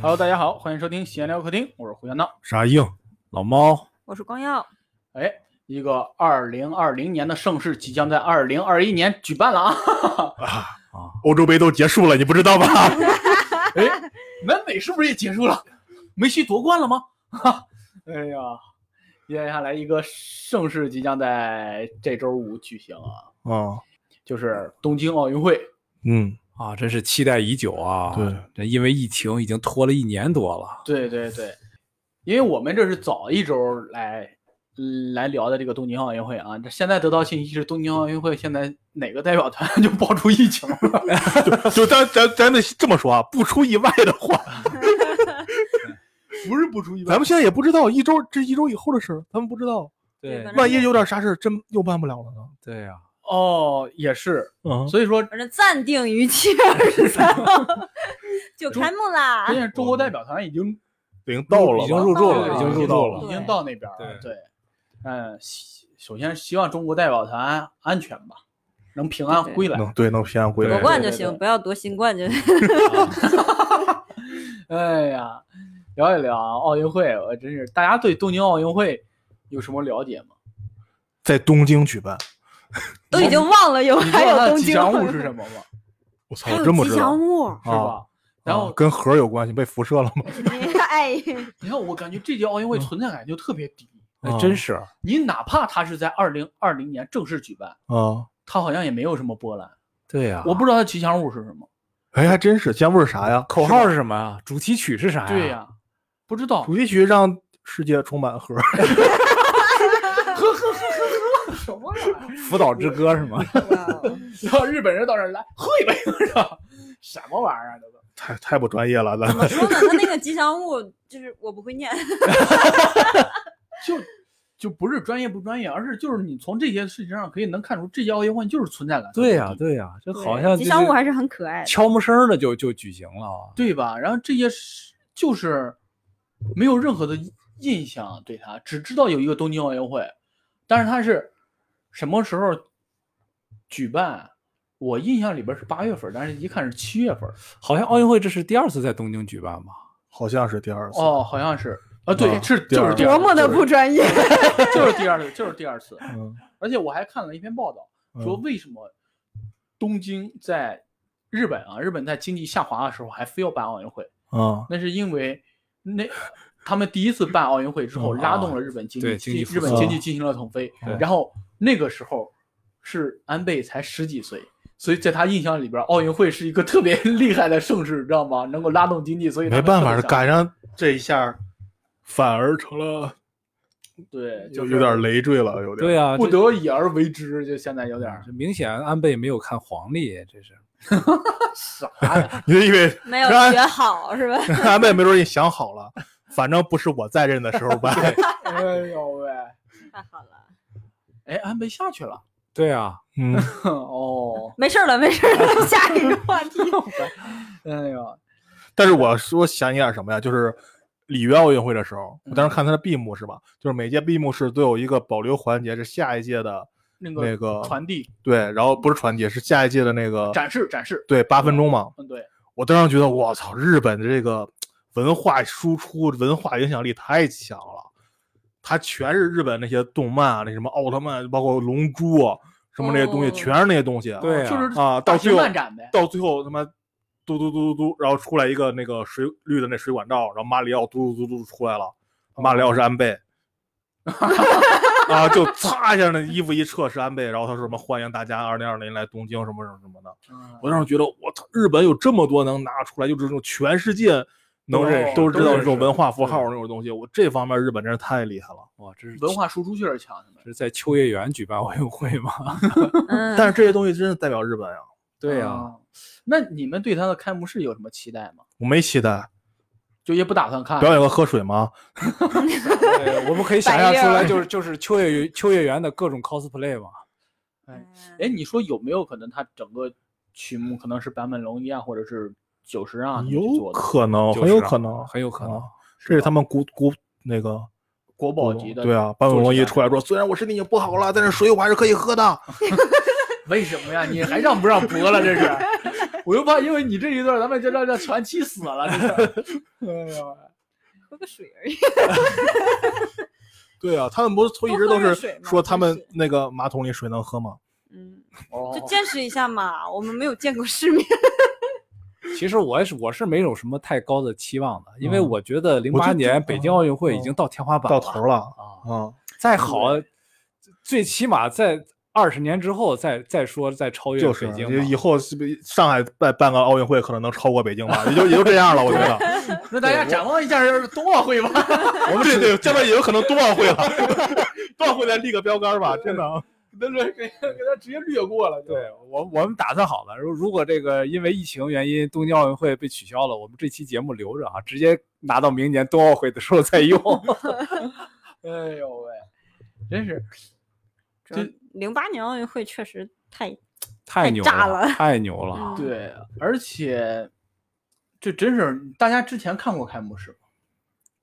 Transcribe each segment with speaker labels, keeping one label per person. Speaker 1: Hello，大家好，欢迎收听闲聊客厅，我是胡小闹。
Speaker 2: 啥硬老猫，
Speaker 3: 我是光耀，
Speaker 1: 哎，一个二零二零年的盛世即将在二零二一年举办了 啊！
Speaker 2: 欧洲杯都结束了，你不知道吧？
Speaker 1: 哎，南美是不是也结束了？梅西夺冠了吗？ 哈，哎呀，接下来一个盛世即将在这周五举行啊，
Speaker 2: 啊，
Speaker 1: 就是东京奥运会。
Speaker 2: 嗯，
Speaker 4: 啊，真是期待已久啊！
Speaker 2: 对，
Speaker 4: 这因为疫情已经拖了一年多了。
Speaker 1: 对对对，因为我们这是早一周来嗯来聊的这个东京奥运会啊，这现在得到信息是东京奥运会现在哪个代表团 就爆出疫情了，
Speaker 2: 就 就咱咱咱得这么说啊，不出意外的 话，
Speaker 1: 不是不出意
Speaker 2: 咱们现在也不知道一周这一周以后的事儿，咱们不知道，
Speaker 4: 嗯
Speaker 3: 对反正
Speaker 2: 万一有点啥事儿，真又办不了了呢。
Speaker 4: 对呀、
Speaker 1: 哦，也是，
Speaker 2: 嗯，
Speaker 1: 所以说
Speaker 3: 反正暂定于七月二十三号就开幕啦
Speaker 1: 关。键中国代表团已经
Speaker 2: 已经到了吧，
Speaker 4: 已经入住
Speaker 3: 对
Speaker 4: 了，
Speaker 3: 已
Speaker 4: 已
Speaker 3: 经
Speaker 4: 经
Speaker 3: 入
Speaker 4: 入
Speaker 3: 住
Speaker 4: 住
Speaker 3: 啊了
Speaker 4: 了。
Speaker 1: 已经到那边儿了，
Speaker 4: 对
Speaker 1: 对，嗯，希首先希望中国代表团安全吧，能平安
Speaker 3: 对
Speaker 1: 归来。
Speaker 2: 能对能平安回
Speaker 3: 夺
Speaker 2: 来
Speaker 4: 对。
Speaker 3: 冠就
Speaker 1: 对对
Speaker 3: 行，不要夺新冠就。
Speaker 1: 哎呀，聊一聊奥运会，我真是大家对东京奥运会有什么了解吗？
Speaker 2: 在东京举办，
Speaker 3: 都已经忘了有
Speaker 1: 你知
Speaker 3: 还
Speaker 1: 道它
Speaker 3: 有
Speaker 1: 的
Speaker 3: 东
Speaker 1: 吉
Speaker 3: 京
Speaker 1: 祥物 是什么吗？
Speaker 2: 我操，
Speaker 3: 还
Speaker 2: 我
Speaker 3: 有
Speaker 2: 真不
Speaker 3: 吉
Speaker 2: 知
Speaker 3: 祥
Speaker 2: 道，
Speaker 3: 物，
Speaker 1: 是吧？然后
Speaker 2: 啊跟核有关系，被辐射了吗？
Speaker 3: 哎，
Speaker 1: 你看，我感觉这届奥运
Speaker 2: 嗯
Speaker 1: 会存在感就特别低。
Speaker 4: 哎，
Speaker 2: 啊
Speaker 4: 真是
Speaker 1: 你哪怕它是在二零二零年正式举办，
Speaker 2: 啊，
Speaker 1: 它好像也没有什么波澜。
Speaker 4: 对呀、
Speaker 1: 我不知道它吉祥物是什么。
Speaker 2: 哎，还真是，吉祥物是啥呀？
Speaker 4: 口号是什么呀？主题曲是啥哎呀？
Speaker 1: 对呀、不知道
Speaker 2: 主。题曲让世界充满核，
Speaker 1: 什么玩意儿？
Speaker 4: 福岛之歌是吗？
Speaker 3: 哦
Speaker 1: 然后日本人到这儿来喝一杯，是 吧？什么玩意儿啊这都？
Speaker 2: 太太不专业了，咱
Speaker 3: 怎么
Speaker 2: 们
Speaker 3: 说呢？他那个吉祥物就是我不会念，
Speaker 1: 就就不是专业不专业，而是就是你从这些事情上可以能看出，这届奥运会就是存在感特别
Speaker 4: 对
Speaker 1: 低。
Speaker 4: 呀、对呀、这好像
Speaker 3: 吉
Speaker 4: 就是
Speaker 3: 祥物还是很可爱的。
Speaker 4: 悄没声儿的就就举行了啊。
Speaker 1: 对吧？然后这些是就是没有任何的印象对他，只知道有一个东京奥运会，但是他是什么时候举办？我印象里边是八月份，但是一看是七月份。
Speaker 4: 好像奥运会这是第二次在东京举办吧？
Speaker 2: 好像是第二次，
Speaker 1: 哦，好像是啊，对，
Speaker 2: 啊
Speaker 1: 是
Speaker 2: 第
Speaker 1: 就
Speaker 2: 二
Speaker 1: 是
Speaker 2: 次
Speaker 1: 第二次
Speaker 3: 专业。
Speaker 1: 就是第二次，就是第二次。
Speaker 2: 嗯，
Speaker 1: 而且我还看了一篇报道，
Speaker 2: 嗯
Speaker 1: 说为什么东京在日本啊，日本在经济下滑的时候还非要办奥运会，
Speaker 2: 啊，
Speaker 1: 那是因为那他们第一次办奥运会之后，
Speaker 4: 嗯
Speaker 1: 拉动了日本经济，
Speaker 4: 对经济复
Speaker 1: 日本
Speaker 2: 苏
Speaker 1: 经济进行了腾飞。
Speaker 4: 对
Speaker 1: 然后那个时候是安倍才十几岁，所以在他印象里边，奥运会是一个特别 厉害的盛世，知道吗？能够拉动经济，所以他
Speaker 2: 没
Speaker 1: 们
Speaker 2: 办
Speaker 1: 特
Speaker 2: 法，
Speaker 1: 别
Speaker 2: 是
Speaker 1: 想
Speaker 2: 赶上这一下，反而成了
Speaker 1: 对，就
Speaker 2: 有
Speaker 1: 是
Speaker 2: 有点累赘了，有点
Speaker 4: 对呀、
Speaker 1: 不
Speaker 4: 这
Speaker 1: 得已而为之，就现在有点
Speaker 2: 嗯
Speaker 4: 这明显安倍没有看黄历，这是
Speaker 1: 傻呀。
Speaker 2: 你就以为
Speaker 3: 没有
Speaker 2: 然
Speaker 3: 学好是吧？
Speaker 2: 安倍没准也想好了，反正不是我在任的时候办。
Speaker 1: 哎呦喂！
Speaker 3: 太好了，
Speaker 1: 哎，安倍下去了。
Speaker 4: 对啊，
Speaker 2: 嗯，
Speaker 1: 哦，
Speaker 3: 没事儿了，没事儿了，下一个话 题。
Speaker 1: 哎呦，
Speaker 2: 但是我说想起点什么呀，就是里约奥运会的时候，我当时看它的闭幕式吧，就是每届闭幕式都有一个保留环节，是下一届的
Speaker 1: 那个
Speaker 2: 那个
Speaker 1: 传递
Speaker 2: 对，然后不是传递，是下一届的那个
Speaker 1: 展示展示，
Speaker 2: 对八分钟嘛。
Speaker 1: 嗯，对，
Speaker 2: 我当时觉得我操，日本的这个文化输出、文化影响力太强了，它全是日本那些动漫啊，那什么奥特曼，包括龙珠啊什么那些东西，
Speaker 3: 哦
Speaker 2: 全是那些东西。
Speaker 4: 对呀、
Speaker 1: 就是
Speaker 2: 啊，
Speaker 1: 大
Speaker 2: 到
Speaker 1: 型
Speaker 2: 最后
Speaker 1: 漫展呗。
Speaker 2: 到最后他妈嘟嘟嘟嘟嘟，然后出来一个那个水绿的那水管道，然后马里奥嘟嘟嘟嘟出来了，马里奥是安倍，啊，就擦一下那衣服一撤是安倍，然后他说什么欢迎大家二零二零来东京什么什么什么的，
Speaker 1: 嗯
Speaker 2: 我当时觉得我操，日本有这么多能拿出来，就是这种全世界能
Speaker 4: 都认识
Speaker 2: 都知道
Speaker 4: 都
Speaker 2: 这种
Speaker 4: 认识
Speaker 2: 文化符号那种东西，我这方面日本真是太厉害了。
Speaker 4: 哇，这是
Speaker 1: 文化输出确实强，现在
Speaker 4: 是在秋叶原举办奥运会吗？
Speaker 3: 嗯，
Speaker 2: 但是这些东西真的代表日本呀，
Speaker 4: 对啊呀、
Speaker 1: 嗯那你们对他的开幕式有什么期待吗？
Speaker 2: 我没期待
Speaker 1: 就也不打算看。
Speaker 2: 表演个喝水吗？嗯
Speaker 4: 对我们 可以想象出
Speaker 3: 白
Speaker 4: 来，
Speaker 3: 月
Speaker 4: 就是就是秋叶原秋叶原的各种 cosplay 嘛。
Speaker 3: 嗯
Speaker 1: 哎，你说有没有可能他整个曲目可能是坂本龙一啊，或者是九十啊他们去
Speaker 2: 有
Speaker 1: 做的？
Speaker 2: 可能，
Speaker 4: 就
Speaker 2: 很
Speaker 4: 是
Speaker 2: 有
Speaker 4: 啊
Speaker 2: 可能，
Speaker 4: 很有可能
Speaker 2: 啊。这是他们古古那个
Speaker 1: 国宝级的，
Speaker 2: 对，啊，坂本龙一出来说，虽然我身体已经不好了，但是水我还是可以喝的。
Speaker 1: 为什么呀？你还让不让播了？这是我又怕因为你这一段，咱们就让这传奇死了。这是
Speaker 3: 喝个水而已。
Speaker 2: 对啊，他们不是从一直
Speaker 3: 多
Speaker 2: 都
Speaker 3: 喝热
Speaker 2: 是
Speaker 3: 水嘛
Speaker 2: 说他
Speaker 3: 真
Speaker 2: 们
Speaker 3: 是
Speaker 2: 那个马桶里水能喝吗？
Speaker 3: 嗯，
Speaker 1: 哦
Speaker 3: 就见识一下嘛，我们没有见过世面。
Speaker 4: 其实我也是我是没有什么太高的期望的，因为
Speaker 2: 嗯
Speaker 4: 我觉得零
Speaker 2: 我
Speaker 4: 八
Speaker 2: 就觉
Speaker 4: 年
Speaker 2: 得嗯
Speaker 4: 北京奥运会已经到天花板
Speaker 2: 到
Speaker 4: 了，
Speaker 2: 头了
Speaker 4: 啊，
Speaker 2: 啊！
Speaker 4: 再好，最起码在二十年之后再再说再超越
Speaker 2: 就是
Speaker 4: 北京
Speaker 2: 以
Speaker 4: 嘛。
Speaker 2: 后是不是上海办办个奥运会，可能能超过北京吧，也就也就这样了。我觉得，
Speaker 1: 那大家展望一下冬奥会吧。
Speaker 2: 我们对对，将来也有可能冬奥会了， 冬奥会再立个标杆吧，真的啊。
Speaker 1: 那这给给他直接略过了。
Speaker 4: 对我我们打算好了，如如果这个因为疫情原因东京奥运会被取消了，我们这期节目留着啊，直接拿到明年冬奥会的时候再用。
Speaker 1: 哎呦喂，真是这
Speaker 3: 零八年奥运会确实太
Speaker 4: 太牛
Speaker 3: 炸了
Speaker 4: 太牛了！
Speaker 3: 嗯
Speaker 1: 对，而且这真是大家之前看过开幕式吗
Speaker 2: 嗯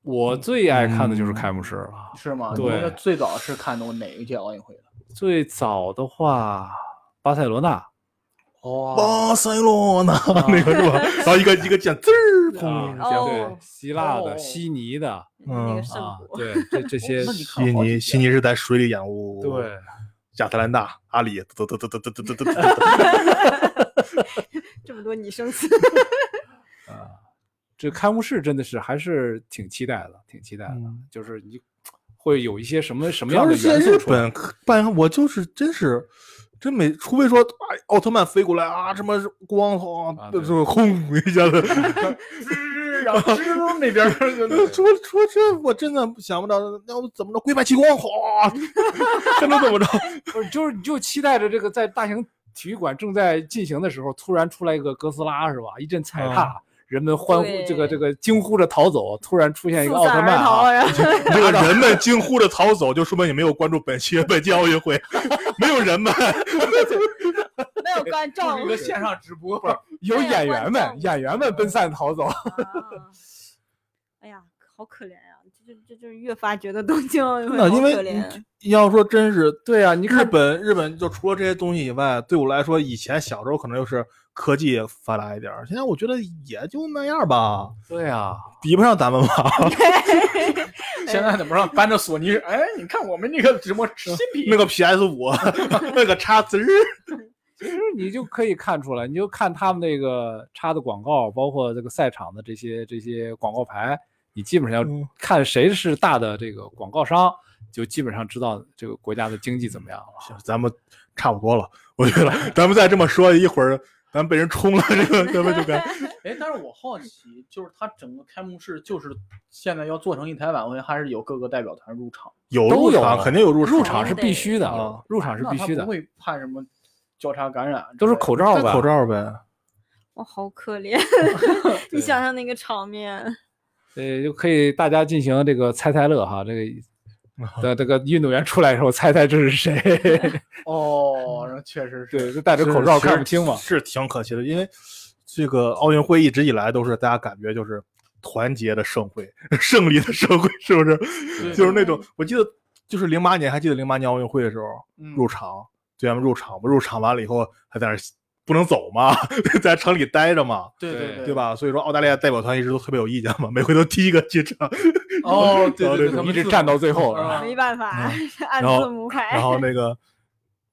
Speaker 4: 我最爱看的就是开幕式了。
Speaker 1: 是吗？
Speaker 4: 对
Speaker 1: 你们最早是看的哪一届奥运会的？
Speaker 4: 最早的话，巴塞罗那，
Speaker 1: 哦，
Speaker 2: 巴塞罗那
Speaker 1: 啊
Speaker 2: 那个是 吧？然后一个一个箭滋儿
Speaker 4: 啊
Speaker 2: 砰，
Speaker 3: 哦
Speaker 4: 对，希腊的、
Speaker 1: 哦
Speaker 4: 悉尼的
Speaker 3: 那个
Speaker 2: 嗯
Speaker 3: 圣
Speaker 4: 啊
Speaker 3: 谷，，
Speaker 4: 对，这这些
Speaker 1: 哦那你看
Speaker 2: 悉
Speaker 1: 好几
Speaker 2: 尼
Speaker 1: 遍
Speaker 2: 悉尼是在水里演，呜，
Speaker 4: 对，
Speaker 2: 亚特兰大阿里，嘟嘟嘟嘟嘟嘟嘟嘟嘟 嘟，
Speaker 3: 这么多拟声词，
Speaker 4: 这开幕式真的是还是挺期待的，挺期待的，
Speaker 2: 嗯
Speaker 4: 就是你会有一些什么什么
Speaker 2: 主
Speaker 4: 样
Speaker 2: 要
Speaker 4: 的
Speaker 2: 是现
Speaker 4: 元
Speaker 2: 在日
Speaker 4: 素出来。
Speaker 2: 本办，我就是真是真没，除非说啊奥特曼飞过来啊，什么光头
Speaker 4: 啊对
Speaker 2: 就 是轰一下子，
Speaker 1: 然后蜘蛛那边儿就
Speaker 2: 那除除这我真的想不到，要不怎么着龟派气功，哗，啊 真的 怎么着？
Speaker 4: 不是，就是你就期待着这个在大型体育馆正在进行的时候，突然出来一个哥斯拉是吧？一阵踩踏，人们欢呼，这个
Speaker 3: 对
Speaker 4: 这个惊呼着逃走，突然出现一
Speaker 3: 四
Speaker 4: 个奥特
Speaker 3: 散而
Speaker 4: 曼
Speaker 3: 逃
Speaker 4: 啊
Speaker 3: 啊，，然后
Speaker 2: 这个人们惊呼着逃走，就说明你没有关注本期本届奥运会，没有人们。
Speaker 3: 没有观 众。
Speaker 1: 一个线上直播。
Speaker 4: 有
Speaker 3: 对啊
Speaker 4: 演
Speaker 3: 观
Speaker 4: 员们
Speaker 3: 众
Speaker 4: 演员们奔散逃走。
Speaker 3: 啊哎呀，好可怜呀、这这这就是越发觉得东京奥运会
Speaker 2: 那
Speaker 3: 好
Speaker 2: 因为
Speaker 3: 可
Speaker 2: 你
Speaker 3: 怜。
Speaker 2: 要说真是对啊，你日
Speaker 4: 看
Speaker 2: 本日本就除了这些东西以外，对我来说，以前小时候可能就是科技发达一点儿，现在我觉得也就那样吧，
Speaker 4: 对啊，
Speaker 2: 比不上咱们吧。
Speaker 1: 现在怎么着？搬着索尼，哎，你看我们那个直播新品
Speaker 2: 那个 PS 五，那个叉子
Speaker 4: 其实你就可以看出来，你就看他们那个插的广告，包括这个赛场的这些这些广告牌，你基本上
Speaker 2: 嗯
Speaker 4: 看谁是大的这个广告商，就基本上知道这个国家的经济怎么样了。
Speaker 2: 行，咱们差不多了，我觉得咱们再这么说一会儿，咱们被人冲了，这个咱们就该
Speaker 1: 哎，但是我好奇，就是它整个开幕式，就是现在要做成一台晚会，还是有各个代表团入场？
Speaker 2: 有
Speaker 4: 都
Speaker 2: 入
Speaker 4: 有
Speaker 2: 场，
Speaker 4: 了
Speaker 2: 肯定有入
Speaker 4: 入
Speaker 2: 场
Speaker 4: 场是
Speaker 3: 对
Speaker 4: 必须的，
Speaker 2: 啊
Speaker 4: 入场是
Speaker 1: 那
Speaker 4: 必
Speaker 1: 他
Speaker 4: 须的
Speaker 1: 不，会判什么交叉感染之类的，
Speaker 4: 都是口罩
Speaker 2: 戴
Speaker 4: 吧？
Speaker 2: 口罩呗。
Speaker 3: 我好可怜，你想想那个场面，
Speaker 4: 呃，就可以大家进行这个猜猜乐哈，这个 的这个运动员出来的时候猜猜这是谁，
Speaker 1: 哦，那确实是。
Speaker 4: 对，就戴着口罩看不清嘛。
Speaker 2: 是挺可惜的，因为这个奥运会一直以来都是大家感觉就是团结的盛会， 胜利的盛会，是不是？
Speaker 1: 对
Speaker 2: 就是那种，我记得就是零八年，还记得零八年奥运会的时候
Speaker 1: 嗯
Speaker 2: 入场，队员们入场，入场完了以后还在那儿不能走嘛， 在城里待着嘛。
Speaker 1: 对
Speaker 4: 对
Speaker 1: 对
Speaker 2: 对？吧？所以说澳大利亚代表团一直都特别有意见嘛，每回都第一个进场，
Speaker 1: 哦，对
Speaker 2: 然
Speaker 1: 对
Speaker 2: 后
Speaker 1: 对，
Speaker 2: 那
Speaker 1: 他
Speaker 2: 种
Speaker 1: 们
Speaker 4: 一直
Speaker 1: 自
Speaker 4: 站
Speaker 1: 动
Speaker 4: 到最后
Speaker 1: 啊
Speaker 3: 没办法， 按
Speaker 2: 嗯然后
Speaker 3: 字母排。
Speaker 1: 哎
Speaker 2: 然 后那个，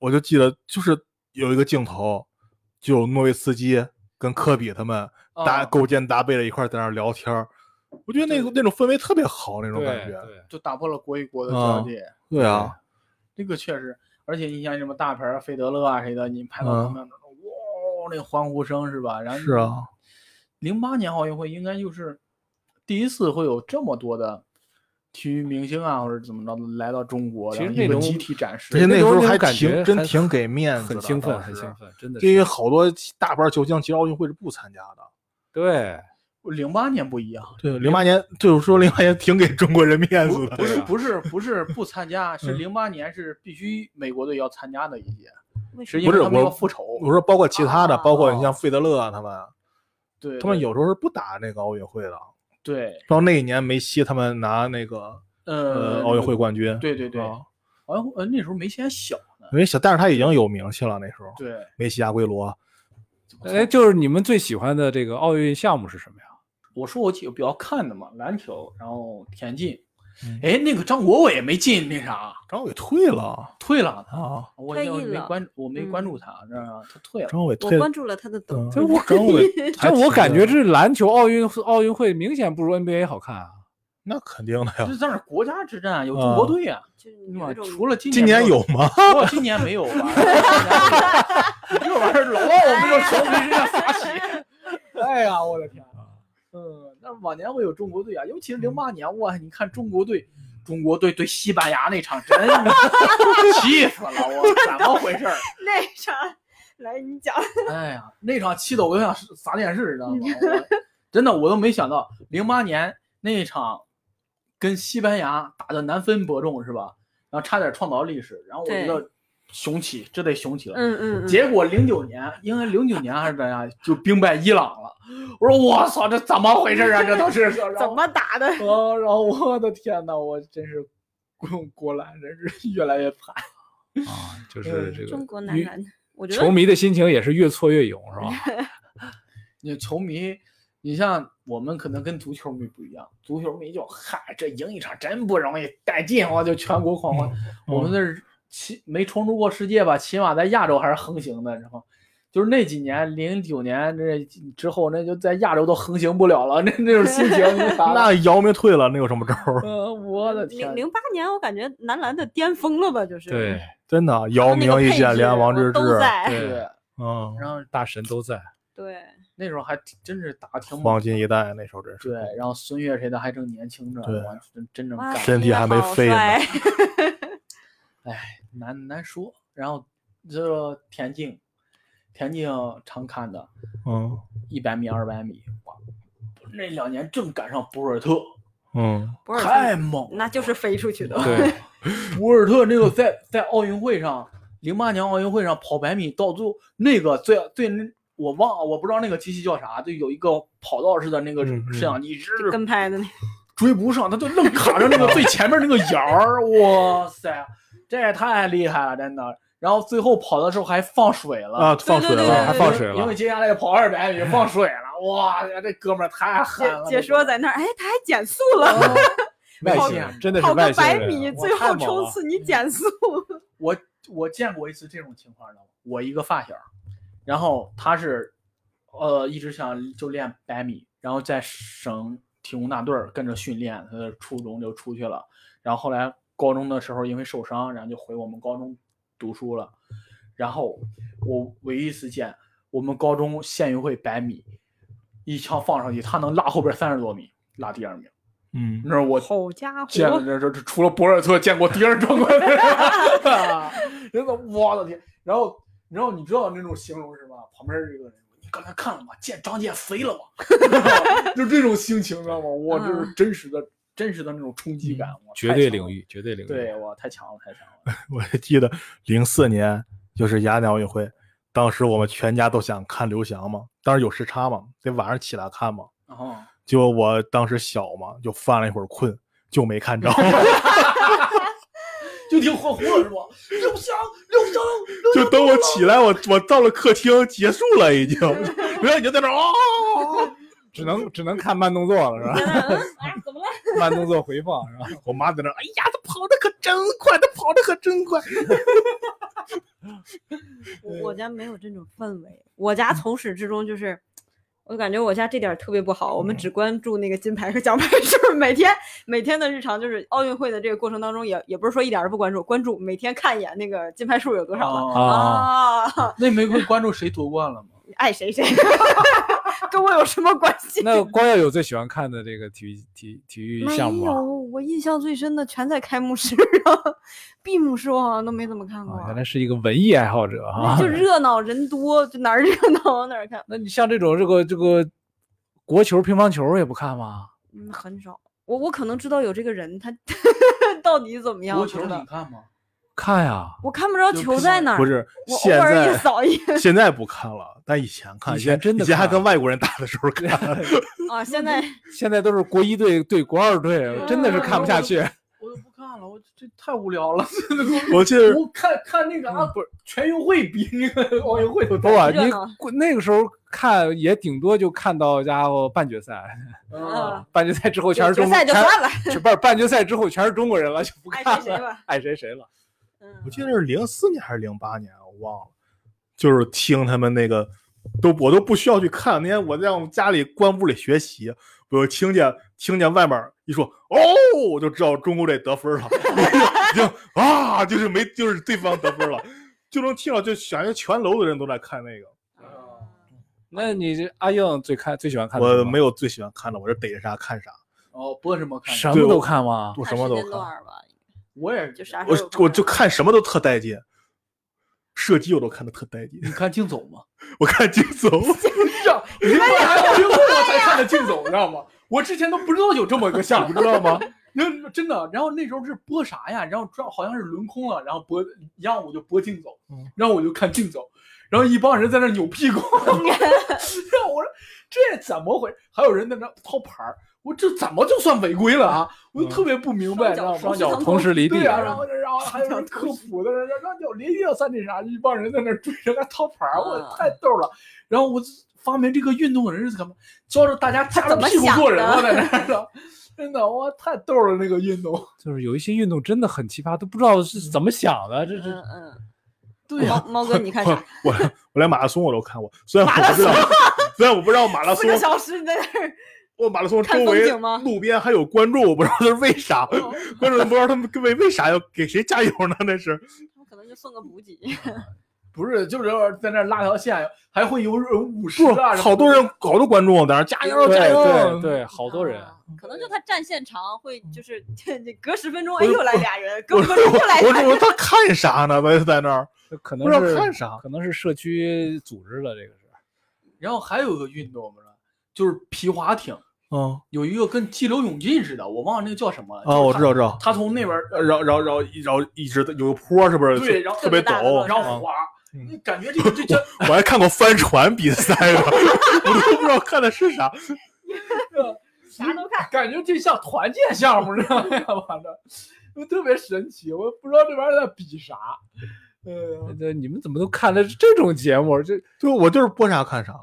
Speaker 2: 我就记得就是有一个镜头，就诺维斯基跟科比他们搭
Speaker 1: 啊
Speaker 2: 勾肩搭背的一块儿在那儿聊天儿，我觉得那个
Speaker 1: 对
Speaker 2: 那种氛围特别好，那种感觉。
Speaker 4: 对
Speaker 1: 就打破了国与国的
Speaker 2: 啊
Speaker 1: 交界。
Speaker 2: 对啊，
Speaker 1: 这个确实，而且你像什么大牌儿费德勒啊谁的，你拍到他
Speaker 2: 嗯
Speaker 1: 们那儿，哇，那欢呼声是吧？然后
Speaker 2: 是啊，
Speaker 1: 零八年奥运会应该就是第一次会有这么多的体育明星啊，或者怎么着来到中国，
Speaker 4: 其
Speaker 1: 然
Speaker 4: 实
Speaker 1: 后
Speaker 4: 那
Speaker 1: 一个
Speaker 4: 种
Speaker 1: 集体展示
Speaker 2: 而且。那时
Speaker 4: 种
Speaker 2: 候
Speaker 4: 种
Speaker 2: 还
Speaker 4: 感觉
Speaker 2: 挺真
Speaker 4: 还
Speaker 2: 挺给面子的，
Speaker 4: 很兴奋，
Speaker 2: 当
Speaker 4: 很
Speaker 2: 时
Speaker 4: 兴。奋，真的
Speaker 2: 因为
Speaker 4: 是。
Speaker 2: 好多大牌球星其实奥运会是不参加的。
Speaker 4: 对，
Speaker 1: 零八年不一样，
Speaker 2: 对，零八年就是说零八年挺给中国人面子的。
Speaker 1: 不是
Speaker 4: 对啊
Speaker 1: 不是不是不参加，是零八年是必须美国队要参加的一届，是因
Speaker 2: 不
Speaker 1: 为
Speaker 2: 是
Speaker 1: 他们要
Speaker 2: 我
Speaker 1: 复仇。
Speaker 2: 我说包括其他的，包括你
Speaker 1: 哦
Speaker 2: 像费德勒啊他们，
Speaker 1: 对，
Speaker 2: 他们
Speaker 1: 对
Speaker 2: 有时候是不打那个奥运会的。
Speaker 1: 对，
Speaker 2: 然后那一年梅西他们拿那个
Speaker 1: 呃
Speaker 2: 呃，奥运会冠军，
Speaker 1: 对对对，
Speaker 2: 啊
Speaker 1: 奥运会呃那时候梅西还小呢，
Speaker 2: 因为小，但是他已经有名气了那时候。
Speaker 1: 对，
Speaker 2: 梅西、阿圭罗，
Speaker 4: 哎，就是你们最喜欢的这个奥运项目是什么呀？
Speaker 1: 我说我几个比较看的嘛，篮球，然后田径
Speaker 2: 嗯。
Speaker 1: 哎，那个张国伟没进那啥，
Speaker 2: 张伟退了
Speaker 1: 退了，
Speaker 2: 啊，
Speaker 1: 我
Speaker 3: 退
Speaker 1: 我
Speaker 3: 役
Speaker 1: 没
Speaker 3: 了
Speaker 1: 关我没关
Speaker 3: 嗯
Speaker 1: 注他，这样他退了。
Speaker 2: 张伟
Speaker 3: 我
Speaker 2: 退了
Speaker 3: 关。注了他的抖
Speaker 2: 嗯
Speaker 3: 音，，
Speaker 4: 这我
Speaker 2: 张伟 还
Speaker 4: 这我
Speaker 2: 挺
Speaker 4: 感觉
Speaker 2: 的
Speaker 4: 这篮球奥运奥运会明显不如 NBA 好看 啊。
Speaker 2: 那肯定的呀
Speaker 1: 这。在那国家之战有
Speaker 2: 啊
Speaker 1: 中国队啊，
Speaker 3: 就是
Speaker 1: 你
Speaker 3: 有
Speaker 1: 妈
Speaker 3: 一种
Speaker 1: 除了今
Speaker 2: 今
Speaker 1: 年
Speaker 2: 年
Speaker 1: 没
Speaker 2: 有，吗？
Speaker 1: 我今年没有吧？你这玩意儿老往我们这球迷身上撒血。 哎呀，我的天！嗯，那往年会有中国队啊，尤其是零八年，哇，你看中国队，中国队对西班牙那场真 气死了，我怎么回事儿？
Speaker 3: 那啥，来你讲，
Speaker 1: 哎呀，那场气的我都想砸电视，你知道吗？
Speaker 3: 嗯
Speaker 1: 我真的，我都没想到，零八年那一场跟西班牙打的难分伯仲是吧？然后差点创造历史，然后我觉
Speaker 3: 对
Speaker 1: 得雄起，这得雄起了。
Speaker 3: 嗯
Speaker 1: 结果零九年，应该零九年还是怎样，就兵败伊朗了。我说我操，这怎么回事 啊？这都是
Speaker 3: 怎？么打的？
Speaker 1: 然后然后我的天呐，我真是国国篮真是越来越惨。
Speaker 4: 啊，就是这个
Speaker 3: 中国男
Speaker 4: 女
Speaker 3: 篮，我觉
Speaker 4: 球
Speaker 3: 得
Speaker 4: 迷的心情也是越挫越勇，是 吧？
Speaker 1: 你球迷，你像我们可能跟足球迷不一样，足球迷就嗨，这赢一场真不容易，带劲我就全国狂欢。
Speaker 2: 嗯
Speaker 1: 我们那儿起没冲出过世界吧，起码在亚洲还是横行的，你知道吗？就是那几年，零九年这之后，那就在亚洲都横行不了了，那那种心情， 你咋
Speaker 2: 那姚明退了，那有什么招儿？啊
Speaker 1: 呃，我的天
Speaker 3: 零，零八年，我感觉男篮的巅峰了吧？就是
Speaker 4: 对，
Speaker 2: 真的，啊姚
Speaker 3: 那个
Speaker 2: 明、易
Speaker 3: 配
Speaker 2: 建
Speaker 3: 置
Speaker 2: 联、王治
Speaker 3: 都
Speaker 2: 郅，
Speaker 3: 在，
Speaker 4: 对，
Speaker 2: 嗯，
Speaker 1: 然后
Speaker 4: 大神都 在。
Speaker 3: 对，
Speaker 1: 那时候还挺真是打得挺猛
Speaker 2: 黄，金一代那时候真是
Speaker 1: 对，然后孙悦谁的还正年轻着，
Speaker 2: 对
Speaker 1: 我真真正
Speaker 3: 哇
Speaker 1: 干，
Speaker 2: 身体还没
Speaker 3: 好
Speaker 2: 废呢
Speaker 3: 帅
Speaker 1: 难难说。然后这田径，田径常看的，
Speaker 2: 嗯
Speaker 1: 一百米、二百米，哇，那两年正赶上博尔特，
Speaker 2: 嗯，
Speaker 3: 博尔特
Speaker 1: 太猛了，
Speaker 3: 那就是飞出去的。
Speaker 4: 对，
Speaker 1: 博尔特那个在在奥运会上，零八年奥运会上跑百米，到最后那个最最那我忘了，我不知道那个机器叫啥，就有一个跑道似的那个
Speaker 2: 嗯嗯
Speaker 1: 摄像机，一直
Speaker 3: 跟拍的那
Speaker 1: 追不上，他就愣卡着那个最前面那个眼儿，哇塞，这也太厉害了，真的。然后最后跑的时候还放水了
Speaker 2: 啊，放水
Speaker 3: 对
Speaker 2: 了，
Speaker 3: 对
Speaker 2: 还
Speaker 3: 对
Speaker 2: 放水了
Speaker 1: 因为，接下来跑二百米放水了，哇塞，这哥们儿太狠了。
Speaker 3: 解解说在那儿，哎，他还减速了，
Speaker 1: 啊
Speaker 4: 外
Speaker 1: 跑
Speaker 4: 星人
Speaker 1: 个
Speaker 4: 真的是
Speaker 3: 跑
Speaker 4: 外
Speaker 3: 个
Speaker 4: 星
Speaker 3: 百
Speaker 4: 人
Speaker 3: 米，
Speaker 4: 啊，
Speaker 3: 最
Speaker 4: 哇太
Speaker 3: 后
Speaker 4: 猛
Speaker 3: 冲
Speaker 4: 了
Speaker 3: 刺你减速。
Speaker 1: 我我见过一次这种情况的，我一个发小，然后他是，呃，一直想就练百米，然后在省体工大队儿跟着训练，他的初中就出去了，然后后来高中的时候因为受伤，然后就回我们高中读书了，然后我唯一一次见我们高中县运会百米，一枪放上去，他能拉后边三十多米，拉第二名，
Speaker 2: 嗯，
Speaker 1: 那是我
Speaker 3: 好家
Speaker 1: 见了
Speaker 3: 伙！
Speaker 1: 这这这除了博尔特见过第二壮观的 人，真的我的天！然后然后你知道那种形容是吧？旁边这个人，你刚才看了吗？ 见张健肥了吗？就这种心情，知道吗？我这是真实的、真实的那种冲击感，我
Speaker 4: 嗯绝对领。域，绝对领
Speaker 1: 太
Speaker 4: 域。
Speaker 1: 强了对，我太强了，太强了！
Speaker 2: 我还记得零四年就是雅典奥运会，当时我们全家都想看刘翔嘛，当时有时差嘛，得晚上起来看嘛。
Speaker 1: 然后
Speaker 2: 结果我当时小嘛，就犯了一会儿困，就没 看着，
Speaker 1: 就挺恍惚了，是吧？刘翔， 刘翔，刘翔
Speaker 2: 就等我起来，我我到了客厅，结束了 已经，刘翔已经在那儿啊，
Speaker 4: 只能只能看慢动作了，是吧？
Speaker 3: 哎，怎么了？
Speaker 4: 慢动作回放，是 吧？
Speaker 2: 我妈在那儿，哎呀，他跑的可真快，他跑的可真快，
Speaker 3: 我我家没有这种氛围，我
Speaker 4: 嗯
Speaker 3: 家从始至终就是，我感觉我家这点儿特别不好，
Speaker 4: 嗯
Speaker 3: 我们只关注那个金牌和奖牌， 就是每天每天的日常，就是奥运会的这个过程当中也，也不是说一点儿都不关注，关注每天看一眼那个金牌数有多少了。
Speaker 1: 啊，
Speaker 4: 啊，
Speaker 3: 啊，
Speaker 1: 那玫瑰关注谁夺冠了吗？
Speaker 3: 你爱谁 谁，跟我有什么关系？
Speaker 4: 那光耀有最喜欢看的这个体育体体育
Speaker 3: 没
Speaker 4: 项目啊
Speaker 3: 有
Speaker 4: 吗？，
Speaker 3: 我印象最深的全在开幕式上，闭幕式我好像都没怎么看过。
Speaker 4: 啊，原来是一个文艺爱好者啊！
Speaker 3: 就热闹人多，就哪儿热闹往哪儿看。
Speaker 4: 那你像这种这个这个国球、乒乓球也不看吗？
Speaker 3: 嗯，很少。我我可能知道有这个人，他 到底怎么样？
Speaker 1: 国
Speaker 3: 不
Speaker 1: 球
Speaker 3: 知道
Speaker 1: 你，看吗？
Speaker 4: 看呀，
Speaker 3: 我看不着
Speaker 1: 就
Speaker 3: 球
Speaker 1: 乒
Speaker 3: 在
Speaker 1: 乓
Speaker 3: 哪儿。
Speaker 2: 不，是
Speaker 3: 我偶
Speaker 2: 现
Speaker 3: 尔也
Speaker 2: 在。
Speaker 3: 扫一眼
Speaker 2: 现在不看了，但以前看，
Speaker 4: 以前真的
Speaker 2: 以前还
Speaker 4: 看
Speaker 2: 跟外国人打的时 候看，
Speaker 3: 啊。现在嗯
Speaker 4: 现在都是国一队对国二队，真的是看不下去。
Speaker 1: 我都不看了，我我这太无聊了。
Speaker 2: 我记得
Speaker 1: 我看看那个啊，不是全运会比那个 奥运会都
Speaker 4: 不啊，
Speaker 3: 热
Speaker 4: 你
Speaker 3: 闹
Speaker 4: 过那个时候看也顶多就看到家伙半决赛，
Speaker 1: 啊，
Speaker 4: 半决赛之后全
Speaker 3: 决
Speaker 4: 是中国，
Speaker 3: 赛就
Speaker 4: 全
Speaker 3: 算了，
Speaker 4: 全不是半决赛之后全是中国人了，就不
Speaker 3: 爱
Speaker 4: 看
Speaker 3: 谁谁
Speaker 4: 了，
Speaker 3: 吧。
Speaker 4: 爱谁谁了。
Speaker 3: 嗯
Speaker 2: 我记得是零四年还是零八年，我忘了。就是听他们那个，都我都不需要去看。那天我在我们家里关屋里学习，我就听见听见外面一说“哦”，我就知道中国队得分了， 已经啊，就是没就是对方得分了，就能听到，就感觉全楼的人都在看那个。
Speaker 1: 啊
Speaker 4: 那你这阿硬最看最喜欢看的是
Speaker 2: 我
Speaker 4: 什么
Speaker 2: 没有最喜欢看的，我是逮着啥看啥，
Speaker 1: 哦，播什么看？
Speaker 4: 什么都看吗？
Speaker 2: 我什么都
Speaker 3: 看时间段
Speaker 2: 看，
Speaker 3: 儿吧，
Speaker 1: 我也是
Speaker 3: 就啥时候
Speaker 2: 我我就看什么都特带劲，射击我都看的特带劲，
Speaker 1: 你看竞走吗？
Speaker 2: 我看竞走。
Speaker 1: 知道，因为奥运会我才看的竞走，你知道吗？我之前都不知道有这么一个项目，知道吗？那真的，然后那时候是播啥呀？然后转好像是轮空了，然后播，然后我就播竞走
Speaker 2: 嗯，
Speaker 1: 然后我就看竞走，然后一帮人在那扭屁股， 然后我说这怎么回事？还有人在那掏牌儿，我这怎么就算违规了啊？我就特别不明白，你知
Speaker 3: 嗯双脚
Speaker 1: 道吗？
Speaker 3: 双
Speaker 4: 脚同时离地
Speaker 1: 对呀、
Speaker 4: 啊
Speaker 1: 然后然后 还有人科普的，然后叫林要算那啥，一帮人在那追着他掏牌儿，我
Speaker 3: 啊
Speaker 1: 太逗了。然后我发明这个运动的人是干嘛？教着大家夹着
Speaker 3: 怎么
Speaker 1: 屁股
Speaker 3: 想
Speaker 1: 做人
Speaker 3: 的
Speaker 1: 了，在 那儿呢。真的，哇，太逗了那个运动。
Speaker 4: 就是有一些运动真的很奇葩，都不知道是怎么想的，这
Speaker 3: 嗯
Speaker 4: 是
Speaker 3: 嗯，
Speaker 1: 对呀、
Speaker 3: 猫猫哥你看啥？
Speaker 2: 我我连马拉松我都看过，虽然我不知道，虽然我不知道马拉
Speaker 3: 四
Speaker 2: 松，
Speaker 3: 个小时你在那儿，
Speaker 2: 我马拉松周
Speaker 3: 看风
Speaker 2: 围
Speaker 3: 景吗
Speaker 2: 路边还有观众，我不知道这是为啥，观众都不知道他们为为啥要给谁加油呢？那是
Speaker 3: 我可能就送个补给。
Speaker 1: 不是，就是在那儿拉条线，还会有人舞狮
Speaker 2: 不
Speaker 1: 啊，
Speaker 2: 好多人，好多观众在那儿加油嗯
Speaker 4: 对
Speaker 2: 哦加
Speaker 4: 对
Speaker 2: 油，
Speaker 4: 对，好多人。
Speaker 3: 啊可能就他站线长，会就是 你隔十分钟，哎，又来俩人，隔
Speaker 2: 我
Speaker 3: 五分钟又来
Speaker 2: 我
Speaker 3: 俩人。
Speaker 2: 说他看啥呢？在在那儿
Speaker 4: 可
Speaker 2: 不
Speaker 4: 能
Speaker 2: 知道
Speaker 4: 是
Speaker 2: 看啥，
Speaker 4: 可能是社区组织的这个是。
Speaker 1: 然后还有一个运动嘛，就是皮划艇，
Speaker 2: 嗯
Speaker 1: 有一个跟激流勇进似的，我忘了那个叫什么了。
Speaker 2: 啊，我知道知道，
Speaker 1: 他从那边呃
Speaker 2: 然后然后然后然后一直有个坡是不是？
Speaker 1: 对然后
Speaker 2: 特
Speaker 3: 特别
Speaker 2: 别
Speaker 3: 大的
Speaker 2: 陡，
Speaker 3: 坡
Speaker 1: 然
Speaker 2: 啊
Speaker 1: 后滑，
Speaker 2: 嗯
Speaker 1: 你感觉这个这这
Speaker 2: 我还看过帆船比赛呢， 我都不知道看的是啥。
Speaker 3: 啥都看，
Speaker 1: 感觉这像团建项目，知道吗？反正就特别神奇，我不知道这玩意儿在比啥。嗯，
Speaker 4: 这你们怎么都看的是这种节目？这
Speaker 2: 就我就是播啥看啥。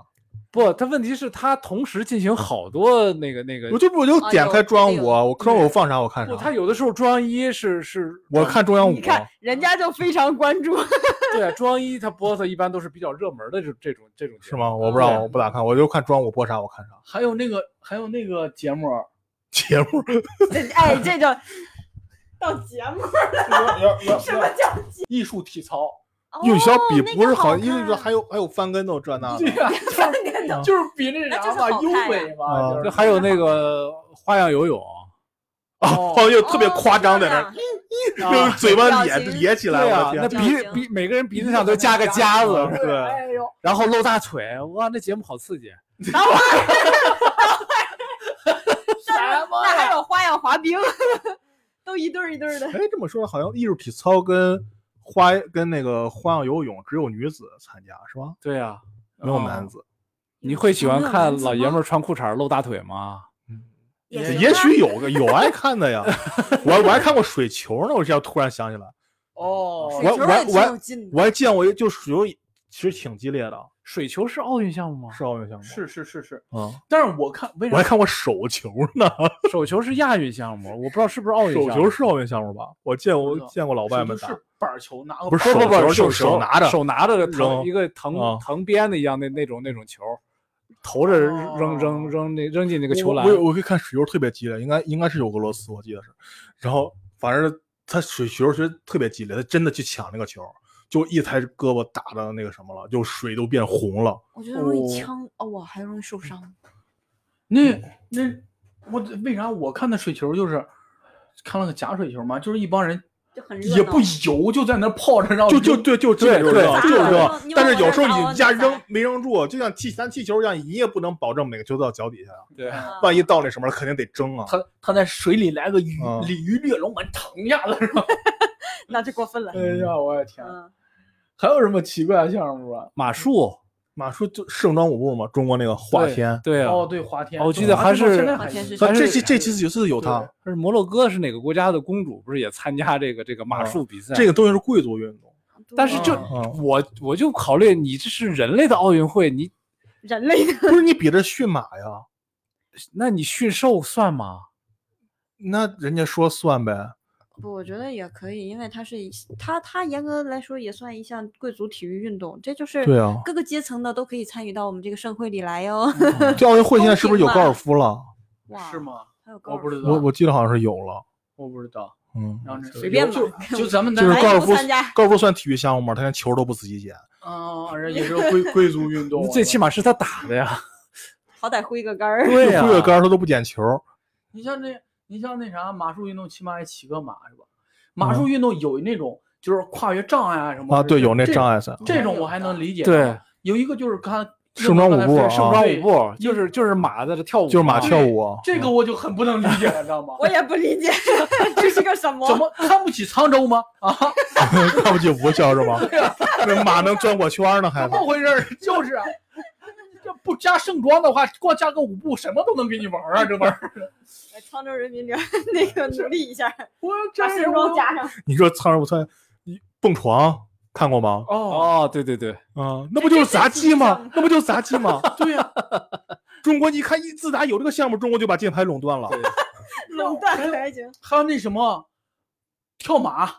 Speaker 4: 不，他问题是他同时进行好多那个那个
Speaker 2: 我，就不我就
Speaker 3: 啊
Speaker 2: 点
Speaker 3: 有
Speaker 2: 开中央
Speaker 3: 有
Speaker 2: 五啊，我中央五放啥我看
Speaker 4: 不，
Speaker 2: 啥。
Speaker 4: 他有的时候中央一是是，
Speaker 2: 我看中央五
Speaker 3: 你，看人家就非常关注。
Speaker 4: 对啊，中央一他播的一般都是比较热门的这这种这种节
Speaker 2: 是
Speaker 4: 目？
Speaker 2: 吗？我不知道，
Speaker 1: 对
Speaker 2: 我不咋看，我就看中央五播啥我看啥。
Speaker 1: 还有那个还有那个节目，
Speaker 2: 节目
Speaker 3: 哎，这叫到节目什么叫？
Speaker 1: 艺术体 操，
Speaker 2: 有小比
Speaker 3: 哦
Speaker 2: 不是好，因为
Speaker 3: 那
Speaker 2: 这
Speaker 3: 个好看
Speaker 2: 还有还有翻跟头这那
Speaker 1: 对
Speaker 2: 的。
Speaker 1: 呀、
Speaker 3: 三年的
Speaker 1: 就是比那
Speaker 3: 那就
Speaker 1: 啥
Speaker 3: 是
Speaker 1: 嘛
Speaker 3: 好
Speaker 1: 优
Speaker 3: 看
Speaker 1: 美
Speaker 2: 啊
Speaker 1: 嘛，就
Speaker 4: 就是还有那个花样游泳，
Speaker 1: 哦
Speaker 2: 哦，又
Speaker 3: 哦
Speaker 2: 特别夸张在那儿，
Speaker 3: 漂亮
Speaker 2: 就是嘴巴
Speaker 3: 哦表
Speaker 2: 咧
Speaker 3: 情
Speaker 2: 咧起来，
Speaker 4: 对啊
Speaker 2: 我，
Speaker 4: 那
Speaker 2: 的天！
Speaker 3: 表
Speaker 4: 鼻
Speaker 3: 情
Speaker 4: 鼻每个人鼻子上都加个夹子，
Speaker 2: 对
Speaker 1: 对，哎呦，
Speaker 4: 然后露大腿，哇，那节目好刺激！
Speaker 1: 什么
Speaker 3: 那还
Speaker 1: 呀？
Speaker 3: 有花样滑冰， 都一对儿一对儿的。
Speaker 2: 哎，这么说好像艺术体操跟花跟那个花样游泳只有女子参加是吧？
Speaker 4: 对啊，
Speaker 2: 没有
Speaker 4: 哦
Speaker 2: 男子，
Speaker 4: 你会喜欢看老爷们
Speaker 3: 儿？
Speaker 4: 儿穿裤衩儿露大腿吗？
Speaker 3: 也啊
Speaker 1: 行
Speaker 2: 也许有个有爱 看的呀。我我还看过水球呢，我这样突然想起来，
Speaker 1: 哦，
Speaker 2: 我我我
Speaker 3: 劲的
Speaker 2: 我还见过一就水球，其实挺激烈的，
Speaker 4: 水球是奥运项目吗？
Speaker 2: 是奥运项目。
Speaker 1: 是是是是，
Speaker 2: 啊，
Speaker 1: 但是我看为
Speaker 2: 我还
Speaker 1: 啥
Speaker 2: 看过手球呢，
Speaker 4: 手球是亚运项目，我不知道是不是奥运项
Speaker 2: 手
Speaker 4: 目。
Speaker 2: 球是奥运项目吧？我见
Speaker 1: 不
Speaker 2: 我
Speaker 1: 知道
Speaker 2: 见过老外们打
Speaker 1: 是，板儿球拿个
Speaker 2: 不是
Speaker 1: 板
Speaker 4: 不
Speaker 1: 儿
Speaker 4: 不
Speaker 2: 手球
Speaker 4: 不，
Speaker 2: 就是
Speaker 4: 手
Speaker 2: 手拿着
Speaker 4: 手拿着的
Speaker 2: 扔
Speaker 4: 藤一个藤
Speaker 2: 啊
Speaker 4: 藤编的一样的那种那种球，投着扔扔
Speaker 1: 哦
Speaker 4: 扔扔那扔进那个球篮
Speaker 2: 我。我我可以看水球特别激烈，应该应该是有俄罗斯，我记得是。然后反正他水球其实特别激烈，他真的去抢那个球，就一抬胳膊打的那个什么了，就水都变红了。
Speaker 3: 我觉得容易呛，哦，我还容易受伤。
Speaker 1: 那那我为啥我看的水球就是看了个假水球嘛，就是一帮人
Speaker 3: 就很热
Speaker 1: 也不
Speaker 3: 闹
Speaker 1: 游，就在那儿泡着，然后
Speaker 2: 就就对就
Speaker 4: 哦对
Speaker 2: 就
Speaker 4: 对
Speaker 2: 是这样
Speaker 4: 对
Speaker 2: 就是
Speaker 4: 对
Speaker 2: 这样
Speaker 3: 你往
Speaker 2: 但是
Speaker 3: 我
Speaker 2: 有
Speaker 3: 这
Speaker 2: 时候
Speaker 3: 砸
Speaker 2: 你
Speaker 3: 我
Speaker 2: 一
Speaker 3: 这砸
Speaker 2: 下扔没扔住，就像踢咱踢球一样，你也不能保证每个球都到脚底下呀。
Speaker 4: 对
Speaker 3: 啊
Speaker 2: 万一到那什么了，肯定得争啊。
Speaker 1: 他他在水里来个鱼
Speaker 2: 嗯
Speaker 1: 鲤鱼跃龙门，腾一下子是吧？
Speaker 3: 那就过分了。
Speaker 2: 呃
Speaker 1: 哎呀，我的天！
Speaker 3: 嗯，
Speaker 1: 还有什么奇怪的项目啊？
Speaker 4: 马术
Speaker 2: 马术就盛装舞步嘛，中国那个华天。
Speaker 4: 对啊，
Speaker 1: 哦，对，华天，
Speaker 4: 哦我记得还是
Speaker 1: 现在还
Speaker 3: 华天是
Speaker 2: 他
Speaker 4: 还
Speaker 2: 啊这
Speaker 4: 是
Speaker 2: 期这期就是有他，
Speaker 4: 但是摩洛哥是哪个国家的公主？不是也参加这个这个马术比赛？
Speaker 2: 哦这个东西是贵族运动。
Speaker 4: 但是就、
Speaker 3: 哦
Speaker 2: 嗯
Speaker 4: 我我就考虑，你这是人类的奥运会，你
Speaker 3: 人类的
Speaker 2: 不是你比这驯马呀？
Speaker 4: 那你驯兽算吗？
Speaker 2: 那人家说算呗。
Speaker 3: 不，我觉得也可以，因为它是一它它严格来说也算一项贵族体育运动，这就是
Speaker 2: 对啊嗯
Speaker 3: 各个阶层的都可以参与到我们这个盛会里来哟。
Speaker 2: 这奥运会现在是不是有高尔夫了？
Speaker 3: 哇，
Speaker 1: 是？吗？
Speaker 3: 还有高
Speaker 1: 我
Speaker 3: 尔
Speaker 1: 不
Speaker 3: 夫，
Speaker 1: 知道，
Speaker 2: 我我记得好像是有了。
Speaker 1: 我不知道。
Speaker 2: 嗯，
Speaker 1: 然后这
Speaker 3: 随便吧
Speaker 1: 就 就咱们
Speaker 2: 就是
Speaker 1: 单
Speaker 3: 咱
Speaker 2: 高
Speaker 3: 也
Speaker 2: 尔
Speaker 3: 不
Speaker 2: 夫
Speaker 3: 参加，
Speaker 2: 高尔夫算体育项目吗？他连球都不自己捡。
Speaker 1: 啊，人也是 贵贵族运动啊，
Speaker 4: 最起码是他打的呀。
Speaker 3: 好歹挥个杆儿。
Speaker 4: 对 啊呀、
Speaker 2: 就挥个杆儿他都不捡球。
Speaker 1: 你像那，你像那啥，马术运动起码也骑个马是吧？马术运动有那种就是跨越障碍啊什么
Speaker 2: 嗯啊，
Speaker 1: 的
Speaker 2: 对，有那
Speaker 1: 这
Speaker 2: 障碍赛。
Speaker 1: 这种我还能理解。啊
Speaker 4: 对，，
Speaker 1: 有一个就是看
Speaker 2: 盛装舞步
Speaker 1: 盛
Speaker 2: 啊
Speaker 4: 盛
Speaker 1: 装
Speaker 4: 装
Speaker 1: 舞
Speaker 4: 舞
Speaker 1: 步，
Speaker 4: 步就是就是马在这跳舞啊嘛，
Speaker 2: 就是 马跳舞，
Speaker 1: 这个我就很不能理解了，知道吗？
Speaker 3: 我也不理解这是个什么？
Speaker 1: 怎么看不起沧州吗？啊，
Speaker 2: 看不起吴校是吗？那马能转过圈儿呢，还
Speaker 1: 怎么回事儿？就是啊， 这不加盛装的话，光加个舞步，什么都能给你玩儿啊，这玩意儿。
Speaker 3: 来沧州人民聊 那个努力一下，
Speaker 1: 我
Speaker 3: 把
Speaker 1: 这
Speaker 3: 身装加上。
Speaker 2: 你说苍蝇不窜，你蹦床看过吗？
Speaker 1: 哦，
Speaker 4: 哦，对对对，
Speaker 2: 啊，那不就是杂技吗？那不就是杂技吗？
Speaker 1: 对呀、
Speaker 2: 中国，你看一自打有这个项目，中国就把金牌垄断了
Speaker 3: 垄断还行，
Speaker 1: 还有那什么跳马。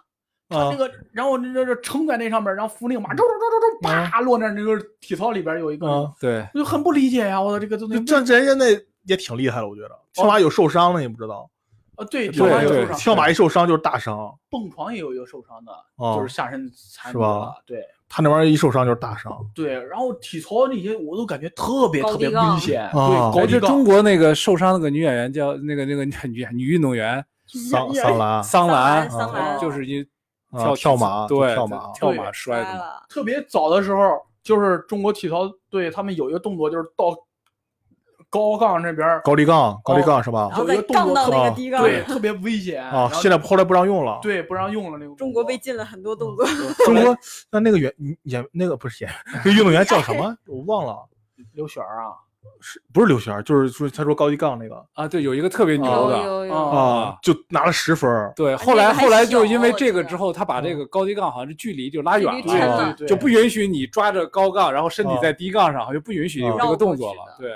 Speaker 2: 啊
Speaker 1: 那！个，然后这这这撑在那上面，然后扶那个
Speaker 2: 嗯
Speaker 1: 马，周周周周周，啪落那儿那个体操里边有一个，
Speaker 2: 啊
Speaker 1: 我
Speaker 4: 对，
Speaker 1: 就很不理解呀！我操，这个东西，
Speaker 2: 这人家那也挺厉害了，我觉得跳马有受伤的，你不知道？
Speaker 1: 啊，对，
Speaker 4: 对
Speaker 1: 跳哦马有
Speaker 4: 对
Speaker 1: 受伤，
Speaker 2: 跳马一受伤就是大伤，
Speaker 1: 蹦床也有一个受伤的，
Speaker 2: 哦
Speaker 1: 就是下身残疾
Speaker 2: 是吧
Speaker 1: 了，对
Speaker 2: 他那玩意儿一受伤就是大伤。
Speaker 1: 对。然后体操那些我都感觉特别
Speaker 3: 高
Speaker 1: 特别
Speaker 3: 低杠
Speaker 1: 危险，
Speaker 2: 啊
Speaker 1: 对，
Speaker 4: 我
Speaker 1: 高
Speaker 4: 记得
Speaker 1: 低杠，
Speaker 4: 中国那个受伤那个女演员叫那个那个女女运动员
Speaker 2: 桑桑兰
Speaker 4: 桑兰，
Speaker 3: 桑
Speaker 1: 兰
Speaker 4: 啊就是因
Speaker 2: 啊
Speaker 4: 跳
Speaker 2: 跳马
Speaker 4: 对
Speaker 2: 跳马
Speaker 4: 跳
Speaker 1: 对
Speaker 4: 马摔的嘛，
Speaker 3: 了。
Speaker 1: 特别早的时候，就是中国体操队他们有一个动作，就是到高杠那边儿，
Speaker 2: 高低杠，
Speaker 1: 哦
Speaker 2: 高低杠是吧
Speaker 3: 然？后再杠到那个低杠，
Speaker 1: 对，特别危险
Speaker 2: 啊，现
Speaker 1: 在
Speaker 2: 在后来不让用了。
Speaker 1: 对不让用了那个动
Speaker 3: 中国
Speaker 1: 作
Speaker 3: 被禁了很多动作。
Speaker 2: 中国那那个演演那个不是演，这运动员叫什么？我忘了，
Speaker 1: 刘璇儿啊，
Speaker 2: 是不是刘璇儿？就是说他说高低杠那个
Speaker 4: 啊，对，有一个特别牛
Speaker 1: 有
Speaker 4: 的。
Speaker 1: 啊
Speaker 2: 啊，就拿了十分儿。
Speaker 4: 对，
Speaker 3: 啊那
Speaker 4: 后
Speaker 3: 个
Speaker 4: 来
Speaker 3: 还
Speaker 4: 后来
Speaker 3: 小
Speaker 4: 就因为
Speaker 3: 我
Speaker 4: 这
Speaker 3: 记
Speaker 4: 个
Speaker 3: 得
Speaker 4: 之后，他把这个高低杠好像是距离就拉
Speaker 3: 距
Speaker 4: 远
Speaker 3: 离
Speaker 1: 对
Speaker 3: 抻
Speaker 4: 了
Speaker 3: 了，
Speaker 1: 对对，
Speaker 4: 就不允许你抓着高杠，然后身体
Speaker 2: 啊
Speaker 4: 在低杠上，好像就不允许有
Speaker 2: 啊
Speaker 4: 这
Speaker 3: 绕
Speaker 4: 个动
Speaker 3: 过
Speaker 4: 作
Speaker 3: 去
Speaker 4: 了
Speaker 3: 的。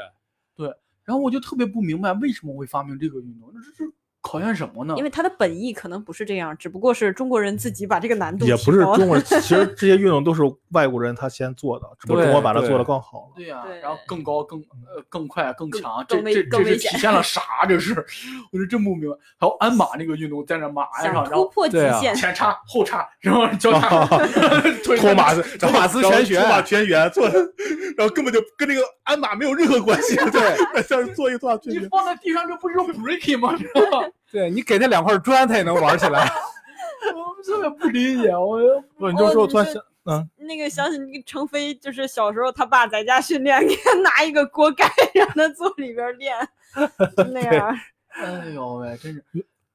Speaker 4: 对，
Speaker 1: 然后我就特别不明白为什么会发明这个运动，那这是考验什么呢？
Speaker 3: 因为它的本意可能不是这样，只不过是中国人自己把这个难度
Speaker 2: 也
Speaker 3: 提
Speaker 2: 不是
Speaker 3: 高了
Speaker 2: 中国人，其实这些运动都是外国人他先做的，只不过
Speaker 4: 对
Speaker 2: 中国把它做
Speaker 4: 对
Speaker 2: 的更好了。
Speaker 1: 对呀、
Speaker 3: 对
Speaker 1: 然后更高、更呃、更快、更强，
Speaker 3: 更危
Speaker 1: 这
Speaker 3: 更
Speaker 1: 这这是
Speaker 3: 危
Speaker 1: 体
Speaker 3: 险
Speaker 1: 现 了啥？这是，我是真不明白。还有鞍马那个运动，在那马鞍
Speaker 3: 想
Speaker 1: 上，然
Speaker 3: 突
Speaker 1: 后
Speaker 3: 破极
Speaker 4: 对啊
Speaker 3: 限，
Speaker 1: 前叉、后叉，然后交 叉，腿
Speaker 2: 托马斯
Speaker 1: 子，
Speaker 2: 托马斯
Speaker 4: 然后
Speaker 2: 全旋，
Speaker 4: 托马
Speaker 2: 全旋做的，然后根本就跟那个鞍马没有任何关系。 对，像是做一做
Speaker 1: 你放在地上，这不是 breaking 吗？知道吗？
Speaker 4: 对你给他两块砖，他也能玩起来。
Speaker 1: 我特别不理解，我
Speaker 2: 不，你就说，我突然想，
Speaker 3: 那个想起那个程飞，就是小时候他爸在家训练，给他拿一个锅盖 让他坐里边练，就那样。
Speaker 1: 哎呦喂，真是。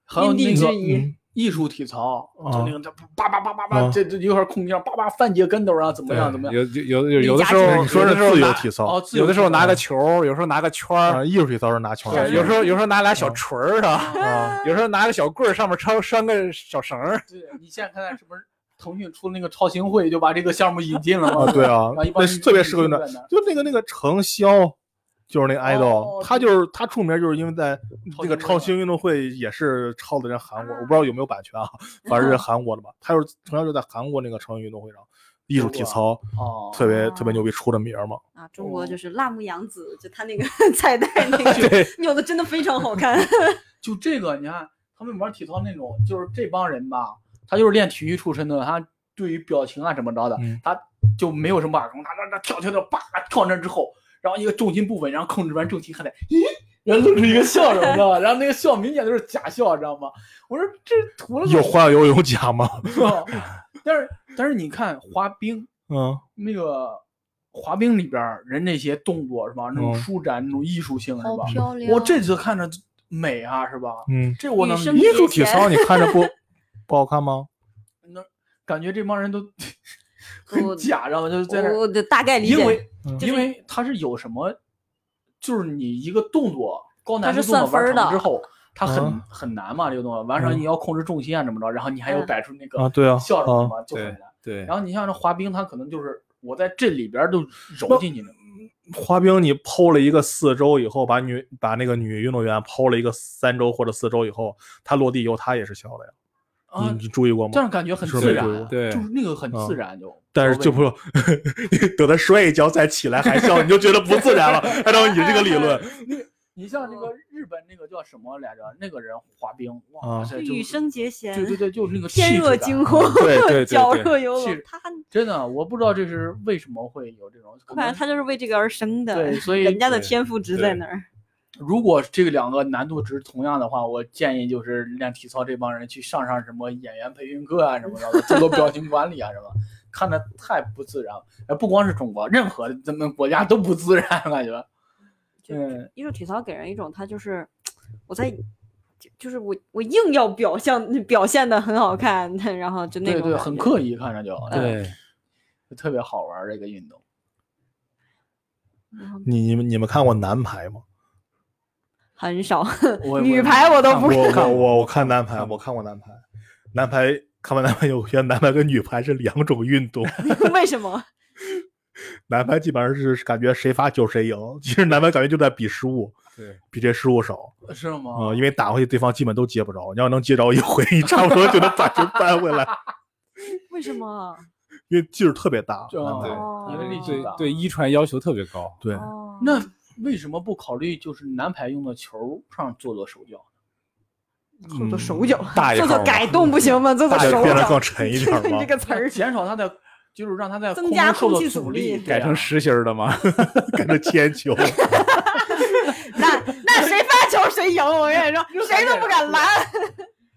Speaker 1: 还有
Speaker 3: 嗯因地
Speaker 1: 那
Speaker 3: 制
Speaker 1: 个
Speaker 3: 宜
Speaker 2: 嗯
Speaker 1: 艺术体操，就
Speaker 2: 啊
Speaker 1: 那个他叭叭叭叭叭，
Speaker 2: 啊
Speaker 1: 这这一会儿空间叭叭翻几个跟头啊，怎么样怎么样？
Speaker 4: 有有嗯有有
Speaker 3: 离
Speaker 4: 的
Speaker 3: 家
Speaker 4: 时候，
Speaker 3: 近
Speaker 2: 你说
Speaker 4: 有
Speaker 2: 是
Speaker 4: 的时候
Speaker 2: 自由
Speaker 4: 拿
Speaker 2: 体
Speaker 1: 哦，
Speaker 2: 操
Speaker 1: 自由
Speaker 4: 有的时候
Speaker 1: 体操
Speaker 4: 拿个球儿，有时候拿个圈儿，
Speaker 2: 啊，艺术体操是拿球
Speaker 1: 对
Speaker 2: 儿
Speaker 1: 是
Speaker 4: 有时候有时候拿俩小锤儿的，
Speaker 2: 啊，
Speaker 4: 有时候拿个小棍儿，上面拴拴个小绳儿。
Speaker 1: 对你现在看看什么腾讯出那个超行会，就把这个项目引进 了嘛？
Speaker 2: 啊，对啊
Speaker 1: 然后一，帮
Speaker 2: 那
Speaker 1: 女
Speaker 2: 特别
Speaker 1: 明
Speaker 2: 适合
Speaker 1: 星
Speaker 2: 用的
Speaker 1: 在，那儿
Speaker 2: 就那个那个程潇。就是那个 idol，、
Speaker 1: 哦
Speaker 2: 他就是他出名，就是因为在
Speaker 1: 超
Speaker 2: 那个
Speaker 1: 级
Speaker 2: 超
Speaker 1: 会
Speaker 2: 新运动会也是抄的人韩国，我不知道有没有版权啊，反正是韩国的吧。他就是同样就在韩国那个超新运动会上，艺术体操
Speaker 1: 哦，
Speaker 2: 特别特
Speaker 3: 啊
Speaker 2: 别牛逼，出的名儿嘛。
Speaker 3: 啊，中国就是辣目洋子，就他那个 彩带那
Speaker 4: 对
Speaker 3: 个扭的真的非常 好看。
Speaker 1: 就这个，你看他们玩体操那种，就是这帮人吧，他就是练体育出身的，他对于表情啊怎么着的，
Speaker 2: 嗯
Speaker 1: 他就没有什么把控，他那那跳跳跳，叭跳那之后，然后一个重心不稳，然后控制完重心还得咦。然后露出一个笑容，你知道吧？然后那个笑明显就是假笑，你知道吗？我说这图了个
Speaker 2: 有花样游泳 奖吗？
Speaker 1: 笑但是但是你看滑冰，
Speaker 2: 嗯，
Speaker 1: 那个滑冰里边儿人那些动作是吧？那种
Speaker 2: 嗯
Speaker 1: 舒展、那种艺术性是吧？
Speaker 3: 漂
Speaker 1: 我这次看着美啊，是吧？
Speaker 2: 嗯，
Speaker 1: 这我
Speaker 3: 女
Speaker 1: 能
Speaker 3: 生
Speaker 1: 理
Speaker 2: 艺
Speaker 1: 解
Speaker 2: 术体操你看着不不好看吗？
Speaker 1: 感觉这帮人都很
Speaker 3: 我
Speaker 1: 假，知道吗？就是在那
Speaker 3: 我
Speaker 1: 儿，
Speaker 3: 就大概理
Speaker 1: 因
Speaker 3: 解，
Speaker 1: 为
Speaker 2: 嗯
Speaker 3: 就是
Speaker 1: 因为它是有什么，就是你一个动作高难
Speaker 3: 它
Speaker 1: 度
Speaker 3: 是
Speaker 1: 动作
Speaker 3: 算分儿
Speaker 1: 玩长
Speaker 3: 的
Speaker 1: 之后，它很
Speaker 2: 嗯
Speaker 1: 很难嘛，这个动作完成
Speaker 2: 嗯
Speaker 1: 你要控制重心啊，怎么着，然后你还要
Speaker 3: 嗯
Speaker 1: 摆出那个
Speaker 2: 啊对啊
Speaker 1: 笑容什么就很
Speaker 4: 对
Speaker 1: 难。
Speaker 4: 对，
Speaker 1: 然后你像这滑冰，它可能就是我在这里边儿都揉进去了，
Speaker 2: 滑冰你抛了一个四周以后，把女把那个女运动员抛了一个三周或者四周以后，她落地以后她也是笑的呀，
Speaker 1: 啊
Speaker 2: 你，你注意过
Speaker 1: 这
Speaker 2: 吗？
Speaker 1: 样感觉很
Speaker 2: 是不
Speaker 1: 自
Speaker 2: 是
Speaker 1: 然
Speaker 2: 对
Speaker 1: 啊，
Speaker 4: 对
Speaker 1: 就是那个很自
Speaker 2: 嗯
Speaker 1: 然就。
Speaker 2: 但是就不 等她摔一跤再起来还笑，你就觉得不自然 了。按照你这个理论，
Speaker 1: 你像
Speaker 3: 哦
Speaker 1: 那个日本那个叫什么来着？那个人滑冰，哇
Speaker 2: 啊
Speaker 1: 塞，就
Speaker 3: 羽
Speaker 1: 是
Speaker 3: 生结弦
Speaker 1: 对，对对，就是那 个
Speaker 3: 天
Speaker 1: 气质
Speaker 3: 若
Speaker 1: 感啊
Speaker 3: 惊鸿，
Speaker 4: 对对 对
Speaker 3: 矫
Speaker 4: 对
Speaker 3: 若游
Speaker 1: 气
Speaker 3: 龙
Speaker 1: 质。
Speaker 3: 他
Speaker 1: 真的，我不知道这是为什么会有这种。可
Speaker 3: 我感
Speaker 1: 能
Speaker 3: 觉他就是为这个而生的，
Speaker 1: 对所以
Speaker 3: 人家的
Speaker 4: 对
Speaker 3: 天赋值
Speaker 4: 对
Speaker 3: 在那儿。
Speaker 1: 如果这两个难度值同样的话，我建议就是练体操这帮人去上上什么演员培训课啊什么的，做做表情管理啊什么，看的太不自然了。哎，不光是中国，任何咱们国家都不自然，感 觉。嗯，
Speaker 3: 艺术体操给人一种他就是我在，就就是我我硬要表现表现的很好看，然后就那
Speaker 1: 对
Speaker 3: 种
Speaker 1: 对，
Speaker 3: 感
Speaker 1: 很
Speaker 3: 觉
Speaker 1: 刻意，看着就
Speaker 4: 对，
Speaker 1: 就特别好玩儿这个运动。
Speaker 3: 然后
Speaker 2: 你你们你们看过男排吗？
Speaker 3: 很少
Speaker 1: 我，
Speaker 3: 女
Speaker 1: 我
Speaker 3: 排我都不
Speaker 2: 我
Speaker 1: 看
Speaker 2: 我
Speaker 1: 过
Speaker 2: 我我看男排，
Speaker 1: 看过
Speaker 2: 我看过男排，男排看完男排以后，我觉得男排跟女排是两种运动。
Speaker 3: 为什么？
Speaker 2: 男排基本上是感觉谁发球谁赢，其实男排感觉就在比失误，
Speaker 4: 对，
Speaker 2: 比谁失误少
Speaker 1: 是吗？
Speaker 2: 啊、因为打回去对方基本都接不着，你要能接着一回，你差不多就能把球扳回来，
Speaker 3: 为什么？
Speaker 2: 因为劲儿特别大。
Speaker 1: 就
Speaker 2: 男排
Speaker 3: 哦
Speaker 1: 因为力气
Speaker 4: 对
Speaker 1: 大
Speaker 4: 对一传要求特别高，
Speaker 2: 对，
Speaker 3: 哦
Speaker 1: 那为什么不考虑就是男排用的球上做做手脚？
Speaker 2: 嗯
Speaker 3: 做做手脚，
Speaker 4: 大一
Speaker 3: 做
Speaker 4: 号
Speaker 3: 做
Speaker 4: 嘛
Speaker 3: 改动不行吗？做做
Speaker 2: 大一
Speaker 3: 手
Speaker 2: 变得
Speaker 3: 脚，
Speaker 2: 更沉一点儿
Speaker 3: 你
Speaker 2: 吗
Speaker 3: 这个词儿
Speaker 1: 减少它的，就是让它在
Speaker 3: 增
Speaker 1: 空
Speaker 3: 加
Speaker 1: 中受
Speaker 3: 空
Speaker 1: 到
Speaker 3: 气阻
Speaker 1: 阻力，
Speaker 3: 力
Speaker 1: 啊
Speaker 4: 改成
Speaker 1: 十。
Speaker 4: 实心儿的吗？
Speaker 2: 跟着铅球，
Speaker 3: 那那谁发球谁赢？我跟你说，谁都不敢 拦。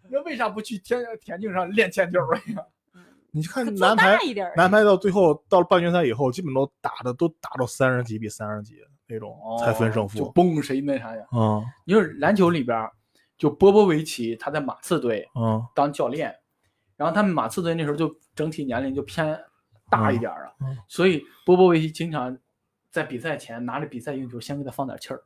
Speaker 1: 那为啥不去田田径上练铅球啊呀？
Speaker 2: 你看
Speaker 3: 可做
Speaker 2: 男排
Speaker 3: 大，一点儿，
Speaker 2: 男排到最后到了半决赛以后，基本都打的都打到三十几比三十几那种 才分胜
Speaker 1: 就
Speaker 2: 负。
Speaker 1: 崩谁那啥呀？
Speaker 2: 嗯
Speaker 1: 你说篮球里边儿，就波波维奇他在马刺队
Speaker 2: 嗯
Speaker 1: 当教练，然后他们马刺队那时候就整体年龄就偏大一点儿了，啊
Speaker 2: 嗯嗯
Speaker 1: 所以波波维奇经常在比赛前拿着比赛用球先给他放点气儿，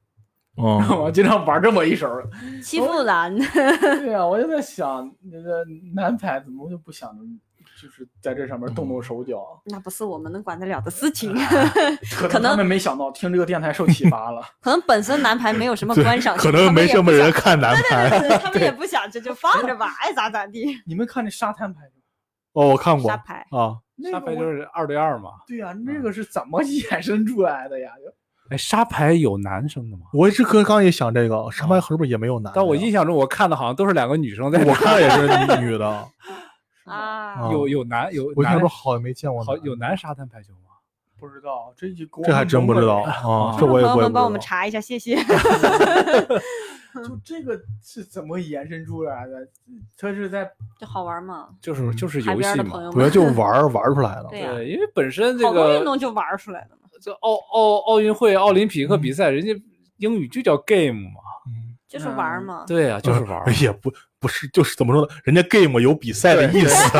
Speaker 2: 嗯，
Speaker 1: 我经常玩这么一手儿。
Speaker 3: 欺负篮，
Speaker 1: 对呀、我就在想那个男排怎么就不想就是在这上面动动手脚？
Speaker 3: 那不是我们能管得了的事情。啊
Speaker 2: 哎
Speaker 1: 嗯可
Speaker 3: 可
Speaker 1: 能
Speaker 3: 能
Speaker 1: 他们没想到听这个电台受启发了。
Speaker 3: 可能本身男排没有什么
Speaker 2: 对
Speaker 3: 观赏，
Speaker 2: 可能没什么哎人。看男
Speaker 3: 对
Speaker 2: 排。
Speaker 3: 对 对，他们也不想这就放着 吧，爱咋咋地。
Speaker 1: 你们看那 沙滩排球，
Speaker 2: 哦，我看过
Speaker 3: 沙排，
Speaker 2: 啊，
Speaker 1: 那
Speaker 4: 沙
Speaker 1: 个
Speaker 4: 排
Speaker 1: 我
Speaker 4: 就是二对二嘛。
Speaker 1: 对呀、那个是怎么 衍生出来的呀？
Speaker 4: 哎，沙排有男生的吗？
Speaker 2: 我一直刚刚也想这个沙排啊是不是也没有男的呀？
Speaker 4: 但我印象中我看的好像都是两个女生 在
Speaker 2: 我看也是女的，
Speaker 3: 啊
Speaker 2: 啊，
Speaker 4: 有有男有
Speaker 2: 我印象
Speaker 4: 男
Speaker 2: 中好像没见过
Speaker 4: 好
Speaker 2: 男的。
Speaker 4: 有男沙滩排球吗？
Speaker 1: 不知道，这就给我
Speaker 2: 这还
Speaker 1: 们
Speaker 2: 真
Speaker 1: 蒙
Speaker 2: 不知
Speaker 1: 了
Speaker 2: 道
Speaker 1: 呀
Speaker 2: 啊，
Speaker 3: 听
Speaker 2: 这
Speaker 3: 众朋
Speaker 2: 我也
Speaker 3: 友
Speaker 2: 我也
Speaker 3: 们帮我
Speaker 2: 不
Speaker 3: 们
Speaker 2: 知道。
Speaker 3: 查一下，谢 谢。
Speaker 1: 就这个是怎么延伸出来的？它是在
Speaker 3: 就好玩嘛，
Speaker 4: 就是就是
Speaker 3: 海
Speaker 4: 游
Speaker 3: 边
Speaker 4: 戏
Speaker 3: 的朋
Speaker 4: 嘛。
Speaker 3: 友
Speaker 2: 主要
Speaker 3: 们，
Speaker 2: 就玩儿玩儿出来的。
Speaker 3: 对呀、
Speaker 4: 对，因为本身这
Speaker 3: 好多运
Speaker 4: 个
Speaker 3: 动就玩出来的嘛，
Speaker 4: 这奥奥奥运会、奥林匹克比赛，人家英语就叫 game 嘛。
Speaker 2: 嗯
Speaker 3: 就是玩嘛。
Speaker 4: 对呀，就是玩儿。
Speaker 2: 也哎不不是，就是怎么说呢？人家 game 有比赛的
Speaker 4: 对
Speaker 2: 意思，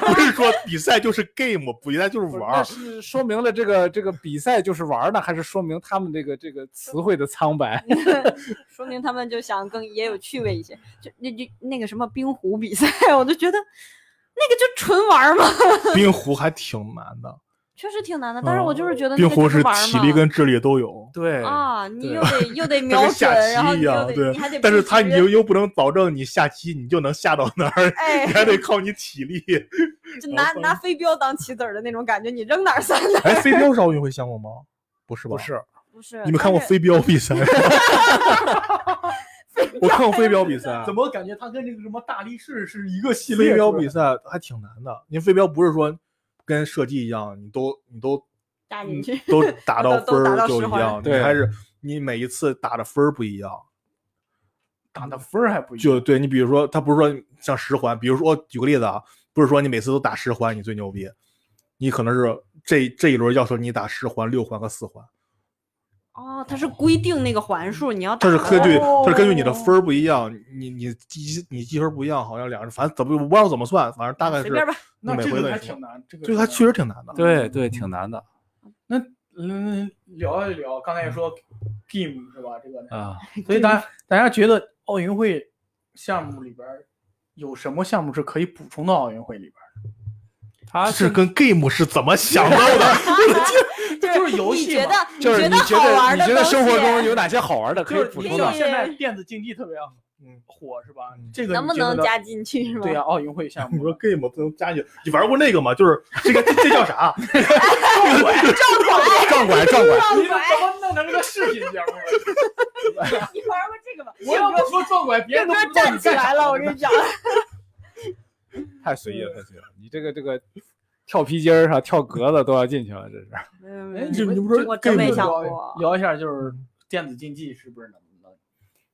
Speaker 2: 不是说比赛就是 game，比赛就是玩
Speaker 4: 那
Speaker 2: 儿。
Speaker 4: 是说明了这个这个比赛就是玩儿呢，还是说明他们这个这个词汇的苍白？
Speaker 3: 说明他们就想更也有趣味一些。就那就那个什么冰壶比赛， 我就觉得那个就纯玩嘛，
Speaker 2: 冰壶还挺难的，确
Speaker 3: 确实挺难的。
Speaker 2: 但
Speaker 3: 但
Speaker 2: 是
Speaker 3: 是
Speaker 2: 我
Speaker 3: 我
Speaker 2: 就
Speaker 3: 就是是觉得
Speaker 2: 冰壶是体力跟智力都 有，
Speaker 4: 对
Speaker 3: 啊，
Speaker 4: 对
Speaker 3: 你又得 又得瞄
Speaker 2: 跟
Speaker 3: 准
Speaker 2: 下，
Speaker 3: 然后
Speaker 2: 棋
Speaker 3: 你
Speaker 2: 一
Speaker 3: 又
Speaker 2: 样，
Speaker 3: 得
Speaker 2: 对
Speaker 3: 你还得。
Speaker 2: 但是
Speaker 3: 布
Speaker 2: 他
Speaker 3: 局
Speaker 2: 你又又不能保证你下棋你就能下到哪儿，
Speaker 3: 哎
Speaker 2: 你，还得靠你体力。
Speaker 3: 就拿拿飞镖当棋子儿的那种感觉，你扔哪儿算哪儿。
Speaker 2: 哎， 飞镖是奥运会项目吗？不是吧？
Speaker 4: 不是
Speaker 3: 不是
Speaker 2: 你们看过飞镖 比赛吗？我看过飞镖比赛
Speaker 1: 怎，么感觉它跟那个什么大力士是一个系列
Speaker 2: 啊
Speaker 1: 出
Speaker 2: 飞
Speaker 1: 来的？
Speaker 2: 镖比赛还挺难的，因为飞镖不是说跟射击一样，你都你 都
Speaker 3: 打进
Speaker 2: 嗯
Speaker 3: 去？
Speaker 2: 都打到
Speaker 3: 都都
Speaker 2: 分
Speaker 3: 打
Speaker 2: 儿
Speaker 3: 到
Speaker 2: 就
Speaker 3: 十
Speaker 2: 一
Speaker 3: 环
Speaker 2: 样，你
Speaker 4: 对
Speaker 2: 还是你每一次打的分儿不一样。
Speaker 1: 打的分儿还不一样。
Speaker 2: 就对你比如说，他不是说像十环，比如说举个例子啊，不是说你每次都打十环你最牛逼，你可能是这这一轮要求你打十环、六环和四环，
Speaker 3: 哦，它是规定那个环数，你要
Speaker 2: 它
Speaker 3: 打多
Speaker 2: 是根据它是根据你的
Speaker 1: 哦
Speaker 2: 分儿不一样，你你积你积分儿不一样，好像两人反正怎么我不知道怎么算，反正大概
Speaker 3: 哦随
Speaker 2: 是
Speaker 3: 便吧。
Speaker 1: 那
Speaker 2: 每
Speaker 1: 这
Speaker 2: 回
Speaker 1: 个
Speaker 2: 的
Speaker 1: 还
Speaker 2: 数
Speaker 1: 挺难，这个
Speaker 2: 这个还确实挺难的。
Speaker 4: 对对，挺难的
Speaker 1: 那嗯，聊一聊，刚才也说 game 是吧？这个，
Speaker 4: 嗯啊。
Speaker 1: 所以大家大家觉得奥运会项目里边儿有什么项目是可以补充到奥运会里边儿
Speaker 4: 他
Speaker 2: 是跟 game 是怎么想到的？
Speaker 1: 的？就是游
Speaker 3: 你
Speaker 1: 戏
Speaker 3: 觉
Speaker 1: 嘛
Speaker 3: 得你
Speaker 4: 就是
Speaker 3: 觉
Speaker 4: 你
Speaker 3: 得
Speaker 4: 觉
Speaker 3: 好
Speaker 4: 得
Speaker 3: 玩
Speaker 4: 你
Speaker 3: 的
Speaker 4: 觉得
Speaker 3: 东
Speaker 4: 生活
Speaker 3: 西啊
Speaker 4: 中有哪些好玩的可
Speaker 1: 就
Speaker 4: 以
Speaker 1: 是
Speaker 4: 补
Speaker 1: 你
Speaker 4: 充
Speaker 1: 知
Speaker 4: 的
Speaker 1: 道
Speaker 3: 你？
Speaker 1: 现在电子竞技特别火是吧
Speaker 2: 嗯？
Speaker 1: 这个
Speaker 3: 能
Speaker 1: 你
Speaker 3: 不
Speaker 1: 觉
Speaker 3: 能
Speaker 1: 得
Speaker 3: 加进去是吗？
Speaker 1: 对呀、奥运会项
Speaker 2: 你
Speaker 1: 目
Speaker 2: 说 game 不能加进去，你玩过那个吗？就是这个这这叫 啥？
Speaker 4: 撞拐撞拐，
Speaker 1: 你怎么弄成个视频节目了？
Speaker 3: 你玩过这个吧？
Speaker 1: 我要不说撞拐，别人都
Speaker 3: 哥
Speaker 1: 不知道
Speaker 3: 站
Speaker 1: 你
Speaker 3: 起
Speaker 1: 干
Speaker 3: 来
Speaker 1: 啥
Speaker 3: 了，我跟你讲，
Speaker 4: 太随意了，太随意了。你这个这个跳皮筋儿啊，跳格子都要进去了，这是。
Speaker 3: 没有没
Speaker 1: 哎
Speaker 3: 有
Speaker 1: 你
Speaker 2: 这
Speaker 1: 们
Speaker 2: 你不是
Speaker 1: 这
Speaker 3: 我真
Speaker 1: 这
Speaker 3: 没
Speaker 1: 个
Speaker 3: 想
Speaker 1: 聊一
Speaker 3: 过
Speaker 4: 嗯
Speaker 1: 聊一下，就是电子竞技是不是能能？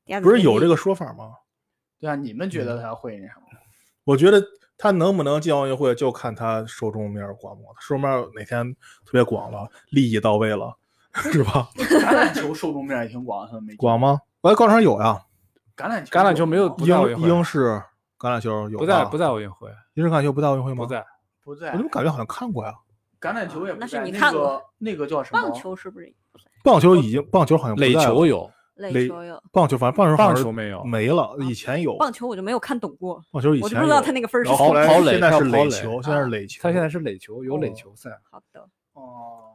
Speaker 3: 没有
Speaker 2: 不是有这个说法吗？
Speaker 1: 对啊，你们觉
Speaker 4: 嗯
Speaker 1: 得他会那什么？
Speaker 2: 我觉得他能不能进奥运会，就看他受众面儿广不广。受众面儿哪天特别广了，利益到位了， 是吧？
Speaker 1: 橄榄球受众面也挺广，他没
Speaker 2: 广吗？哎，高场有呀，
Speaker 1: 橄榄球
Speaker 4: 橄榄球没有不在奥运
Speaker 2: 英
Speaker 4: 会
Speaker 2: 英式橄榄球有
Speaker 4: 不在
Speaker 2: 吧
Speaker 4: 不在奥运会，啊
Speaker 2: 英式橄榄球不在奥运会吗？
Speaker 4: 不。在。
Speaker 1: 不在
Speaker 2: 我怎么感觉好像看过呀？
Speaker 1: 橄榄球也不
Speaker 3: 那是
Speaker 1: 在
Speaker 3: 你
Speaker 1: 那
Speaker 3: 看
Speaker 1: 个
Speaker 3: 过
Speaker 1: 那个叫什么？
Speaker 3: 棒球是不是？
Speaker 2: 棒球已经棒球好像不在
Speaker 4: 垒球
Speaker 2: 了，
Speaker 4: 有，
Speaker 3: 垒
Speaker 2: 垒
Speaker 3: 球有，
Speaker 2: 棒球反正棒球好
Speaker 4: 棒
Speaker 2: 像
Speaker 4: 球没有。
Speaker 2: 没了，以前有
Speaker 3: 啊棒球我就没有看懂过，
Speaker 2: 棒球以
Speaker 3: 我就
Speaker 2: 前
Speaker 3: 不知道他那
Speaker 2: 个
Speaker 3: 个分儿是
Speaker 4: 然后
Speaker 3: 多
Speaker 2: 后来
Speaker 4: 跑垒
Speaker 2: 现在
Speaker 4: 还有
Speaker 2: 是
Speaker 4: 跑
Speaker 2: 垒
Speaker 4: 垒
Speaker 2: 球，现在是垒球，
Speaker 4: 他现在是垒球，有垒
Speaker 1: 哦
Speaker 4: 球赛。
Speaker 3: 好的，
Speaker 1: 哦，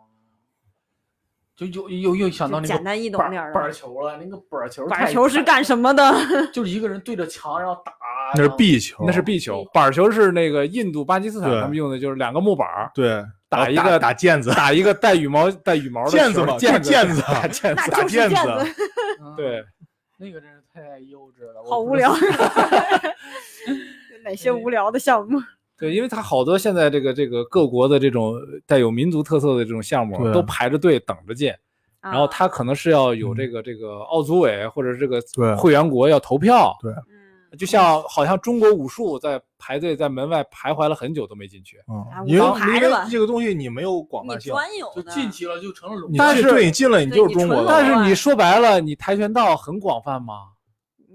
Speaker 1: 就又又又想到
Speaker 3: 就
Speaker 1: 那
Speaker 3: 简
Speaker 1: 个
Speaker 3: 单易懂
Speaker 1: 板
Speaker 3: 点儿
Speaker 1: 板
Speaker 3: 的。
Speaker 1: 球了，那个板球
Speaker 3: 板
Speaker 1: 太
Speaker 3: 球是
Speaker 1: 太
Speaker 3: 干什么的？
Speaker 1: 就是一个人对着墙然后打，
Speaker 2: 那是
Speaker 3: 哦
Speaker 2: 壁球，
Speaker 4: 那是壁球，板球是那个印度、巴基斯坦
Speaker 2: 对
Speaker 4: 他们用的，就是两个木板儿
Speaker 2: 对
Speaker 3: 啊
Speaker 4: 打
Speaker 2: 然后
Speaker 4: 一个
Speaker 2: 打毽子，
Speaker 4: 打一个带羽毛带羽毛的
Speaker 2: 毽子
Speaker 4: 球
Speaker 2: 嘛，
Speaker 4: 毽
Speaker 2: 就毽
Speaker 4: 子
Speaker 2: 子，打毽
Speaker 3: 那
Speaker 2: 子，
Speaker 3: 就是毽
Speaker 2: 子，
Speaker 3: 子，
Speaker 1: 然后，
Speaker 4: 对，
Speaker 1: 嗯那个真是太幼稚了，我
Speaker 3: 好
Speaker 1: 不
Speaker 3: 无
Speaker 1: 知
Speaker 3: 聊
Speaker 1: 道。。
Speaker 3: 哪些无聊的项目？
Speaker 4: 对，因为它好多现在这个这个各国的这种带有民族特色的这种项目
Speaker 2: 对
Speaker 4: 都排着队等着进，然后
Speaker 3: 啊，
Speaker 4: 它可能是要有
Speaker 2: 嗯
Speaker 4: 这个这个奥组委或者这个
Speaker 2: 对
Speaker 4: 会员国要投票，
Speaker 3: 嗯
Speaker 4: 就像好像中国武术在排队在门外徘徊了很久都没进去，
Speaker 2: 嗯
Speaker 3: 啊，
Speaker 2: 因
Speaker 3: 我刚
Speaker 2: 为
Speaker 3: 排
Speaker 2: 因
Speaker 3: 着吧
Speaker 2: 为这个东西你没有广
Speaker 3: 你
Speaker 2: 泛性，
Speaker 3: 专有
Speaker 1: 就
Speaker 3: 的
Speaker 1: 晋级了就成了龙
Speaker 2: 你
Speaker 1: 套
Speaker 4: 但
Speaker 2: 进
Speaker 4: 是
Speaker 2: 对你进来你
Speaker 3: 对
Speaker 2: 就是
Speaker 3: 你
Speaker 2: 中国
Speaker 3: 纯
Speaker 2: 的，
Speaker 4: 但
Speaker 2: 了。
Speaker 4: 是你说白了，你跆拳道很广泛吗？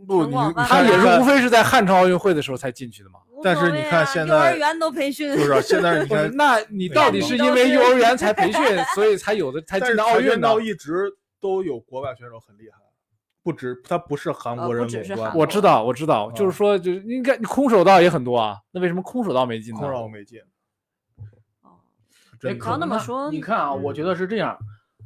Speaker 2: 不
Speaker 3: 挺
Speaker 2: 你
Speaker 3: 广泛
Speaker 4: 它
Speaker 3: 的
Speaker 4: 也
Speaker 3: 呀
Speaker 4: 是无非是在汉城奥运会的时候才进去的嘛。
Speaker 3: 无
Speaker 2: 但
Speaker 3: 所
Speaker 2: 是你
Speaker 3: 谓
Speaker 2: 看
Speaker 3: 啊
Speaker 2: 现
Speaker 3: 幼儿
Speaker 2: 在
Speaker 3: 园都培训，
Speaker 2: 就是啊现在你
Speaker 4: 不 是，
Speaker 2: 看，
Speaker 4: 那你到底是因为幼儿园才培训，所以才有的才
Speaker 2: 但
Speaker 4: 进
Speaker 2: 是
Speaker 4: 的奥
Speaker 2: 跆
Speaker 4: 运
Speaker 2: 拳
Speaker 4: 呢？
Speaker 2: 道一直都有国外选手很厉害，不止他不是韩
Speaker 3: 呃不
Speaker 2: 国人
Speaker 3: 只是
Speaker 2: 垄断
Speaker 3: 韩
Speaker 2: 的，
Speaker 4: 我知道，我知道，
Speaker 2: 嗯
Speaker 4: 就是说，就是应该你空手道也很多啊，那为什么空手道没进呢？
Speaker 2: 空手没进，
Speaker 3: 哦
Speaker 1: 哎可
Speaker 2: 真
Speaker 3: 不要
Speaker 2: 坑
Speaker 3: 那么
Speaker 1: 能啊
Speaker 3: 说
Speaker 1: 你看啊，我
Speaker 3: 嗯
Speaker 1: 觉得是这样，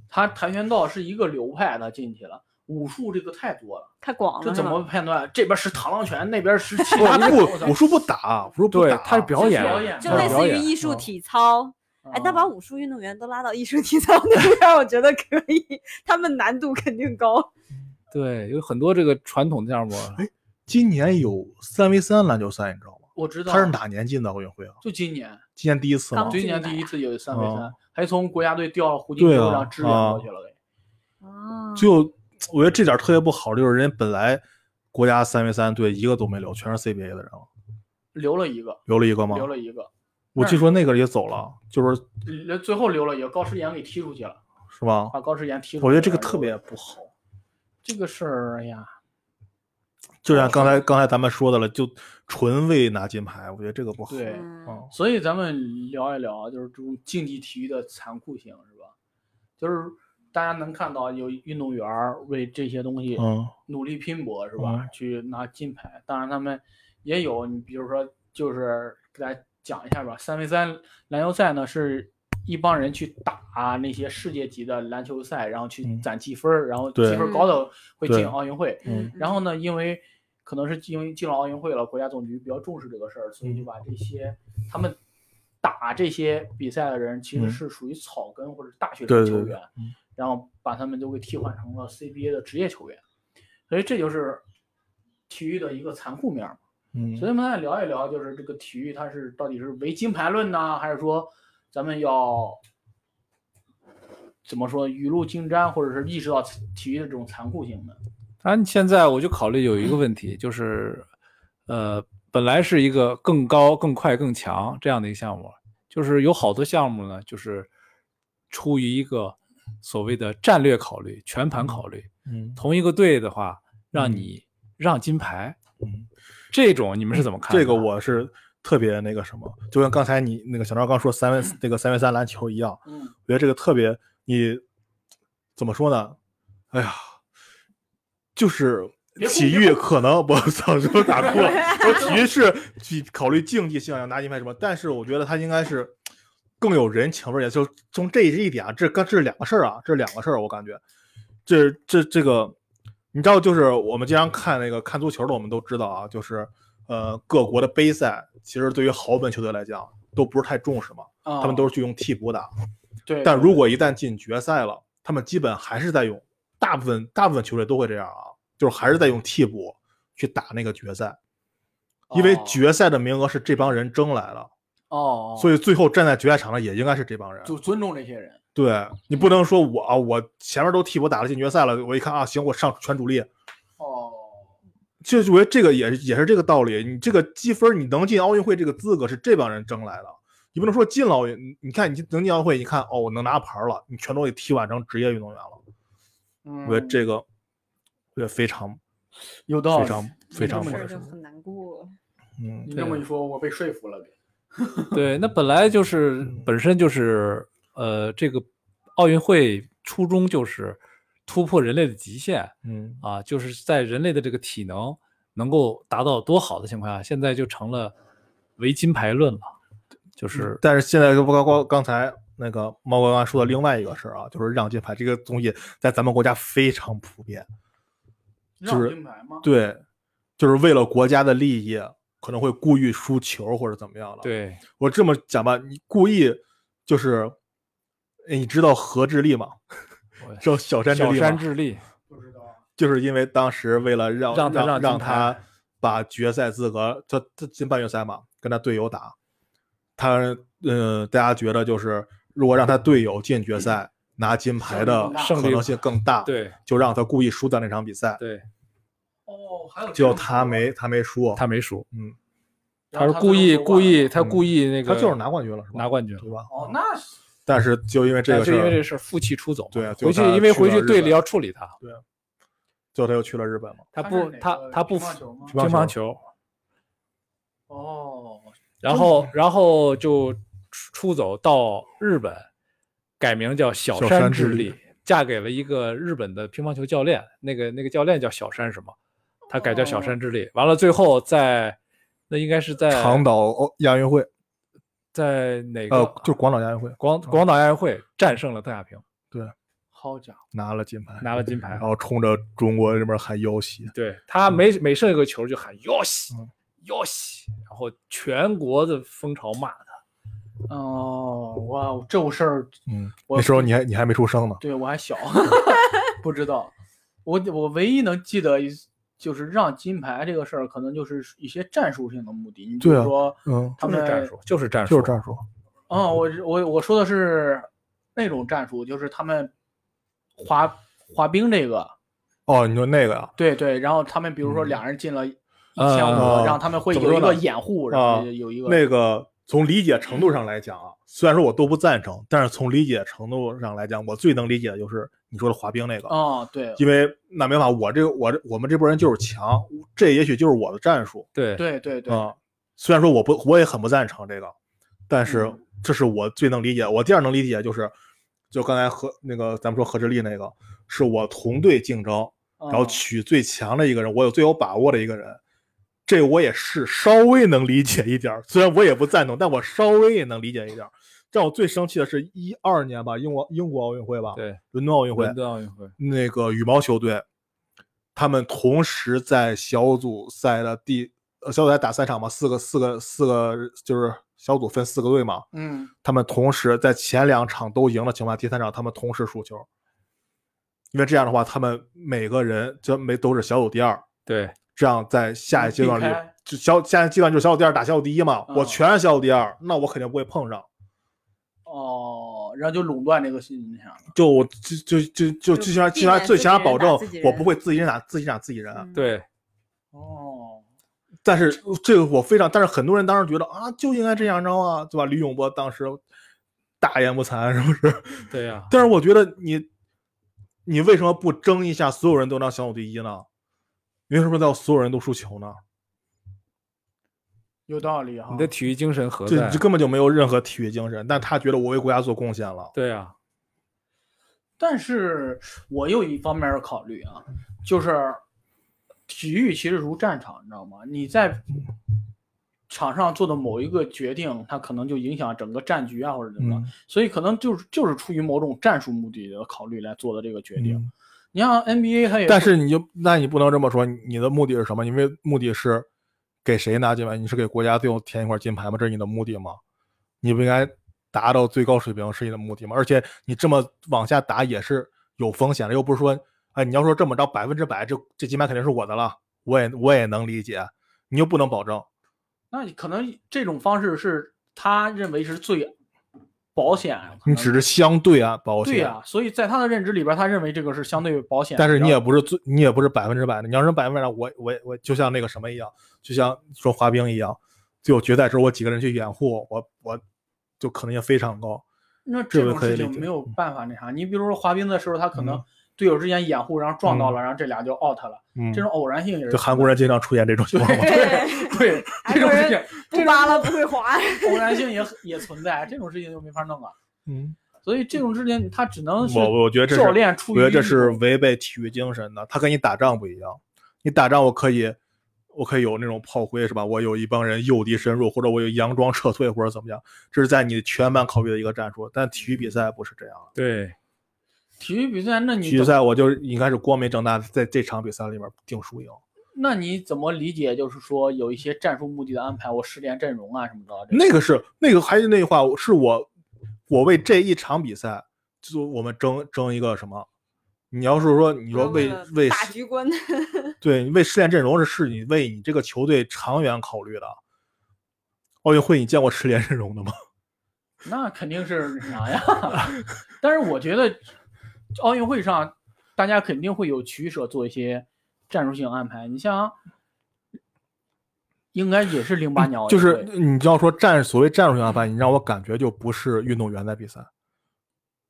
Speaker 1: 他跆拳道是一个流派，他进去了。武术这个太多了，
Speaker 3: 太广了，
Speaker 1: 这
Speaker 3: 哦是
Speaker 1: 怎
Speaker 3: 吧
Speaker 1: 么判断？这边是螳螂拳，那边是其
Speaker 2: 不
Speaker 1: 他的。我操
Speaker 2: 不武术不打，武术不
Speaker 4: 对
Speaker 2: 打，，
Speaker 4: 他是表演，啊
Speaker 1: 表演
Speaker 3: 就
Speaker 4: 他是
Speaker 3: 类
Speaker 4: 表
Speaker 3: 似于
Speaker 4: 演啊
Speaker 3: 艺术
Speaker 2: 嗯
Speaker 3: 体操。哎，
Speaker 2: 啊
Speaker 3: 那把
Speaker 1: 嗯
Speaker 3: 武术运动员都拉到艺术体操那边儿，我觉得可以，他们难度肯定高。
Speaker 4: 对，有很多这个传统项目，啊
Speaker 2: 今年有三 v 三篮球赛，你知道吗？
Speaker 1: 我知道
Speaker 2: 他是哪年进的奥运会啊？
Speaker 1: 就今年，
Speaker 2: 今年第一次吗
Speaker 3: 刚？
Speaker 1: 今
Speaker 3: 进
Speaker 1: 年
Speaker 3: 来
Speaker 1: 第一
Speaker 3: 啊
Speaker 1: 次有三 v 三
Speaker 2: 哦，
Speaker 1: 还从国家队调到胡金
Speaker 2: 对
Speaker 1: 秋
Speaker 2: 啊
Speaker 1: 让支援过去了给。哦
Speaker 3: 啊
Speaker 2: 就我觉得这点儿特别不好，就是人家本来国家三 v 三队一个都没留，全是 CBA 的人了，
Speaker 1: 留了一个，
Speaker 2: 留了一个吗？
Speaker 1: 留了一个，
Speaker 2: 我据说那个也走了，就是
Speaker 1: 留最后留了一个，高诗岩给踢出去了，
Speaker 2: 是吧？
Speaker 1: 把高诗岩踢出去了。
Speaker 2: 我觉得这个
Speaker 1: 然后
Speaker 2: 特别不好。
Speaker 1: 这个事儿，哎呀，
Speaker 2: 就像刚才刚才咱们说的了，就纯为拿金牌，我觉得这个不好。
Speaker 1: 对
Speaker 3: 嗯
Speaker 2: 嗯，
Speaker 1: 所以咱们聊一聊，就是这种竞技体育的残酷性，是吧？就是大家能看到有运动员儿为这些东西
Speaker 2: 嗯，
Speaker 1: 努力拼搏，是吧？
Speaker 2: 嗯
Speaker 1: 去拿金牌。当然，他们也有，你比如说，就是给大家讲一下吧。三 v 三篮球赛呢，是一帮人去打那些世界级的篮球赛，然后去
Speaker 2: 嗯
Speaker 1: 攒积分儿，然后积
Speaker 2: 对
Speaker 1: 分儿高的会进
Speaker 2: 对
Speaker 1: 奥运会。
Speaker 2: 嗯
Speaker 1: 然后呢，因为可能是因为进了奥运会了，国家总局比较重视这个事儿，所以
Speaker 2: 嗯
Speaker 1: 就把这些他们打这些比赛的人，其实
Speaker 2: 嗯
Speaker 1: 是属于草根或者大学
Speaker 2: 对
Speaker 1: 生
Speaker 2: 对
Speaker 1: 球
Speaker 2: 对
Speaker 1: 员
Speaker 2: 嗯，
Speaker 1: 然后把他们都给替换成了 CBA 的职业球员，所以这就是体育的一个残酷面儿嘛。
Speaker 2: 嗯
Speaker 1: 所以，我们来聊一聊，就是这个体育它是到底是唯金牌论呢，还是说咱们要怎么说雨露均沾，或者是意识到体育的这种残酷性呢？
Speaker 4: 但现在我就考虑有一个问
Speaker 2: 嗯
Speaker 4: 题，就是，呃，本来是一个更高、更快、更强这样的一个项目，就是有好多项目呢，就是出于一个所谓的战略考虑、全盘考虑。
Speaker 2: 嗯
Speaker 4: 同一个队的话，让你让金牌，
Speaker 2: 嗯，
Speaker 4: 这种你们是怎么看的？
Speaker 2: 这
Speaker 1: 啊
Speaker 2: 个我是特别那个什么，就像刚才你那个小赵刚说三 v 那个三 v 三篮球一样，
Speaker 1: 嗯
Speaker 2: 我觉得这个特别，你怎么说呢？哎呀，就是
Speaker 1: 别哭
Speaker 2: 体
Speaker 1: 别
Speaker 2: 育可能 我操，什么打 哭了？我体育是去考虑竞技性，要拿金牌什么，但是我觉得他应该是更有人情味儿，也就从这一点啊，这刚这是两个事儿啊，这是两个事儿，我感觉这这这个，你知道，就是我们经常看那个看足球的，我们都知道啊，就是呃各国的杯赛，其实对于豪门球队来讲都不是太重视嘛，
Speaker 1: 啊，
Speaker 2: 他们都是去用替补打。
Speaker 1: 对，
Speaker 2: 但如果一旦进决赛了，他们基本还是在用，大部分大部分球队都会这样啊，就是还是在用替补去打那个决赛，因为
Speaker 1: 哦
Speaker 2: 决赛的名额是这帮人争来的，
Speaker 1: 哦，
Speaker 2: 所
Speaker 1: 以
Speaker 2: 以最后站在决赛场的也应该是这帮人。
Speaker 1: 就尊重这些人，
Speaker 2: 对你不能说我啊，我前面都替补打了进决赛了，我一看啊，行，我上全主力。
Speaker 1: 哦，
Speaker 2: 就是我觉得这个也是也是这个道理，你这个积分，你能进奥运会这个资格是这帮人争来的，你不能说进了奥运，你你看你能进奥运会，你看哦，我能拿牌了，你全都给替换成职业运动员了。
Speaker 1: 嗯，
Speaker 2: 我觉得这个，我觉得非常
Speaker 1: 有道
Speaker 2: 非
Speaker 1: 理，
Speaker 2: 常
Speaker 1: 这
Speaker 2: 非常
Speaker 1: 么
Speaker 2: 不
Speaker 1: 说
Speaker 3: 事儿
Speaker 2: 合
Speaker 1: 是
Speaker 3: 就
Speaker 2: 适
Speaker 1: 吗
Speaker 3: 很难过。
Speaker 2: 嗯
Speaker 1: 你这
Speaker 4: 对
Speaker 1: 么一说，我被说服了。
Speaker 4: 对，那本来就是
Speaker 2: 嗯
Speaker 4: 本身就是呃，这个奥运会初衷就是突破人类的极限
Speaker 2: 嗯
Speaker 4: 啊，就是在人类的这个体能能够达到多好的情况下，现在就成了唯金牌论了，
Speaker 2: 嗯
Speaker 4: 就是
Speaker 2: 但是现在就包括刚才那个猫哥刚才说的另外一个事儿啊，就是让金牌这个东西在咱们国家非常普遍，
Speaker 1: 让
Speaker 2: 是
Speaker 1: 金牌吗？
Speaker 2: 对，就是为了国家的利益，可能会故意输球或者怎么样的。，
Speaker 4: 对
Speaker 2: 我这么讲吧，你故意就是，哎你知道何志立吗？
Speaker 4: 我
Speaker 2: 知道小山志
Speaker 4: 小
Speaker 2: 立
Speaker 4: 山
Speaker 2: 吗？
Speaker 4: 智力，
Speaker 1: 不知道啊。
Speaker 2: 就是因为当时为了让
Speaker 4: 让他
Speaker 2: 让
Speaker 4: 让金
Speaker 2: 他
Speaker 4: 牌
Speaker 2: 把决赛资格，他他进半决赛嘛，跟他队友打，他呃，大家觉得就是如果让他队友进决赛拿金牌的
Speaker 1: 胜
Speaker 4: 率更大
Speaker 2: 可能性更大，，
Speaker 4: 对
Speaker 2: 就让他故意输掉那场比赛，
Speaker 4: 对，
Speaker 1: 哦，还有这
Speaker 2: 就
Speaker 1: 种
Speaker 2: 他没他没输，
Speaker 4: 他没输，
Speaker 2: 嗯，
Speaker 1: 然后
Speaker 4: 是
Speaker 1: 他
Speaker 4: 故
Speaker 1: 最
Speaker 4: 意
Speaker 1: 后夺
Speaker 4: 故
Speaker 1: 冠了
Speaker 4: 意他
Speaker 2: 嗯
Speaker 4: 故意那个
Speaker 2: 他就是拿冠军了，是吧？
Speaker 4: 拿冠军，
Speaker 2: 对吧？
Speaker 1: 哦，那是
Speaker 2: 但是就因为这
Speaker 4: 但
Speaker 2: 个事
Speaker 4: 就因为
Speaker 2: 儿，啊
Speaker 4: 这事儿负气出走嘛，
Speaker 2: 对啊就
Speaker 4: 回去
Speaker 2: 他
Speaker 4: 因为
Speaker 2: 去
Speaker 4: 回
Speaker 2: 了
Speaker 4: 去
Speaker 2: 日
Speaker 4: 队里
Speaker 2: 本
Speaker 4: 要处理他，
Speaker 2: 最后他又去了日本嘛，
Speaker 4: 他
Speaker 1: 他是
Speaker 4: 不
Speaker 1: 哪
Speaker 4: 他
Speaker 1: 个
Speaker 4: 他不
Speaker 1: 乒乓
Speaker 4: 服
Speaker 1: 球吗
Speaker 2: 乒乓
Speaker 4: 乒乓
Speaker 2: 球
Speaker 4: 球，
Speaker 1: 哦，
Speaker 4: 然后然后就出出走到日本，改名叫小
Speaker 2: 小
Speaker 4: 山
Speaker 2: 山
Speaker 4: 智
Speaker 2: 智
Speaker 4: 利，嫁给了一个日本的乒乓球教练，那个那个教练叫小山什么，他改叫小山智利。完了最后在那应该是在
Speaker 2: 长岛欧亚运会，
Speaker 4: 在哪个、
Speaker 2: 呃，就是广岛亚运会
Speaker 4: 广广岛亚运会战胜了邓亚萍，
Speaker 1: 好家伙，
Speaker 2: 拿了金牌，
Speaker 4: 拿了金牌
Speaker 2: 然。后冲着中国这边喊要挟，
Speaker 4: 对他每每胜一个球就喊哟西
Speaker 2: 嗯
Speaker 4: 哟西，然后全国的风潮骂他。
Speaker 1: 哦，哇，这种事儿，
Speaker 2: 嗯，
Speaker 1: 我
Speaker 2: 那时候你还你还没出生呢，
Speaker 1: 对我还 小，不知道。我我唯一能记得一次就是让金牌这个事儿，可能就是一些战术性的目的。你比
Speaker 2: 对
Speaker 1: 如
Speaker 2: 啊
Speaker 1: 说，
Speaker 2: 嗯，
Speaker 1: 他
Speaker 4: 就
Speaker 1: 们
Speaker 4: 是战术，就是战术，
Speaker 2: 就是战术，
Speaker 1: 啊、我是我我说的是那种战术，就是他们滑滑冰这个，
Speaker 2: 哦，你说那个呀、
Speaker 1: 对对，然后他们比如说两人进了一千五、
Speaker 2: 啊
Speaker 1: 然后他们会
Speaker 2: 怎么
Speaker 1: 有一
Speaker 2: 说
Speaker 1: 个
Speaker 2: 呢
Speaker 1: 掩护，
Speaker 2: 啊
Speaker 1: 然后有一个、
Speaker 2: 那个从理解程度上来讲啊，虽然说我都不赞成，但是从理解程度上来讲，我最能理解的就是你说的滑冰那个，
Speaker 1: 哦，对
Speaker 2: 因为那没办法，我这个我这我们这波人就是强，这也许就是我的战术
Speaker 4: 对
Speaker 1: 对对对，
Speaker 2: 啊、虽然说我不我也很不赞成这个，但是
Speaker 1: 嗯
Speaker 2: 这是我最能理解。我第二能理解就是，就刚才和那个咱们说何志立那个，是我同队竞争。
Speaker 1: 然
Speaker 2: 然
Speaker 4: 嗯
Speaker 2: 后取最强的一个人，我有最有把握的一个人，这我也是稍微能理解一点儿，虽然我也不赞同，但我稍微也能理解一点儿。让我最生气的是一二年吧，英国英国奥运会吧，
Speaker 4: 对，
Speaker 2: 伦敦奥运会
Speaker 4: 伦，敦奥运会，
Speaker 2: 那个羽毛球队，他们同时在小组赛的第呃小组赛打三场嘛，四个四个四个就是小组分四个队嘛，
Speaker 1: 嗯，
Speaker 2: 他们同时在前两场都赢的情况下，第三场他们同时输球，因为这样的话，他们每个人就没都是小组第二，
Speaker 4: 对
Speaker 2: 这样在下一阶段
Speaker 1: 避
Speaker 2: 里
Speaker 1: 开，
Speaker 2: 就小下一阶段就是小组第二打小组第一嘛，
Speaker 1: 嗯
Speaker 2: 我全是小组第二，那我肯定不会碰上，
Speaker 1: 哦，然后就垄断这个信息场，
Speaker 2: 就我就就就就
Speaker 3: 就
Speaker 2: 最起码
Speaker 3: 避
Speaker 2: 起码
Speaker 3: 免
Speaker 2: 最
Speaker 3: 自
Speaker 2: 起
Speaker 3: 己
Speaker 2: 码
Speaker 3: 人
Speaker 2: 保
Speaker 3: 打
Speaker 2: 证
Speaker 3: 自己
Speaker 2: 我
Speaker 3: 人
Speaker 2: 不会自己人打自己打自己人，
Speaker 3: 嗯
Speaker 4: 对，
Speaker 1: 哦，
Speaker 2: 但是这个我非常，但是很多人当时觉得啊，就应该这样着啊，对吧？李永波当时大言不惭，是不是？
Speaker 4: 对啊呀、
Speaker 2: 但是我觉得你，你为什么不争一下所有人都当小组第一呢？你为什么要所有人都输球呢？
Speaker 1: 有道理哈
Speaker 4: 你。的体育精神何
Speaker 2: 这
Speaker 4: 在
Speaker 2: 这？根本就没有任何体育精神。但他觉得我为国家做贡献了，
Speaker 4: 对啊呀、
Speaker 1: 但是我有一方面儿考虑啊，就是体育其实如战场，你知道吗？你在场上做的某一个决定，它可能就影响整个战局啊，或者怎
Speaker 2: 嗯
Speaker 1: 么样，所以可能就是就是出于某种战术目的的考虑来做的这个决定。
Speaker 2: 嗯
Speaker 1: 你像 NBA，它也
Speaker 2: 但是你就那你不能这么说，你的目的是什么？因为目的是给谁拿金牌？你是给国家队伍添一块金牌吗？这是你的目的吗？你不应该达到最高水平是你的目的吗？而且你这么往下打也是有风险的，又不是说，哎，你要说这么着百分之百，这这金牌肯定是我的了，我也我也能理解，你又不能保证。
Speaker 1: 那你可能这种方式是他认为是最保险，啊可
Speaker 2: 你
Speaker 1: 能
Speaker 2: 只是相对啊保险，
Speaker 1: 对呀、所以在他的认知里边儿，他认为这个是相对保险的。
Speaker 2: 但是你
Speaker 1: 然
Speaker 2: 也
Speaker 1: 后
Speaker 2: 不是最，你也不是百分之百的。你要是百分之百的，我我我就像那个什么一样，就像说滑冰一样，就有决赛时候我几个人去掩护，我我就可能性非常高。
Speaker 1: 那
Speaker 2: 这
Speaker 1: 这
Speaker 2: 个
Speaker 1: 种
Speaker 2: 可以
Speaker 1: 事
Speaker 2: 理
Speaker 1: 情
Speaker 2: 解
Speaker 1: 没有办法那啥。你比如说滑冰的时候，他可能
Speaker 2: 嗯
Speaker 1: 队友之间掩护，然后撞到了，然后这俩就 out 了。
Speaker 2: 嗯，
Speaker 1: 这种偶然性也是。
Speaker 2: 就韩国人经常出现这种情况嘛。
Speaker 3: 对，
Speaker 1: 对这种事情，
Speaker 3: 不扒拉不会 滑。
Speaker 1: 偶然性也也存在，这种事情就没法弄了。
Speaker 2: 嗯，
Speaker 1: 所以这种事情他只能是
Speaker 2: 我我觉得这是
Speaker 1: 教练出
Speaker 2: 我
Speaker 1: 于
Speaker 2: 觉得这
Speaker 1: 一
Speaker 2: 是
Speaker 1: 种
Speaker 2: 违背体育精神的。他跟你打仗不一样，你打仗我可以，我可以有那种炮灰是吧？我有一帮人诱敌深入，或者我有佯装撤退或者怎么样，这是在你全盘考虑的一个战术。但体育比赛不是这样的。
Speaker 4: 对，
Speaker 1: 体育比赛，那你
Speaker 2: 体育
Speaker 1: 怎
Speaker 2: 赛我就应该是光明正大在这场比赛里面定输赢。
Speaker 1: 那你怎么理解？就是说有一些战术目的的安排，我失联阵容啊什么的。这
Speaker 2: 那个是那个还是那句话，是我我为这一场比赛，就我们争争一个什么？你要是说你说为为
Speaker 3: 大局 观，
Speaker 2: 对为试炼阵容是是你为你这个球队长远考虑的。奥运会你见过失联阵容的吗？
Speaker 1: 那肯定是啥呀？但是我觉得奥运会上，大家肯定会有取舍，做一些战术性安排。你像，应该也是零八年奥运会，
Speaker 2: 就是你要说战所谓战术性安排，你让我感觉就不是运动员在比赛，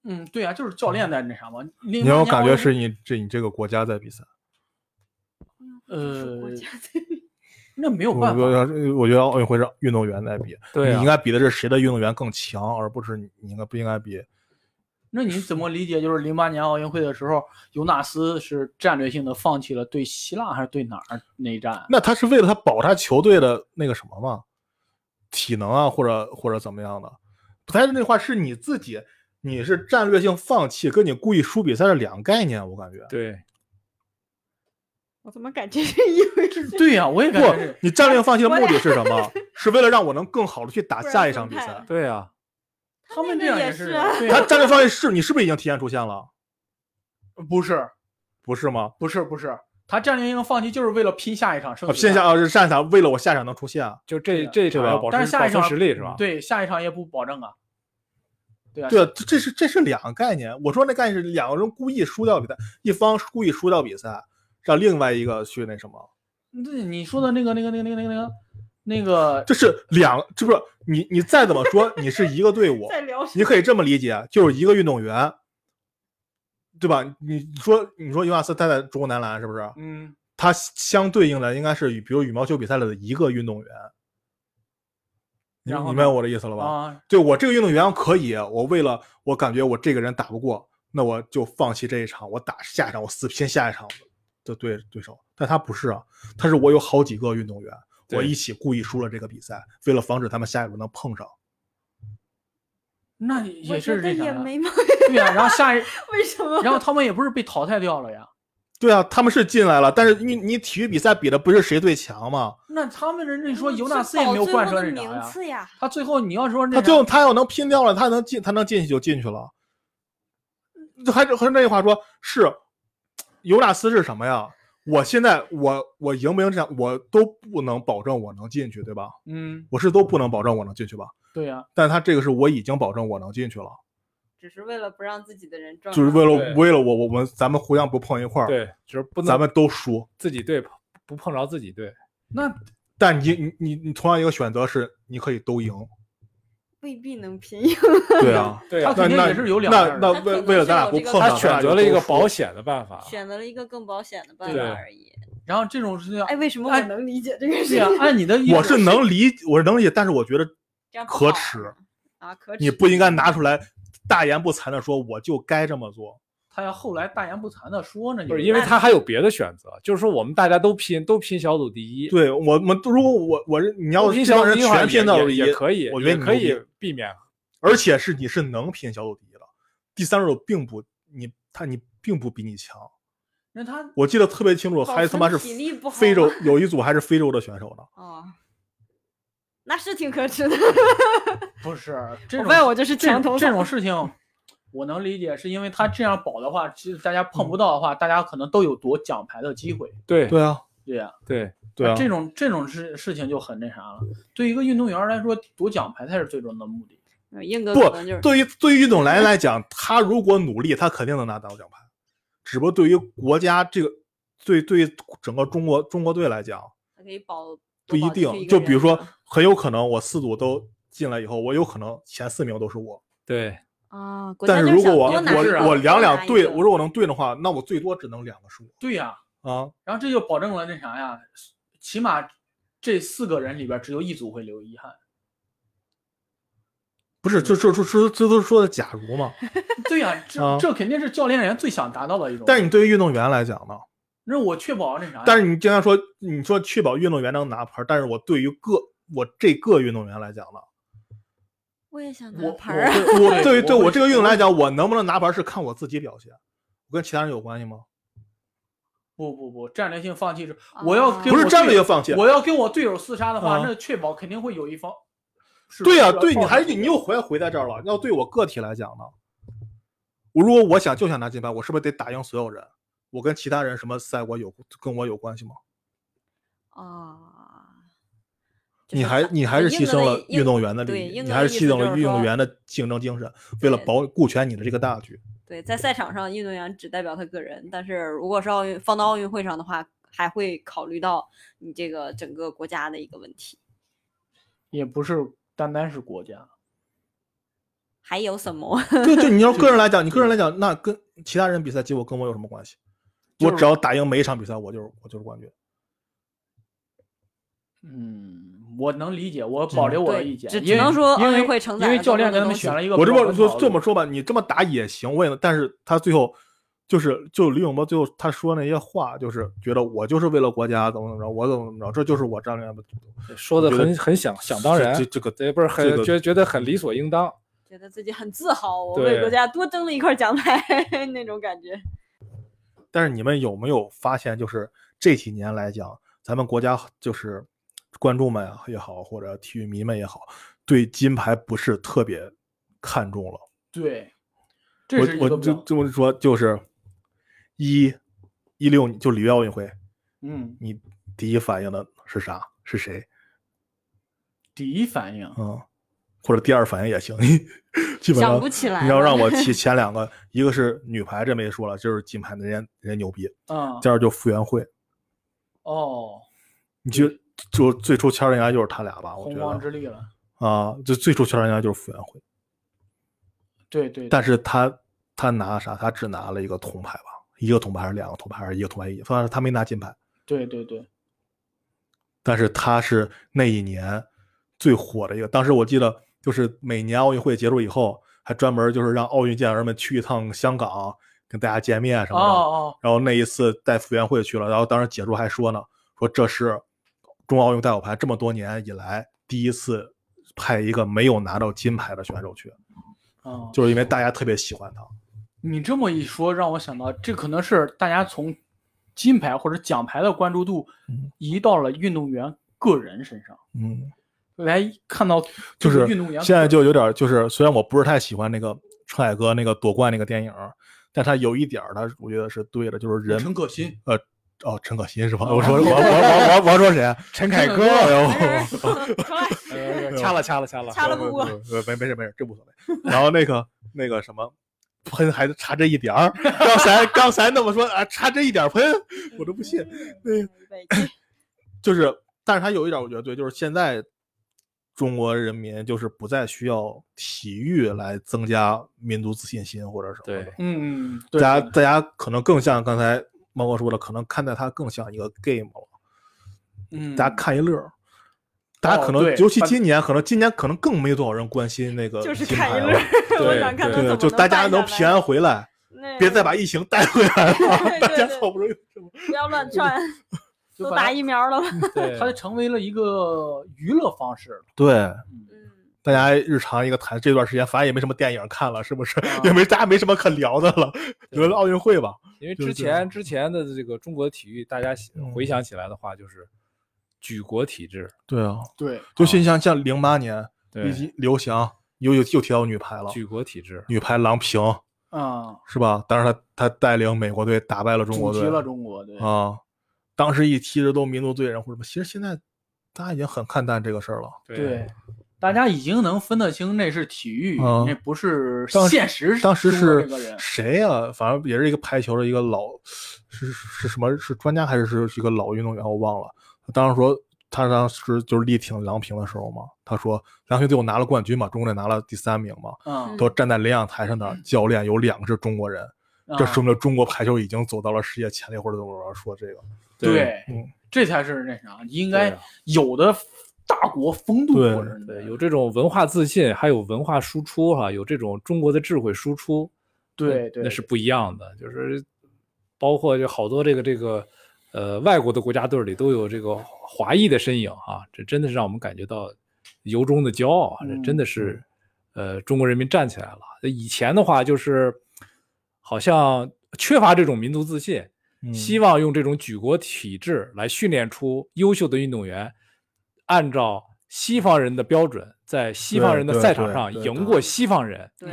Speaker 1: 嗯，对啊，就是教练在那啥嘛。你
Speaker 2: 你让我感觉是你这你这个国家在比赛。
Speaker 1: 呃，那没有
Speaker 2: 我
Speaker 1: 办法，
Speaker 2: 觉得我觉得奥运会是运动员在比，
Speaker 4: 对
Speaker 2: 你
Speaker 4: 啊
Speaker 2: 应该比的是谁的运动员更强，而不是你你应该不应该比。
Speaker 1: 那你怎么理解？就是零八年奥运会的时候，尤纳斯是战略性的放弃了对希腊还是对哪儿那一战？啊
Speaker 2: 那他是为了他保他球队的那个什么嘛，体能啊，或者或者怎么样的？不太是那话，是你自己，你是战略性放弃，跟你故意输比赛是两个概念，我感觉。
Speaker 4: 对，
Speaker 3: 我怎么感觉这意味着
Speaker 1: 对呀、我也感觉
Speaker 2: 不
Speaker 1: 是，。
Speaker 2: 你战略放弃的
Speaker 3: 我
Speaker 2: 目
Speaker 3: 俩
Speaker 2: 的是什么？是为了让我能更好的去打
Speaker 3: 不然
Speaker 2: 下一
Speaker 3: 分
Speaker 2: 场比
Speaker 3: 派
Speaker 2: 赛
Speaker 3: 了。
Speaker 4: 对啊，
Speaker 1: 他们
Speaker 3: 那
Speaker 1: 这样
Speaker 3: 个也
Speaker 1: 也
Speaker 3: 是啊
Speaker 1: 对
Speaker 2: 他
Speaker 1: 呀、
Speaker 2: 战略放弃是你是不是已经提前出现了？
Speaker 1: 啊不是，
Speaker 2: 不是吗？
Speaker 1: 不是，不是，他战略性放弃就是为了拼下一场胜
Speaker 2: 啊
Speaker 1: 利。
Speaker 2: 线下啊，是上一场为了我下一场能出现，
Speaker 4: 就这
Speaker 1: 对啊
Speaker 4: 这场
Speaker 2: 对吧
Speaker 4: 要保持
Speaker 1: 但是下一
Speaker 4: 保
Speaker 1: 场
Speaker 4: 存实力是吧？，
Speaker 1: 对下一场也不保证啊。对啊，
Speaker 2: 对啊，这这是这是两个概念。我说那概念是两个人故意输掉比赛，一方故意输掉比赛，让另外一个去那什么，
Speaker 1: 对你说的那个那个那个那个那个那个
Speaker 2: 这是两，这不是你你再怎么说，你是一个队伍，
Speaker 3: 在聊什么？
Speaker 2: 你可以这么理解，就是一个运动员，对吧？你你说你说尤瓦斯他在中国男篮是不是？
Speaker 1: 嗯，
Speaker 2: 他相对应的应该是与比如羽毛球比赛里的一个运动员，你
Speaker 1: 然后
Speaker 2: 你
Speaker 1: 呢
Speaker 2: 明白我的意思了吧？
Speaker 1: 啊，
Speaker 2: 对我这个运动员可以，我为了我感觉我这个人打不过，那我就放弃这一场，我打下一场，我死拼下一场的对对手。但他不是啊，他是我有好几个运动员，我
Speaker 4: 对
Speaker 2: 一起故意输了这个比赛，为了防止他们下一轮能碰上。
Speaker 1: 那
Speaker 3: 我
Speaker 1: 也
Speaker 3: 觉
Speaker 1: 是
Speaker 3: 得
Speaker 1: 这啥
Speaker 3: 也
Speaker 1: 呀？
Speaker 3: 没嘛，
Speaker 1: 对呀、然后下一，
Speaker 3: 为什么？
Speaker 1: 然后他们也不是被淘汰掉了呀。
Speaker 2: 对啊，他们是进来了，但是你你体育比赛比的不是谁最强吗？
Speaker 1: 那他们人家说尤
Speaker 3: 是
Speaker 1: 纳斯也
Speaker 3: 保
Speaker 1: 没有
Speaker 3: 最
Speaker 1: 贯
Speaker 3: 后
Speaker 1: 彻
Speaker 3: 的
Speaker 1: 这啥
Speaker 3: 名
Speaker 1: 呀？
Speaker 3: 次呀，
Speaker 1: 他最后你要说那
Speaker 2: 他
Speaker 1: 啥
Speaker 2: 最后他要能拼掉了，他能进，他能进去就进去了。这还是还是那句话说，是尤纳斯是什么呀？我现在我我赢不赢这场，我都不能保证我能进去，对吧？
Speaker 1: 嗯，
Speaker 2: 我是都不能保证我能进去吧？
Speaker 1: 对啊呀、
Speaker 2: 但他这个是我已经保证我能进去了，
Speaker 3: 只是为了不让自己的人撞
Speaker 2: 就
Speaker 3: 上。
Speaker 2: 是为
Speaker 4: 对
Speaker 2: 了为了我我们咱们互相不碰一块儿，
Speaker 4: 对，只是不能
Speaker 2: 咱们都输。
Speaker 4: 自己队不碰着自己队，
Speaker 1: 那
Speaker 2: 但你你你你同样一个选择是，你可以都赢，
Speaker 3: 未必能拼赢。
Speaker 2: 对啊，
Speaker 4: 对
Speaker 1: 他
Speaker 4: 啊，
Speaker 1: 肯定也是有两面
Speaker 2: 那
Speaker 1: 儿
Speaker 2: 那
Speaker 1: 的
Speaker 2: 那
Speaker 3: 他可
Speaker 2: 为
Speaker 3: 能
Speaker 2: 为了
Speaker 3: 是
Speaker 2: 咱俩
Speaker 3: 有
Speaker 2: 不
Speaker 3: 这个
Speaker 2: 碰
Speaker 4: 他
Speaker 2: 上，
Speaker 4: 选
Speaker 2: 咱俩
Speaker 4: 择
Speaker 2: 就
Speaker 4: 了一
Speaker 2: 都
Speaker 4: 个
Speaker 2: 输
Speaker 4: 保险的办
Speaker 2: 啊
Speaker 4: 法，
Speaker 3: 选择了一个更保险的办
Speaker 1: 对
Speaker 3: 法而已。
Speaker 1: 然后这种事情，
Speaker 3: 哎，为什么我
Speaker 1: 哎
Speaker 3: 能理解这个事
Speaker 1: 对
Speaker 3: 情
Speaker 1: 呀？，
Speaker 2: 啊
Speaker 1: 按你的意思，
Speaker 2: 我是能理，我是能理解，但是我觉得
Speaker 3: 这样不
Speaker 2: 可
Speaker 3: 好
Speaker 2: 耻，
Speaker 3: 啊，可耻！
Speaker 2: 你不应该拿出来大言不惭的说我就该这么做。
Speaker 1: 他要后来大言不惭的说呢，你
Speaker 4: 不是因为他还有别的选择，就是说我们大家都拼，都拼小组第一，
Speaker 2: 对我们，如果我我是你要
Speaker 4: 都
Speaker 2: 是
Speaker 4: 拼
Speaker 2: 这
Speaker 4: 小
Speaker 2: 帮
Speaker 4: 组
Speaker 2: 人
Speaker 4: 第一的话
Speaker 2: 全
Speaker 4: 也
Speaker 2: 拼到
Speaker 4: 也
Speaker 2: 第一
Speaker 4: 也，可以，
Speaker 2: 我觉得
Speaker 4: 也
Speaker 2: 你
Speaker 4: 可
Speaker 2: 牛
Speaker 4: 以
Speaker 2: 逼
Speaker 4: 避免。啊
Speaker 2: 而且是你是能拼小组第一的，第三轮并不你他你并不比你强。
Speaker 1: 那他
Speaker 2: 我记得特别清楚，
Speaker 3: 保
Speaker 2: 还他妈是
Speaker 3: 存体力不好
Speaker 2: 非洲
Speaker 3: 吗
Speaker 2: 有一组还是非洲的选手呢。
Speaker 3: 哦，那是挺可耻的。
Speaker 1: 不是这
Speaker 3: 我
Speaker 1: 种
Speaker 3: 问我就是
Speaker 1: 这
Speaker 3: 墙头
Speaker 1: 这
Speaker 3: 草
Speaker 1: 种事情，我能理解，是因为他这样保的话，其实大家碰
Speaker 3: 嗯
Speaker 1: 不到的话，大家可能都有夺奖牌的机会。
Speaker 4: 对
Speaker 2: 对啊，
Speaker 1: 对呀、
Speaker 4: 对
Speaker 2: 对啊，
Speaker 1: 这种这种事事情就很那啥了。对一个运动员来说，夺奖牌才是最终的目的。
Speaker 3: 呃硬哥可能就
Speaker 2: 不，
Speaker 3: 是
Speaker 2: 对于对于运动员来讲，他如果努力，他肯定能拿到奖牌。只不过对于国家这个，对对整个中国中国队来讲，
Speaker 3: 他可以保
Speaker 2: 不一定。就比如说，很有可能我四组都进来以后，我有可能前四名都是我。
Speaker 4: 对
Speaker 3: 啊，国
Speaker 2: 但
Speaker 3: 家就
Speaker 2: 是如果
Speaker 3: 想多
Speaker 2: 我
Speaker 3: 拿一个
Speaker 2: 我我两两对，我
Speaker 3: 多
Speaker 2: 如果能对的话，那我最多只能两个输
Speaker 1: 对呀、
Speaker 2: 啊。
Speaker 1: 然后这就保证了那啥呀，起码这四个人里边只有一组会留遗憾。
Speaker 2: 不是，这这这这这都是说的假如嘛。
Speaker 1: 对呀、这、
Speaker 2: 啊
Speaker 1: 这肯定是教练员最想达到的一种。
Speaker 2: 但是你对于运动员来讲呢？
Speaker 1: 那我确保那啥呀，
Speaker 2: 但是你经常说，你说确保运动员能拿牌，但是我对于个我这个运动员来讲呢，
Speaker 3: 拿我也想
Speaker 1: 我
Speaker 3: 拿
Speaker 1: 我
Speaker 3: 牌儿啊。
Speaker 1: 会
Speaker 2: 我对
Speaker 1: 对
Speaker 2: 对我这个运动员来
Speaker 1: 讲，
Speaker 2: 讲，我能不能拿牌是看我自己表现，我跟其他人有关系吗？
Speaker 1: 不不不，战略性放弃是，我要
Speaker 3: 啊
Speaker 1: 跟
Speaker 2: 不是
Speaker 1: 我
Speaker 2: 战
Speaker 1: 队
Speaker 2: 略性放弃，
Speaker 1: 我要跟我队友厮杀的话，
Speaker 2: 啊
Speaker 1: 那确保肯定会有一方。是
Speaker 2: 对呀、
Speaker 1: 是
Speaker 2: 对你
Speaker 1: 抱
Speaker 2: 还
Speaker 1: 着这
Speaker 2: 你
Speaker 1: 个
Speaker 2: 又回来回在这儿了。要对我个体来讲呢，我如果我想就想拿金牌，我是不是得打赢所有人？我跟其他人什么赛果有跟我有关系吗？
Speaker 3: 啊，就
Speaker 2: 你
Speaker 3: 是
Speaker 2: 还
Speaker 3: 打
Speaker 2: 你还是
Speaker 3: 硬
Speaker 2: 牺
Speaker 3: 哥
Speaker 2: 牲
Speaker 3: 的
Speaker 2: 了
Speaker 3: 意
Speaker 2: 运动员的
Speaker 3: 对
Speaker 2: 利益，
Speaker 3: 硬
Speaker 2: 你
Speaker 3: 哥
Speaker 2: 还
Speaker 3: 的
Speaker 2: 是
Speaker 3: 意
Speaker 2: 牺
Speaker 3: 思
Speaker 2: 牲
Speaker 3: 就
Speaker 2: 了运动
Speaker 3: 说
Speaker 2: 员的竞争精神，为了
Speaker 3: 对
Speaker 2: 保顾全你的这个大 局。
Speaker 3: 对，在赛场上，运动员只代表他个人，但是如果是奥运放到奥运会上的话，还会考虑到你这个整个国家的一个问题。
Speaker 1: 也不是单单是国家，
Speaker 3: 还有什么？
Speaker 2: 就就你要个人来讲，你个人来讲，那跟其他人比赛结果跟我有什么关系？我只要打赢每一场比赛，我就是我就是冠军。
Speaker 1: 嗯，我能理解，我保留我的
Speaker 3: 对
Speaker 1: 意见，
Speaker 3: 只
Speaker 1: 因
Speaker 3: 只
Speaker 1: 为
Speaker 3: 能说
Speaker 1: 因
Speaker 3: 奥运
Speaker 1: 为
Speaker 3: 会承载
Speaker 1: 因为
Speaker 3: 了
Speaker 1: 教
Speaker 3: 更
Speaker 1: 练
Speaker 3: 多的
Speaker 1: 跟他们
Speaker 3: 东
Speaker 1: 选
Speaker 3: 西
Speaker 1: 了一个
Speaker 2: 我这
Speaker 1: 标
Speaker 2: 么
Speaker 1: 准
Speaker 2: 说
Speaker 1: 套路
Speaker 2: 这么说吧，你这么打也行，我也能。但是他最后就是就李永波最后他说那些话，就是觉得我就是为了国家怎么怎么着，我怎么怎么着，这就是我战略不。
Speaker 4: 说的
Speaker 2: 我觉得
Speaker 4: 很很想想当然
Speaker 2: 这，这个
Speaker 4: 对，不是
Speaker 2: 这
Speaker 4: 很
Speaker 2: 个
Speaker 4: 觉觉得很理所应当。
Speaker 3: 觉得自己很自豪，我
Speaker 4: 对
Speaker 3: 为国家多争了一块奖牌 那种感觉。
Speaker 2: 但是你们有没有发现，就是这几年来讲，咱们国家就是观众们也好，或者体育迷们也好，对金牌不是特别看重了。
Speaker 1: 对，
Speaker 2: 我
Speaker 1: 这是一
Speaker 2: 我
Speaker 1: 个
Speaker 2: 就
Speaker 1: 标
Speaker 2: 这么说，就是一一六就里约奥运会，
Speaker 1: 嗯
Speaker 2: 你第一反应的是啥？是谁？
Speaker 1: 第一反应，
Speaker 2: 嗯，或者第二反应也行。你 基本
Speaker 3: 想
Speaker 2: 上
Speaker 3: 不起来
Speaker 2: 你要
Speaker 3: 了
Speaker 2: 让我提前两个，一个是女排，这没说了，就是金牌的人家人家牛逼。
Speaker 1: 嗯
Speaker 2: 第二就傅园慧，
Speaker 1: 哦，
Speaker 2: 你就
Speaker 3: 嗯
Speaker 2: 就最出圈儿应该就是他俩吧，我
Speaker 1: 洪
Speaker 2: 觉
Speaker 1: 荒
Speaker 2: 得
Speaker 1: 之力了，
Speaker 2: 啊，就最出圈儿应该就是傅园慧，
Speaker 1: 对对，
Speaker 2: 但是他他拿啥？他只拿了一个铜牌吧，一个铜牌还是两个铜牌还是一个铜牌一，反正他没拿金牌。
Speaker 1: 对对对，
Speaker 2: 但是他是那一年最火的一个。当时我记得，就是每年奥运会结束以后，还专门就是让奥运健儿们去一趟香港，跟大家见面什
Speaker 1: 哦
Speaker 2: 么的。
Speaker 1: 哦，
Speaker 2: 然后那一次带傅园慧去了，然后当时解说还说呢，说这是中奥运代表牌这么多年以来第一次派一个没有拿到金牌的选手去，
Speaker 1: 嗯，
Speaker 2: 就是因为大家特别喜欢他。
Speaker 1: 你这么一说，让我想到，这可能是大家从金牌或者奖牌的关注度
Speaker 2: 嗯
Speaker 1: 移到了运动员个人身上，
Speaker 2: 嗯，
Speaker 1: 来看到这
Speaker 2: 就
Speaker 1: 个
Speaker 2: 是
Speaker 1: 运动员
Speaker 2: 现在
Speaker 1: 个
Speaker 2: 就有点儿就是，虽然我不是太喜欢那个陈凯歌那个夺冠那个电影儿，但他有一点儿他我觉得是对的，就是人
Speaker 1: 人陈可辛，
Speaker 2: 呃哦陈可辛是
Speaker 3: 啊
Speaker 2: 吧？我说我我我我我说谁？啊
Speaker 4: 陈
Speaker 1: 凯歌
Speaker 2: 哎呦
Speaker 4: 呃掐了掐了掐了
Speaker 3: 掐了不过
Speaker 2: 呃，没没事没事，这无所谓。然后那个那个什么，喷还差这一点儿。刚才刚才那么说啊，差这一点儿喷， 我都不信。
Speaker 3: 嗯
Speaker 2: 对，
Speaker 3: 预备起
Speaker 2: 就是，但是他有一点儿我觉得对，就是现在中国人民就是不再需要体育来增加民族自信心或者什么的
Speaker 4: 对。
Speaker 1: 嗯，
Speaker 2: 大
Speaker 1: 对，
Speaker 2: 家大家可能更像刚才猫哥说的，可能看待它更像一个 game 了，
Speaker 1: 嗯，
Speaker 2: 大家看一乐儿。大
Speaker 3: 哦
Speaker 2: 家可能，
Speaker 1: 对
Speaker 2: 尤其
Speaker 1: 反
Speaker 2: 今年，可能今年可能更没多少人关心那个
Speaker 3: 就是
Speaker 2: 金
Speaker 3: 看
Speaker 2: 牌
Speaker 3: 一
Speaker 2: 了
Speaker 3: 乐儿，我
Speaker 4: 对
Speaker 3: 想看他
Speaker 4: 对
Speaker 3: 怎么
Speaker 2: 对，就大家能平安回 来，
Speaker 3: 安
Speaker 2: 别再把疫情带回来了。
Speaker 3: 对
Speaker 2: 大家
Speaker 3: 对
Speaker 2: 好不容易，
Speaker 3: 不要 乱窜，
Speaker 1: 就
Speaker 3: 都
Speaker 1: 把它
Speaker 3: 打疫苗了。
Speaker 4: 对
Speaker 1: 它就成为了一个娱乐方式了。
Speaker 2: 对，
Speaker 3: 嗯，
Speaker 2: 大家日常一个谈这段时间，反正也没什么电影看了，是不是？
Speaker 1: 啊
Speaker 2: 也没大家没什么可聊的 了，
Speaker 4: 嗯对
Speaker 2: 聊聊奥运会吧。
Speaker 4: 因为
Speaker 2: 对
Speaker 4: 之
Speaker 2: 对
Speaker 4: 前之前的这个中国体育，大家喜
Speaker 2: 嗯
Speaker 4: 回想起来的话，就是举国体制，
Speaker 2: 对啊，
Speaker 1: 对，
Speaker 2: 就像像像零八年，
Speaker 4: 对，
Speaker 2: 一刘翔又又又提到女排了，
Speaker 4: 举国体制，
Speaker 2: 女排郎平
Speaker 1: 啊，
Speaker 2: 是吧？当时他他带领美国队打败了中国
Speaker 1: 主题
Speaker 2: 队
Speaker 1: 了中国，对，
Speaker 2: 啊，当时一提着都民族罪人或者什么，其实现在大家已经很看淡这个事儿了。
Speaker 1: 对，大家已经能分得清那是体育，
Speaker 2: 啊
Speaker 1: 那不是
Speaker 2: 当时
Speaker 1: 现实
Speaker 2: 当时
Speaker 1: 中的那
Speaker 2: 是
Speaker 1: 个人，
Speaker 2: 谁呀、反正也是一个排球的一个老，是是是什么？是专家还是是一个老运动员？我忘了。当时说他当时就是力挺郎平的时候嘛，他说郎平最后拿了冠军嘛，中国队拿了第三名嘛，
Speaker 1: 嗯，
Speaker 2: 都站在领奖台上的
Speaker 4: 嗯
Speaker 2: 教练有两个是中国人，这
Speaker 1: 啊
Speaker 2: 说明了中国排球已经走到了世界前列，或者怎么着说这个。
Speaker 1: 对
Speaker 2: 嗯，
Speaker 1: 这才是那啥，应
Speaker 4: 对
Speaker 1: 该
Speaker 4: 啊
Speaker 1: 有的大国风度
Speaker 2: 对
Speaker 1: 或者是
Speaker 4: 对，有这种文化自信，还有文化输出哈、有这种中国的智慧输出，
Speaker 1: 对对，
Speaker 4: 那是不一样的。就是包括就好多这个这个呃外国的国家队里都有这个华裔的身影啊，这真的是让我们感觉到由衷的骄傲啊！这
Speaker 2: 嗯
Speaker 4: 真的是、呃中国人民站起来了。以前的话就是好像缺乏这种民族自信，
Speaker 2: 嗯
Speaker 4: 希望用这种举国体制来训练出优秀的运动员，按照西方人的标准，在西方人的
Speaker 2: 对
Speaker 4: 赛
Speaker 2: 对
Speaker 4: 场上
Speaker 2: 对
Speaker 4: 赢
Speaker 2: 对
Speaker 4: 过西方人。
Speaker 2: 对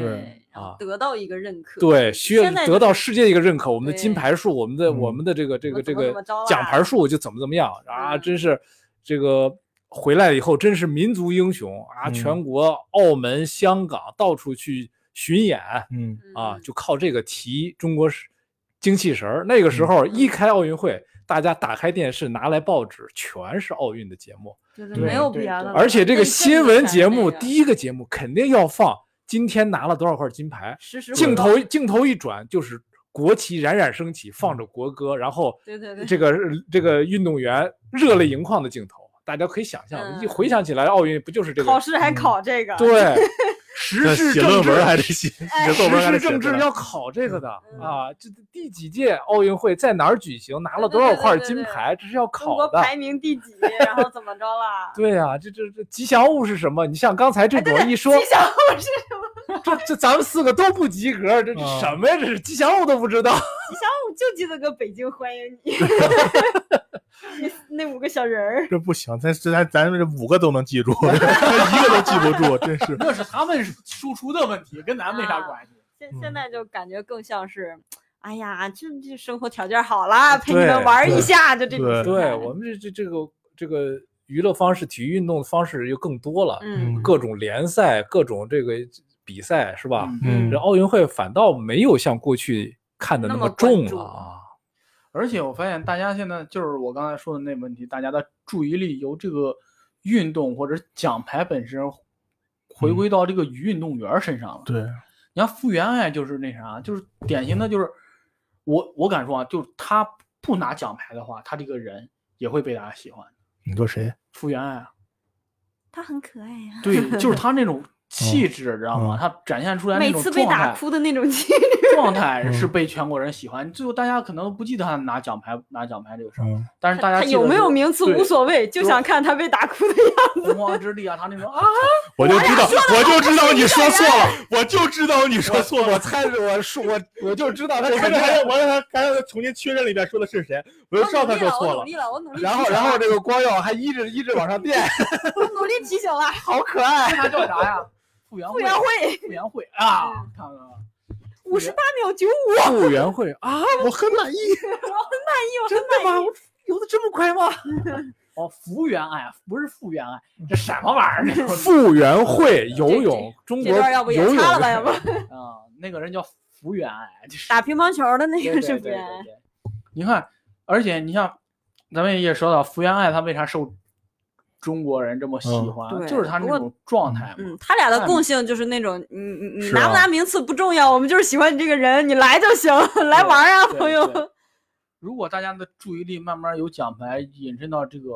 Speaker 3: 然后
Speaker 4: 啊
Speaker 3: 得到一个认可。
Speaker 4: 对，需要
Speaker 3: 现在
Speaker 4: 得
Speaker 3: 就
Speaker 4: 到
Speaker 3: 是
Speaker 4: 世界一个认可。我们的
Speaker 3: 对
Speaker 4: 金牌数，我们的我
Speaker 2: 嗯
Speaker 4: 们的这个这
Speaker 3: 我
Speaker 4: 个
Speaker 3: 们
Speaker 4: 这
Speaker 3: 怎么
Speaker 4: 个
Speaker 3: 怎么着啊
Speaker 4: 奖牌数就怎么怎么样啊！
Speaker 3: 嗯
Speaker 4: 真是这个回来以后，真是民族英雄啊！
Speaker 2: 嗯
Speaker 4: 全国、澳门、香港到处去巡演
Speaker 2: 嗯
Speaker 3: 嗯
Speaker 4: 啊，就靠这个提中国是精气神儿。那个
Speaker 2: 嗯
Speaker 4: 时候一开奥运会，大家打开电视，拿来报纸，全是奥运的节目，
Speaker 3: 就是
Speaker 1: 对
Speaker 3: 没有
Speaker 1: 对
Speaker 3: 别的
Speaker 1: 对
Speaker 3: 了。
Speaker 4: 而且这个
Speaker 3: 最正
Speaker 4: 新
Speaker 3: 嗯的
Speaker 4: 闻
Speaker 3: 全是
Speaker 4: 节
Speaker 3: 这
Speaker 4: 目
Speaker 3: 个
Speaker 4: 第一个节目肯定要放今天拿了多少块金牌。
Speaker 3: 实时
Speaker 4: 镜
Speaker 3: 汇报
Speaker 4: 头镜头一转，就是国旗冉冉升起，放着国歌，然后
Speaker 3: 嗯对对对
Speaker 4: 这个这个运动员热泪盈眶的镜头，大家可以想象，
Speaker 3: 嗯
Speaker 4: 一回想起来，奥运不就是这
Speaker 3: 考
Speaker 4: 个？
Speaker 3: 试还考这个，
Speaker 4: 对，时
Speaker 2: 这
Speaker 4: 事
Speaker 2: 嗯写
Speaker 4: 政
Speaker 2: 论
Speaker 4: 治哎
Speaker 2: 文还得写，写作文
Speaker 4: 时
Speaker 2: 还
Speaker 4: 事
Speaker 2: 得写
Speaker 4: 政
Speaker 2: 这
Speaker 4: 治
Speaker 2: 个
Speaker 4: 要考这个的
Speaker 3: 嗯
Speaker 4: 啊！这第几届奥运会在哪儿举行，拿了多少块金牌，这是要
Speaker 3: 中
Speaker 4: 考
Speaker 3: 国
Speaker 4: 的。
Speaker 3: 排名第几，然后怎么 着啦？
Speaker 4: 对呀、这这这吉祥物是什么？你像刚才这种一说，
Speaker 3: 哎吉祥物是什么？
Speaker 4: 这这咱们四个都不及格，这是
Speaker 2: 啊
Speaker 4: 什么呀？这是吉祥物都不知道。
Speaker 3: 吉祥物就记得个北京欢迎你， 那那五个小人儿。
Speaker 2: 这不行，咱咱咱们这五个都能记住， 一个都记不住，真是。
Speaker 1: 那是他们输出的问题，跟咱没啥关系。
Speaker 3: 现
Speaker 2: 嗯
Speaker 3: 现在就感觉更像是，哎呀，这这生活条件好啦，陪你
Speaker 4: 对
Speaker 3: 们玩儿
Speaker 2: 对
Speaker 3: 一下，就这种
Speaker 2: 对
Speaker 3: 心态嗯
Speaker 4: 对我们这这这个这个娱乐方式、体育运动的方式又更多了，
Speaker 3: 嗯，
Speaker 4: 各种联赛、各种这个比赛是吧？
Speaker 2: 嗯
Speaker 4: 这奥运会反倒没有像过去看的
Speaker 3: 那
Speaker 4: 么
Speaker 3: 么关
Speaker 4: 重
Speaker 3: 注
Speaker 4: 了啊。
Speaker 1: 而且我发现大家现在就是我刚才说的那问题，大家的注意力由这个运动或者奖牌本身回
Speaker 4: 嗯
Speaker 1: 归到这个运动员身上了。
Speaker 2: 对，
Speaker 1: 你看傅园爱就是那啥，就是典型的，就是我我敢说啊，就是他不拿奖牌的话，他这个人也会被大家喜欢。
Speaker 2: 你说谁？
Speaker 1: 傅园爱啊，
Speaker 3: 他很可爱呀、
Speaker 1: 对，就是他那种
Speaker 2: 嗯
Speaker 1: 气质，知道吗？他展现出来那
Speaker 3: 每
Speaker 1: 种
Speaker 3: 次被
Speaker 1: 状
Speaker 3: 打
Speaker 1: 态，
Speaker 3: 哭的那种气质。
Speaker 1: 状态是
Speaker 2: 嗯
Speaker 1: 被全国人喜欢。最后大家可能不记得他拿奖牌拿奖牌这个事儿，
Speaker 2: 嗯，
Speaker 1: 但是大家
Speaker 3: 他
Speaker 1: 记得
Speaker 3: 有没有名次
Speaker 1: 对
Speaker 3: 无所谓，就
Speaker 1: 就
Speaker 3: 想看他被打哭的样子。
Speaker 1: 洪荒之力啊，他那种啊，
Speaker 2: 我就知道，我就知道你说错了，我就知道你说错 了。
Speaker 4: 我猜着我说我我就知道他
Speaker 2: 我
Speaker 4: 肯
Speaker 2: 刚
Speaker 4: 定
Speaker 2: 才还我让他刚才重新确认了一遍，说的是谁，我就知道他说错了。
Speaker 3: 了，我努
Speaker 4: 然后然后这个光耀还一直一直往上 垫，
Speaker 3: 我努力啊提醒了。
Speaker 4: 好可爱。
Speaker 1: 他叫啥呀？傅园
Speaker 3: 傅园慧
Speaker 1: 傅园慧啊，
Speaker 3: 嗯
Speaker 1: 看看啊，
Speaker 3: 五十八秒九五，
Speaker 4: 后援会啊，
Speaker 2: 我很满意。
Speaker 3: 我很满意，我很满意。
Speaker 4: 游的这么快吗？
Speaker 1: 哦，福原爱不是傅园爱，
Speaker 2: 嗯
Speaker 1: 这什么玩意儿？这是
Speaker 4: 傅园 会游
Speaker 3: 这
Speaker 4: 泳，中
Speaker 3: 这
Speaker 4: 国
Speaker 3: 段要不也
Speaker 4: 游泳
Speaker 3: 掐了吧？
Speaker 4: 是
Speaker 3: 要不
Speaker 1: 啊，那个人叫福原爱，就是
Speaker 3: 打乒乓球的 那
Speaker 1: 对
Speaker 3: 个
Speaker 1: 对
Speaker 3: 是
Speaker 1: 对
Speaker 3: 不
Speaker 1: 对
Speaker 3: 是？
Speaker 1: 对。你看，而且你像，咱们也说到福原爱，她为啥受中国人这么喜
Speaker 2: 嗯
Speaker 1: 欢，
Speaker 3: 对
Speaker 1: 就是他
Speaker 3: 不
Speaker 1: 那
Speaker 3: 过
Speaker 1: 种状态嘛。
Speaker 3: 嗯，他俩的
Speaker 1: 那
Speaker 3: 共性就是那种，你你你
Speaker 2: 是
Speaker 3: 拿不
Speaker 2: 啊
Speaker 3: 拿名次不重要，我们就是喜欢你这个人，你来就行，来玩儿啊，
Speaker 1: 对
Speaker 3: 朋友。
Speaker 1: 对如果大家的注意力慢慢由奖牌引申到这个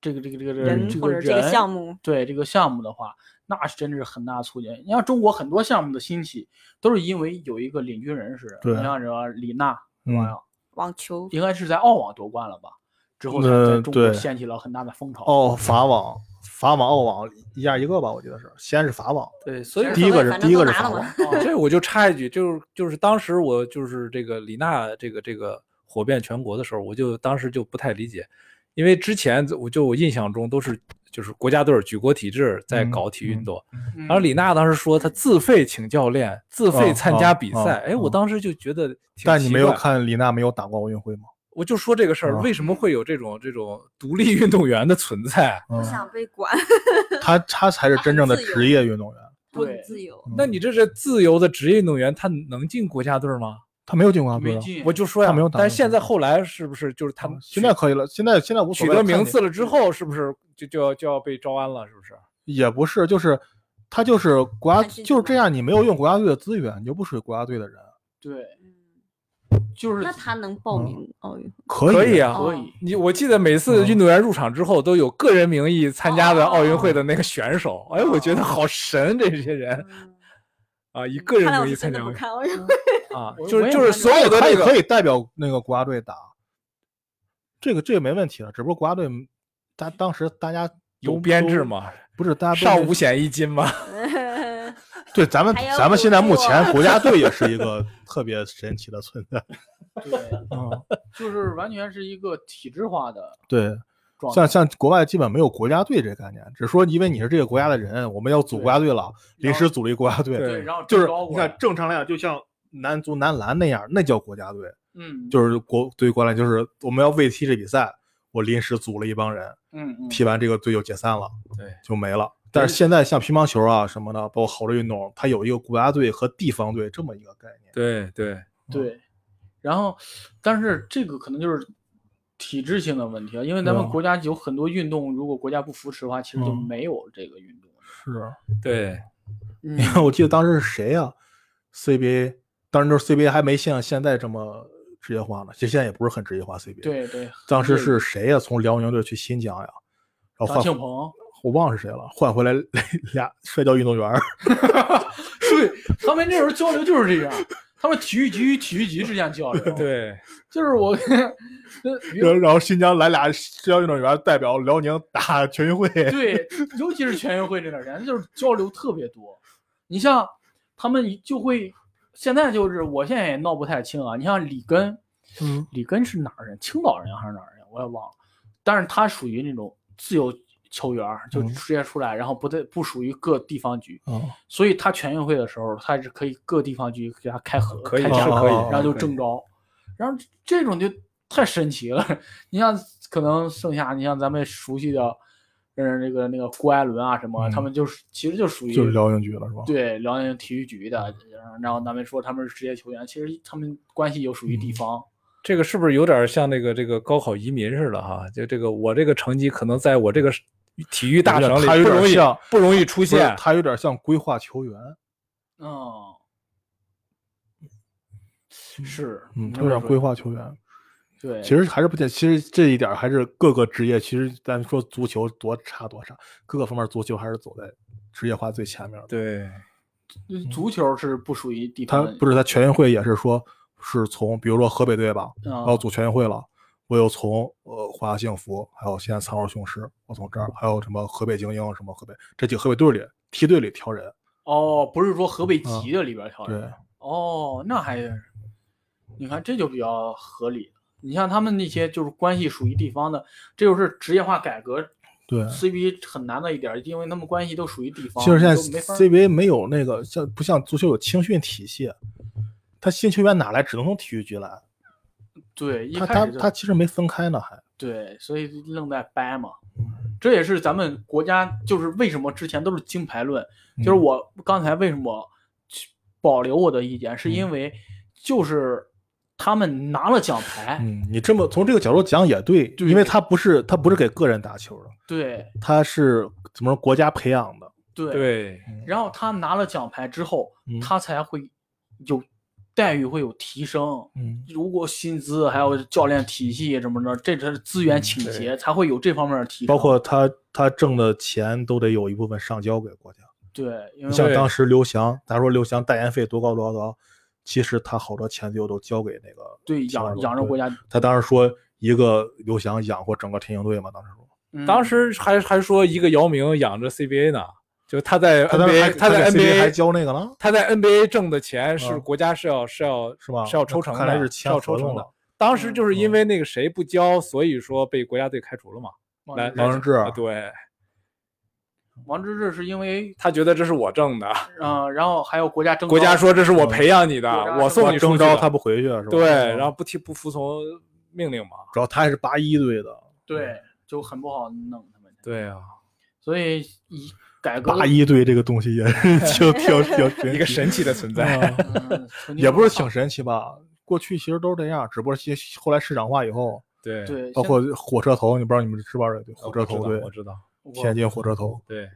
Speaker 1: 这个这个这个这
Speaker 3: 人
Speaker 1: 个
Speaker 3: 或者这个
Speaker 1: 人
Speaker 3: 项目，
Speaker 1: 对这个项目的话，那是真是很大促进。你像中国很多项目的兴起，都是因为有一个领军人士，
Speaker 2: 对
Speaker 1: 你像什么李娜，
Speaker 2: 嗯
Speaker 1: 哇
Speaker 3: 网球，
Speaker 1: 应该是在澳网夺冠了吧？之后才在
Speaker 2: 呃
Speaker 1: 中国
Speaker 2: 对
Speaker 1: 掀起了很大的风潮。，
Speaker 2: 哦，法网、法网、澳网一家一个吧，我记得是，先是法网，
Speaker 4: 对，所以
Speaker 3: 无
Speaker 2: 第
Speaker 3: 所
Speaker 2: 一
Speaker 3: 谓
Speaker 2: 个是
Speaker 3: 反
Speaker 2: 第
Speaker 3: 正
Speaker 2: 一
Speaker 3: 都
Speaker 1: 嗯
Speaker 2: 个是
Speaker 3: 拿
Speaker 2: 法
Speaker 3: 了嘛
Speaker 2: 网，
Speaker 4: 这我就插一句，就是就是当时我就是这个李娜这个这个火遍全国的时候，我就当时就不太理解，因为之前我就我印象中都是就是国家队儿举国体制在
Speaker 2: 嗯
Speaker 4: 搞体育运动，
Speaker 1: 嗯
Speaker 4: 然后李娜当时说她自费请教练，自费
Speaker 2: 哦
Speaker 4: 参加
Speaker 2: 哦
Speaker 4: 比
Speaker 2: 哦
Speaker 4: 赛，哎，我
Speaker 2: 哦
Speaker 4: 当时就觉得挺奇怪，
Speaker 2: 但你没有看李娜没有打过奥运会吗？
Speaker 4: 我就说这个事儿
Speaker 2: 啊
Speaker 4: 为什么会有这种这种独立运动员的存在？啊
Speaker 3: 不
Speaker 2: 嗯，
Speaker 3: 想被管，
Speaker 2: 她她嗯才是真正的
Speaker 3: 她很自由
Speaker 2: 职业运动员，嗯
Speaker 1: 对
Speaker 3: 很自由。
Speaker 4: 那你这是自由的职业运动员，他能进国家队儿吗？
Speaker 2: 她没有进过奥运
Speaker 1: 没
Speaker 2: 会啊。
Speaker 1: 进，
Speaker 4: 我就说呀，
Speaker 2: 嗯他没有打
Speaker 4: 但
Speaker 2: 过
Speaker 4: 是现在后来是不是就是他
Speaker 2: 啊现在可以了，现在现在无所
Speaker 4: 取
Speaker 2: 谓
Speaker 4: 得
Speaker 2: 了。
Speaker 4: 名
Speaker 2: 看你嗯
Speaker 4: 次了之后，是不是就就要就要被招安了？是不是？
Speaker 2: 也不是，就是她就是国家
Speaker 3: 看心情
Speaker 2: 就是这
Speaker 3: 吧
Speaker 2: 样，你没有用国家队的资源，你就不属于国家队的人，
Speaker 1: 对，
Speaker 3: 嗯
Speaker 1: 就是
Speaker 3: 那他能报名奥运会？
Speaker 2: 可
Speaker 4: 可
Speaker 2: 以
Speaker 4: 以啊
Speaker 1: 可以。
Speaker 4: 你我记得每次
Speaker 2: 嗯
Speaker 4: 运动员入场之后都有个人名义参加的奥运会的那个选手，哎，我觉得好神这些人啊，以个人
Speaker 3: 哦看来我
Speaker 4: 名义
Speaker 3: 是
Speaker 4: 参
Speaker 3: 真
Speaker 4: 加
Speaker 3: 的不看奥运会。
Speaker 4: 啊
Speaker 1: 我，
Speaker 4: 就
Speaker 1: 我
Speaker 4: 是
Speaker 1: 也
Speaker 4: 就是
Speaker 1: 看
Speaker 4: 所有的
Speaker 2: 他
Speaker 4: 这
Speaker 2: 也
Speaker 4: 个
Speaker 2: 可以代表那个国家队打，这个这个没问题了，只不过国家队他当时大家
Speaker 4: 有
Speaker 2: 都
Speaker 4: 编制
Speaker 2: 都
Speaker 4: 嘛，
Speaker 2: 不是大 家都
Speaker 4: 上
Speaker 2: 没
Speaker 4: 五险一金嘛，
Speaker 2: 对，咱们
Speaker 3: 还有
Speaker 2: 咱们
Speaker 3: 补
Speaker 2: 现在
Speaker 3: 助
Speaker 2: 目前国家队也是一个特别神奇的存在。
Speaker 1: 对，
Speaker 2: 嗯，
Speaker 1: 就是完全是一个体制化的
Speaker 2: 对，
Speaker 1: 状态
Speaker 2: 像。像国外基本没有国家队这个概念，只是说因为你是这个国家的人，我们要组国家队了，
Speaker 1: 对
Speaker 2: 临时组了一个国家队。
Speaker 1: 对，然后
Speaker 2: 就是
Speaker 1: 中高
Speaker 2: 你
Speaker 1: 过
Speaker 2: 看
Speaker 1: 来，
Speaker 2: 正常来讲，就像男足、男篮那样，那叫国家队，
Speaker 1: 嗯，
Speaker 2: 就是国对于国家队就是我们要为踢这比赛，我临时组了一帮人，
Speaker 1: 嗯嗯，
Speaker 2: 踢完这个队就解散了，
Speaker 4: 对，
Speaker 2: 就没了。但是现在像乒乓球啊什么的，包括好多运动，它有一个国家队和地方队这么一个概念。
Speaker 4: 对对，
Speaker 2: 嗯
Speaker 1: 对，然后，但是这个可能就是体制性的问题啊，因为咱们
Speaker 2: 嗯
Speaker 1: 国家有很多运动，如果国家不扶持的话，其实就
Speaker 2: 嗯
Speaker 1: 没有这个运动。
Speaker 2: 是。
Speaker 4: 对，
Speaker 1: 嗯
Speaker 2: 你 看，我记得当时是谁呀、c b a 当时就是 CBA 还没像现在这么职业化呢，其实现在也不是很职业化 CBA。，
Speaker 1: 对对，
Speaker 2: 当时
Speaker 1: 对
Speaker 2: 是谁呀、从辽宁队去新疆呀，然后
Speaker 1: 张
Speaker 2: 换
Speaker 1: 庆鹏，
Speaker 2: 我忘了是谁了，换回来 俩摔跤运动员儿。
Speaker 1: 对他们那时候交流就是这样，他们体育局与体育局之间交
Speaker 2: 哦
Speaker 1: 流，，
Speaker 4: 对，
Speaker 1: 就是我，呃比如
Speaker 2: 然后然后新疆来俩摔跤运动员代表辽宁打全运会。
Speaker 1: 对，尤其是全运会这段时间，就是交流特别多。你像他们就会，现在就是我现在也闹不太清啊。你像里根，
Speaker 2: 嗯，
Speaker 1: 里根是哪儿人？青岛人还是哪儿人？我也忘了。但是他属于那种自由球员儿，就
Speaker 2: 嗯
Speaker 1: 直接出来，然后不对，不属于各地方局，
Speaker 2: 哦，
Speaker 1: 所以他全运会的时候，他是可以各地方局给他开合，
Speaker 4: 可以
Speaker 1: 开
Speaker 4: 是
Speaker 1: 奖
Speaker 4: 可以
Speaker 2: 哦，
Speaker 1: 然后就
Speaker 4: 可以
Speaker 1: 正招，然后这种就太神奇了。你像可能剩下，你像咱们熟悉的，嗯，那个那个郭艾伦啊什么，他
Speaker 2: 嗯
Speaker 1: 们就是其实就属于
Speaker 2: 就是辽宁局了是吧？
Speaker 1: 对辽宁体育局的，然后咱们说他们是职业球员，其实他们关系又属于
Speaker 2: 嗯
Speaker 1: 地方。
Speaker 4: 这个是不是有点像那个这个高考移民似的哈？就这个我这个成绩可能在我这个体育大省里
Speaker 2: 它有
Speaker 4: 不容
Speaker 2: 点
Speaker 4: 易
Speaker 2: 像
Speaker 4: 不容易出
Speaker 2: 不是
Speaker 4: 现。
Speaker 2: 他有点像规划球员，
Speaker 1: 嗯，是，
Speaker 2: 嗯，
Speaker 1: 你
Speaker 2: 他
Speaker 1: 这么
Speaker 2: 有点
Speaker 1: 说
Speaker 2: 规划球员。
Speaker 1: 对，
Speaker 2: 其实还是不见，其实这一点儿还是各个职业，其实咱们说足球多差多差，各个方面足球还是走在职业化最前面的。
Speaker 4: 对，
Speaker 1: 足球是不属于地
Speaker 2: 他
Speaker 1: 方的，
Speaker 2: 不是他全运会也是说是从比如说河北队吧，然后
Speaker 1: 啊，
Speaker 2: 组全运会了，我又从呃华夏幸福，还有现在苍耳雄狮，我从这儿还有什么河北精英什么河北这几个河北队里梯队里挑人，
Speaker 1: 哦，不是说河北
Speaker 2: 啊
Speaker 1: 籍的里边儿挑人。
Speaker 2: 对，
Speaker 1: 哦，那还，你看这就比较合理。你像他们那些就是关系属于地方的，这就是职业化改革
Speaker 2: 对。
Speaker 1: CBA 很难的一点儿，因为他们关哦系都属于地方，
Speaker 2: 其实现在
Speaker 1: 你就没法儿
Speaker 2: CBA 没有那个像不像足球有青训体系，他新球员哪来？只能从体育局来。
Speaker 1: 对一
Speaker 2: 他
Speaker 1: 开
Speaker 2: 他
Speaker 1: 始就
Speaker 2: 他其实没分开呢，还。
Speaker 1: 对，所以愣在掰嘛。这也是咱们国家就是为什么之前都是金牌论，就是
Speaker 2: 嗯嗯
Speaker 1: 我刚才为什么去保留我的意见，是因为就是他们拿了奖牌，
Speaker 2: 嗯，你这么从这个角度讲也对，就因为他不是他不是给个人打球的，
Speaker 1: 对
Speaker 2: 他是怎么说国家培养的，
Speaker 1: 对。
Speaker 4: 对，
Speaker 1: 然后他拿了奖牌之后，
Speaker 2: 嗯
Speaker 1: 他才会有待遇会有提升。
Speaker 2: 嗯
Speaker 1: 如果薪资还有教练体系什么的，这这资源倾斜才会有这方面的提升。
Speaker 2: 嗯包括他他挣的钱都得有一部分上交给国家。
Speaker 1: 对，因
Speaker 2: 你
Speaker 1: 为
Speaker 2: 像
Speaker 4: 对
Speaker 2: 当时刘翔，咱说刘翔代言费多高多高多高，其实他好多钱就都交给那个
Speaker 1: 对
Speaker 2: 挺好
Speaker 1: 养
Speaker 2: 的
Speaker 1: 养着
Speaker 2: 对
Speaker 1: 国家，
Speaker 2: 他当时说一个刘翔养活整个天津队嘛，当时说
Speaker 1: 嗯
Speaker 4: 当时还还说一个姚明养着 CBA 呢，就他在
Speaker 2: 他当时还
Speaker 4: NBA 在
Speaker 2: 在 CBA 还
Speaker 4: NBA
Speaker 2: 交那个呢，
Speaker 4: 他在 NBA 挣的钱是
Speaker 2: 嗯
Speaker 4: 国家是要是要
Speaker 2: 是吧？
Speaker 4: 是要抽成的，
Speaker 2: 看来是
Speaker 4: 是
Speaker 2: 签
Speaker 4: 要
Speaker 2: 合
Speaker 4: 抽成
Speaker 2: 同
Speaker 4: 的
Speaker 2: 了。。嗯
Speaker 4: 当时就是因为那个谁不交，所以说被国家队开除了嘛。
Speaker 1: 王
Speaker 4: 来
Speaker 1: 治
Speaker 2: 王
Speaker 4: 来
Speaker 2: 治郅
Speaker 4: 啊对
Speaker 1: 王治郅是因为
Speaker 4: 他觉得这是我挣的，
Speaker 1: 嗯、然后还有国家征
Speaker 4: 国家
Speaker 1: 召
Speaker 4: 说这是我培养你的，
Speaker 1: 国家
Speaker 4: 我
Speaker 1: 说
Speaker 4: 送你出
Speaker 2: 征
Speaker 4: 去
Speaker 2: 召
Speaker 4: 的
Speaker 2: 他不回去是吧？
Speaker 4: 对，
Speaker 2: 嗯
Speaker 4: 然后不听不服从命令嘛。
Speaker 2: 主要他还是八一队的，
Speaker 1: 对就很不好弄他们，
Speaker 4: 对
Speaker 2: 嗯
Speaker 4: 啊，
Speaker 1: 所以一改革
Speaker 2: 八一队这个东 西也是挺挺挺挺
Speaker 4: 一个神奇的存在。
Speaker 1: 嗯曾经
Speaker 2: 也不是挺神奇吧？过去其实都是这样，只不过其实后来市场化以后，
Speaker 4: 对，
Speaker 1: 对，现
Speaker 2: 包括火车头，你不知道你们知不知道这队
Speaker 4: 呃我
Speaker 2: 火车
Speaker 4: 知道
Speaker 2: 头队，
Speaker 4: 我知道。
Speaker 1: 我
Speaker 2: 天津火车头，
Speaker 4: 对，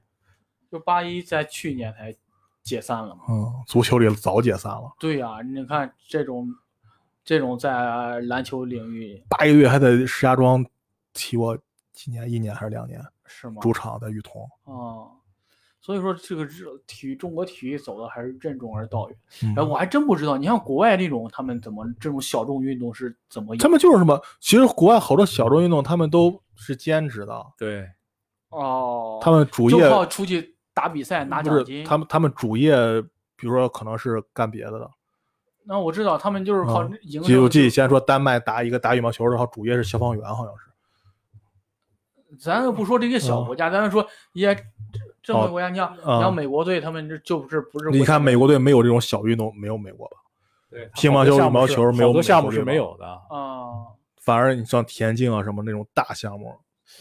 Speaker 1: 就八一在去年才解散了嘛。
Speaker 2: 嗯，足球里早解散了，
Speaker 1: 对呀、你看这种这种在篮球领域
Speaker 2: 八一队还在石家庄踢过几年，一年还是两年，
Speaker 1: 是吗？
Speaker 2: 主场在裕通，
Speaker 1: 哦，所以说这个日体育中国体育走的还是任重而道远。
Speaker 2: 嗯
Speaker 1: 哎，我还真不知道，你像国外这种他们怎么这种小众运动是怎么
Speaker 2: 他们就是什么？其实国外好多小众运动，他们都是兼职的，
Speaker 4: 对，
Speaker 1: 哦，
Speaker 2: 他们主
Speaker 1: 就
Speaker 2: 业
Speaker 1: 靠出去打比赛拿
Speaker 2: 不
Speaker 1: 奖
Speaker 2: 是
Speaker 1: 金。
Speaker 2: 他们他们主业，比如说可能是干别的的。
Speaker 1: 那我知道他们就是靠
Speaker 2: 嗯
Speaker 1: 赢
Speaker 2: 记
Speaker 1: 着
Speaker 2: 我记得以前说丹麦打一个打羽毛球的，然后主业是消防员，好像是。
Speaker 1: 咱又不说这些小国家，咱就说一些正规
Speaker 2: 啊
Speaker 1: 国家，
Speaker 2: 哦
Speaker 1: 你像
Speaker 2: 嗯
Speaker 1: 你像美国队，他们就就不是不是
Speaker 2: 你看
Speaker 1: 国家队
Speaker 2: 美国队没有这种小运动，没有美国吧？
Speaker 4: 对，
Speaker 2: 乒乓球羽毛球没有
Speaker 4: 好多项目
Speaker 2: 美
Speaker 4: 是
Speaker 2: 国队吧
Speaker 4: 没有的。
Speaker 1: 啊，
Speaker 2: 反而你像田径啊什么那种大项目，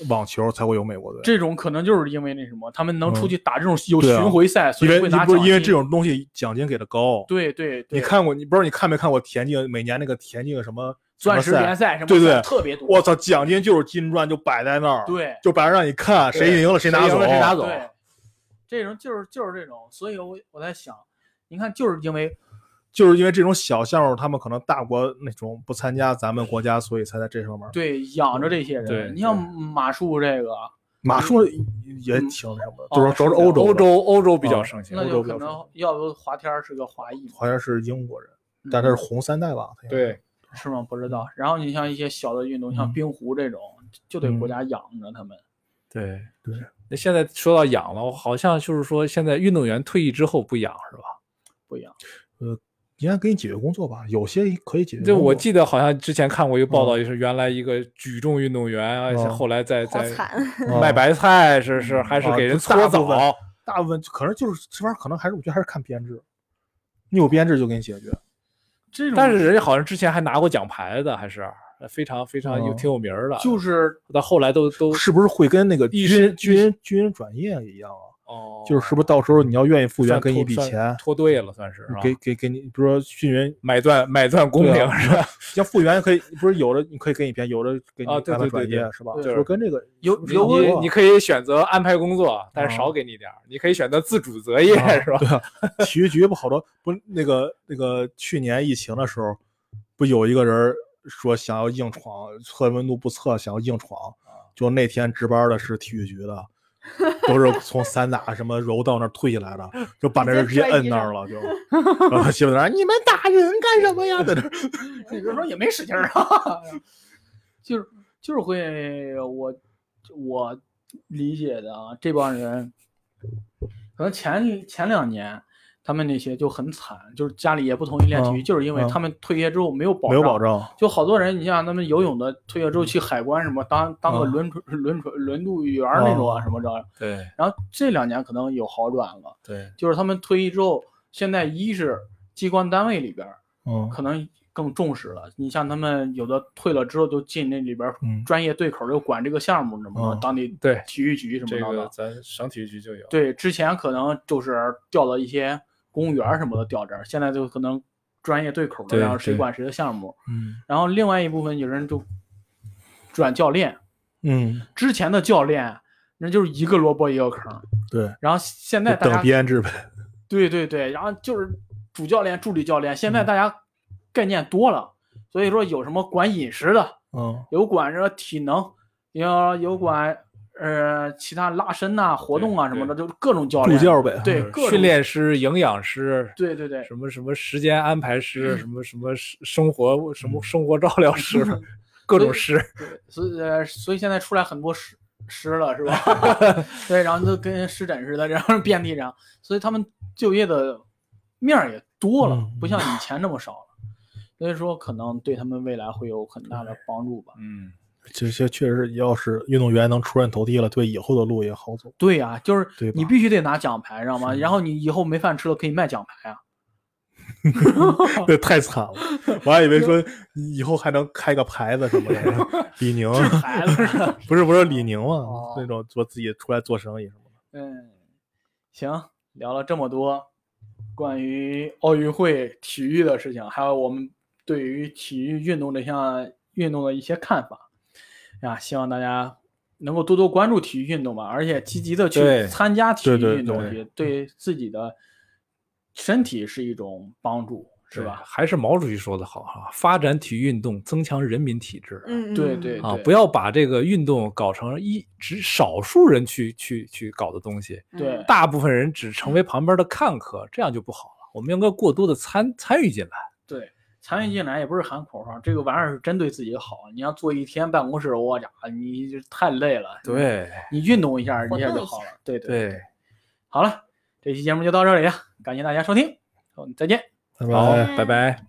Speaker 2: 网球才会有美国队。
Speaker 1: 这种可能就是因为那什么，他们能出
Speaker 2: 嗯
Speaker 1: 去打这种有
Speaker 2: 对啊
Speaker 1: 巡回赛，所
Speaker 2: 因
Speaker 1: 以
Speaker 2: 为
Speaker 1: 会
Speaker 2: 你
Speaker 1: 拿
Speaker 2: 不
Speaker 1: 奖
Speaker 2: 是因为
Speaker 1: 金
Speaker 2: 这种东西奖金给的高。
Speaker 1: 对对对，
Speaker 2: 你看过你不知道你看没看过田径？每年那个田径什么
Speaker 1: 钻石
Speaker 2: 什么
Speaker 1: 联赛什么
Speaker 2: 对
Speaker 1: 赛
Speaker 2: 对
Speaker 1: 特别多，
Speaker 2: 我操，奖金就是金砖，就摆在那儿，，
Speaker 1: 对
Speaker 2: 就摆着让你看谁赢了谁拿
Speaker 4: 谁赢
Speaker 2: 走，
Speaker 4: 了谁拿走
Speaker 1: 对，这种就是就是这种，所以我我在想，你看就是因为
Speaker 2: 就是因为这种小项目，他们可能大国那种不参加咱们国家，所以才在这上面。，
Speaker 1: 对养着这些
Speaker 4: 对
Speaker 1: 人，你像马术这个，
Speaker 2: 马术也挺什么的，就是主要是
Speaker 1: 哦
Speaker 2: 欧洲的，啊
Speaker 4: 欧洲欧洲比较盛
Speaker 1: 嗯
Speaker 4: 行，
Speaker 1: 那
Speaker 2: 欧
Speaker 1: 就
Speaker 2: 洲
Speaker 1: 可
Speaker 2: 比较
Speaker 1: 能要不华天儿是个华裔，
Speaker 2: 好像是英国人，
Speaker 1: 嗯
Speaker 2: 但他是红三代吧？他应该
Speaker 4: 对，
Speaker 1: 是吗？不知道。然后你像一些小的运动，像
Speaker 2: 嗯
Speaker 1: 冰壶这种，就得国
Speaker 2: 嗯
Speaker 1: 家养着他们。
Speaker 4: 对
Speaker 2: 对。
Speaker 4: 那现在说到养了，好像就是说现在运动员退役之后不养是吧？
Speaker 1: 不一样，
Speaker 2: 应该给你解决工作吧？有些可以解决工作。
Speaker 4: 就我记得好像之前看过一个
Speaker 2: 哦
Speaker 4: 报道，就是原来一个举重运动员，而且
Speaker 2: 嗯
Speaker 4: 后来在
Speaker 3: 好
Speaker 4: 在
Speaker 3: 惨，
Speaker 2: 啊
Speaker 4: 卖白菜，是是还是
Speaker 2: 啊
Speaker 4: 给人
Speaker 2: 就
Speaker 4: 搓
Speaker 2: 大部分
Speaker 4: 澡，
Speaker 2: 大部分可能就是这玩意儿，可能还是我觉得还是看编制，你有编制就给你解决。
Speaker 1: 这种
Speaker 4: 但是人家好像之前还拿过奖牌的，还是非常非常有
Speaker 2: 嗯
Speaker 4: 挺有名儿的，
Speaker 1: 就是
Speaker 4: 到后来都都
Speaker 2: 是不是会跟那个
Speaker 4: 一
Speaker 2: 军
Speaker 4: 身
Speaker 2: 人军人军人转业一样啊？
Speaker 4: 哦，
Speaker 2: 就是是不是到时候你要愿意复
Speaker 4: 算
Speaker 2: 员，给你
Speaker 4: 脱
Speaker 2: 一笔
Speaker 4: 算
Speaker 2: 钱，
Speaker 4: 脱队了算是，是吧
Speaker 2: 给给给你，比如说训员
Speaker 4: 买断买断工
Speaker 2: 对
Speaker 4: 龄
Speaker 2: 啊
Speaker 4: 是吧？
Speaker 2: 像复员可以，不是有的你可以给你编，有的给你
Speaker 4: 啊
Speaker 2: 安
Speaker 4: 对
Speaker 2: 排
Speaker 4: 对对
Speaker 2: 转
Speaker 4: 对
Speaker 2: 业是吧？
Speaker 1: 对
Speaker 2: 就是跟这个
Speaker 1: 有
Speaker 2: 没
Speaker 1: 有
Speaker 2: 差不
Speaker 1: 个
Speaker 2: 多
Speaker 4: 你
Speaker 2: 啊
Speaker 4: 你可以选择安排工作，但是少
Speaker 2: 啊
Speaker 4: 给你点儿；你可以选择自主择业，
Speaker 2: 啊
Speaker 4: 是吧？
Speaker 2: 对啊，体育局不好多不那个那个去年疫情的时候，不有一个人说想要硬闯，测温度不测想要硬闯，
Speaker 1: 啊
Speaker 2: 就那天值班的是体育局的，都是从散打什么柔道那儿退下来的，就把那人直接摁那儿了， 就然后媳妇在那儿你们打人干什么呀？在那儿
Speaker 1: 有时候也没使劲儿啊，嗯 就是就是会我我理解的啊，这帮人可能前前两年他们那些就很惨，就是家里也不同意练体育，
Speaker 2: 嗯
Speaker 1: 就是因为
Speaker 2: 嗯
Speaker 1: 他们退役之后没有保
Speaker 2: 没有保障，
Speaker 1: 就好多人，你像他们游泳的退役之后去海关什么当当个
Speaker 2: 嗯
Speaker 1: 轮船、轮船轮渡员儿那种啊
Speaker 2: 哦
Speaker 1: 什么的，
Speaker 4: 对
Speaker 1: 然后这两年可能有好转了，
Speaker 4: 对
Speaker 1: 就是他们退役之后，现在一是机关单位里边儿
Speaker 2: 嗯
Speaker 1: 可能更重视了。你像他们有的退了之后就进那里边儿
Speaker 2: 嗯
Speaker 1: 专业对口儿，就管这个项目什么的，
Speaker 2: 嗯
Speaker 1: 当地
Speaker 4: 对，
Speaker 1: 体育局什么
Speaker 4: 这
Speaker 1: 的
Speaker 4: 个
Speaker 1: 了。
Speaker 4: 咱省体育局就有。
Speaker 1: 对，之前可能就是调了一些公务员儿什么的调这儿，现在就可能专业对口的，
Speaker 4: 对
Speaker 1: 然后谁
Speaker 4: 对
Speaker 1: 管谁的项目。
Speaker 2: 嗯
Speaker 1: 然后另外一部分有人就转教练，
Speaker 2: 嗯，
Speaker 1: 之前的教练那就是一个萝卜一个坑儿，
Speaker 2: 对，
Speaker 1: 然后现在
Speaker 2: 就
Speaker 1: 大
Speaker 2: 等
Speaker 1: 家
Speaker 2: 编 制呗，
Speaker 1: 对对对，然后就是主教练、助理教练，现
Speaker 2: 嗯
Speaker 1: 在大家概念多了，所以说有什么管饮食的，
Speaker 2: 嗯
Speaker 1: 有管这个体能，有有管呃其他拉伸呐、活动啊什么的，就是各种教
Speaker 2: 助
Speaker 1: 练，
Speaker 2: 教嗯呗，
Speaker 1: 对
Speaker 4: 就是
Speaker 1: 各种
Speaker 4: 训练师、营养师，
Speaker 1: 对对对，
Speaker 4: 什么什么时间安排师，什么什么生活什么生活照料师， 各种师。
Speaker 1: 对，所以呃，所以现在出来很多师师了，是 吧？对，然后就跟湿疹似的，然后遍地长，所以他们就业的面儿也多了，
Speaker 2: 嗯
Speaker 1: 不像以前那么少了。所以说，可能对他们未来会有很大的帮助吧。
Speaker 4: 嗯，
Speaker 2: 这些确实，要是运动员能出人头地了，对以后的路也好走。
Speaker 1: 对呀、就是
Speaker 2: 对
Speaker 1: 你
Speaker 2: 吧
Speaker 1: 必须得拿奖牌，知道吗？然后你以后没饭吃了，可以卖奖牌 啊。
Speaker 2: 那太惨了，我还以为说以后还能开个牌子什 么的。李宁
Speaker 1: 牌子，
Speaker 2: 哦不是不是李宁嘛
Speaker 1: 哦，
Speaker 2: 那种做自己出来做生意什么的。
Speaker 1: 嗯，行，聊了这么多关于奥运会体育的事情，还有我们对于体育运动这项运动的一些看法啊，希望大家能够多多关注体育运动吧，而且积极的去
Speaker 4: 对
Speaker 1: 参加体育
Speaker 2: 对对
Speaker 1: 运动，
Speaker 2: 对
Speaker 1: 也对自己的身体是一种帮助，是
Speaker 4: 对
Speaker 1: 吧？？
Speaker 4: 还是毛主席说的好哈、发展体育运动，增强人民体质。
Speaker 3: 嗯，
Speaker 1: 对
Speaker 3: 嗯
Speaker 1: 对
Speaker 4: 啊，不要把这个运动搞成一只少数人去去去搞的东西，
Speaker 1: 对
Speaker 4: 大部分人只成为旁边的看客，这样就不好了。我们应该过多的参参与进来。
Speaker 1: 对，参与进来也不是喊口号，这个玩意儿是针对自己好。你要坐一天办公室，我家伙你就太累了。，
Speaker 4: 对
Speaker 1: 你运动一下，
Speaker 3: 活
Speaker 1: 一下
Speaker 3: 动
Speaker 1: 就
Speaker 3: 一
Speaker 1: 好
Speaker 3: 下
Speaker 1: 了。对对
Speaker 4: 对，
Speaker 1: 好了，这期节目就到这里了，感谢大家收听，我们再见。
Speaker 2: 拜
Speaker 4: 好
Speaker 2: 拜。，
Speaker 4: 拜拜。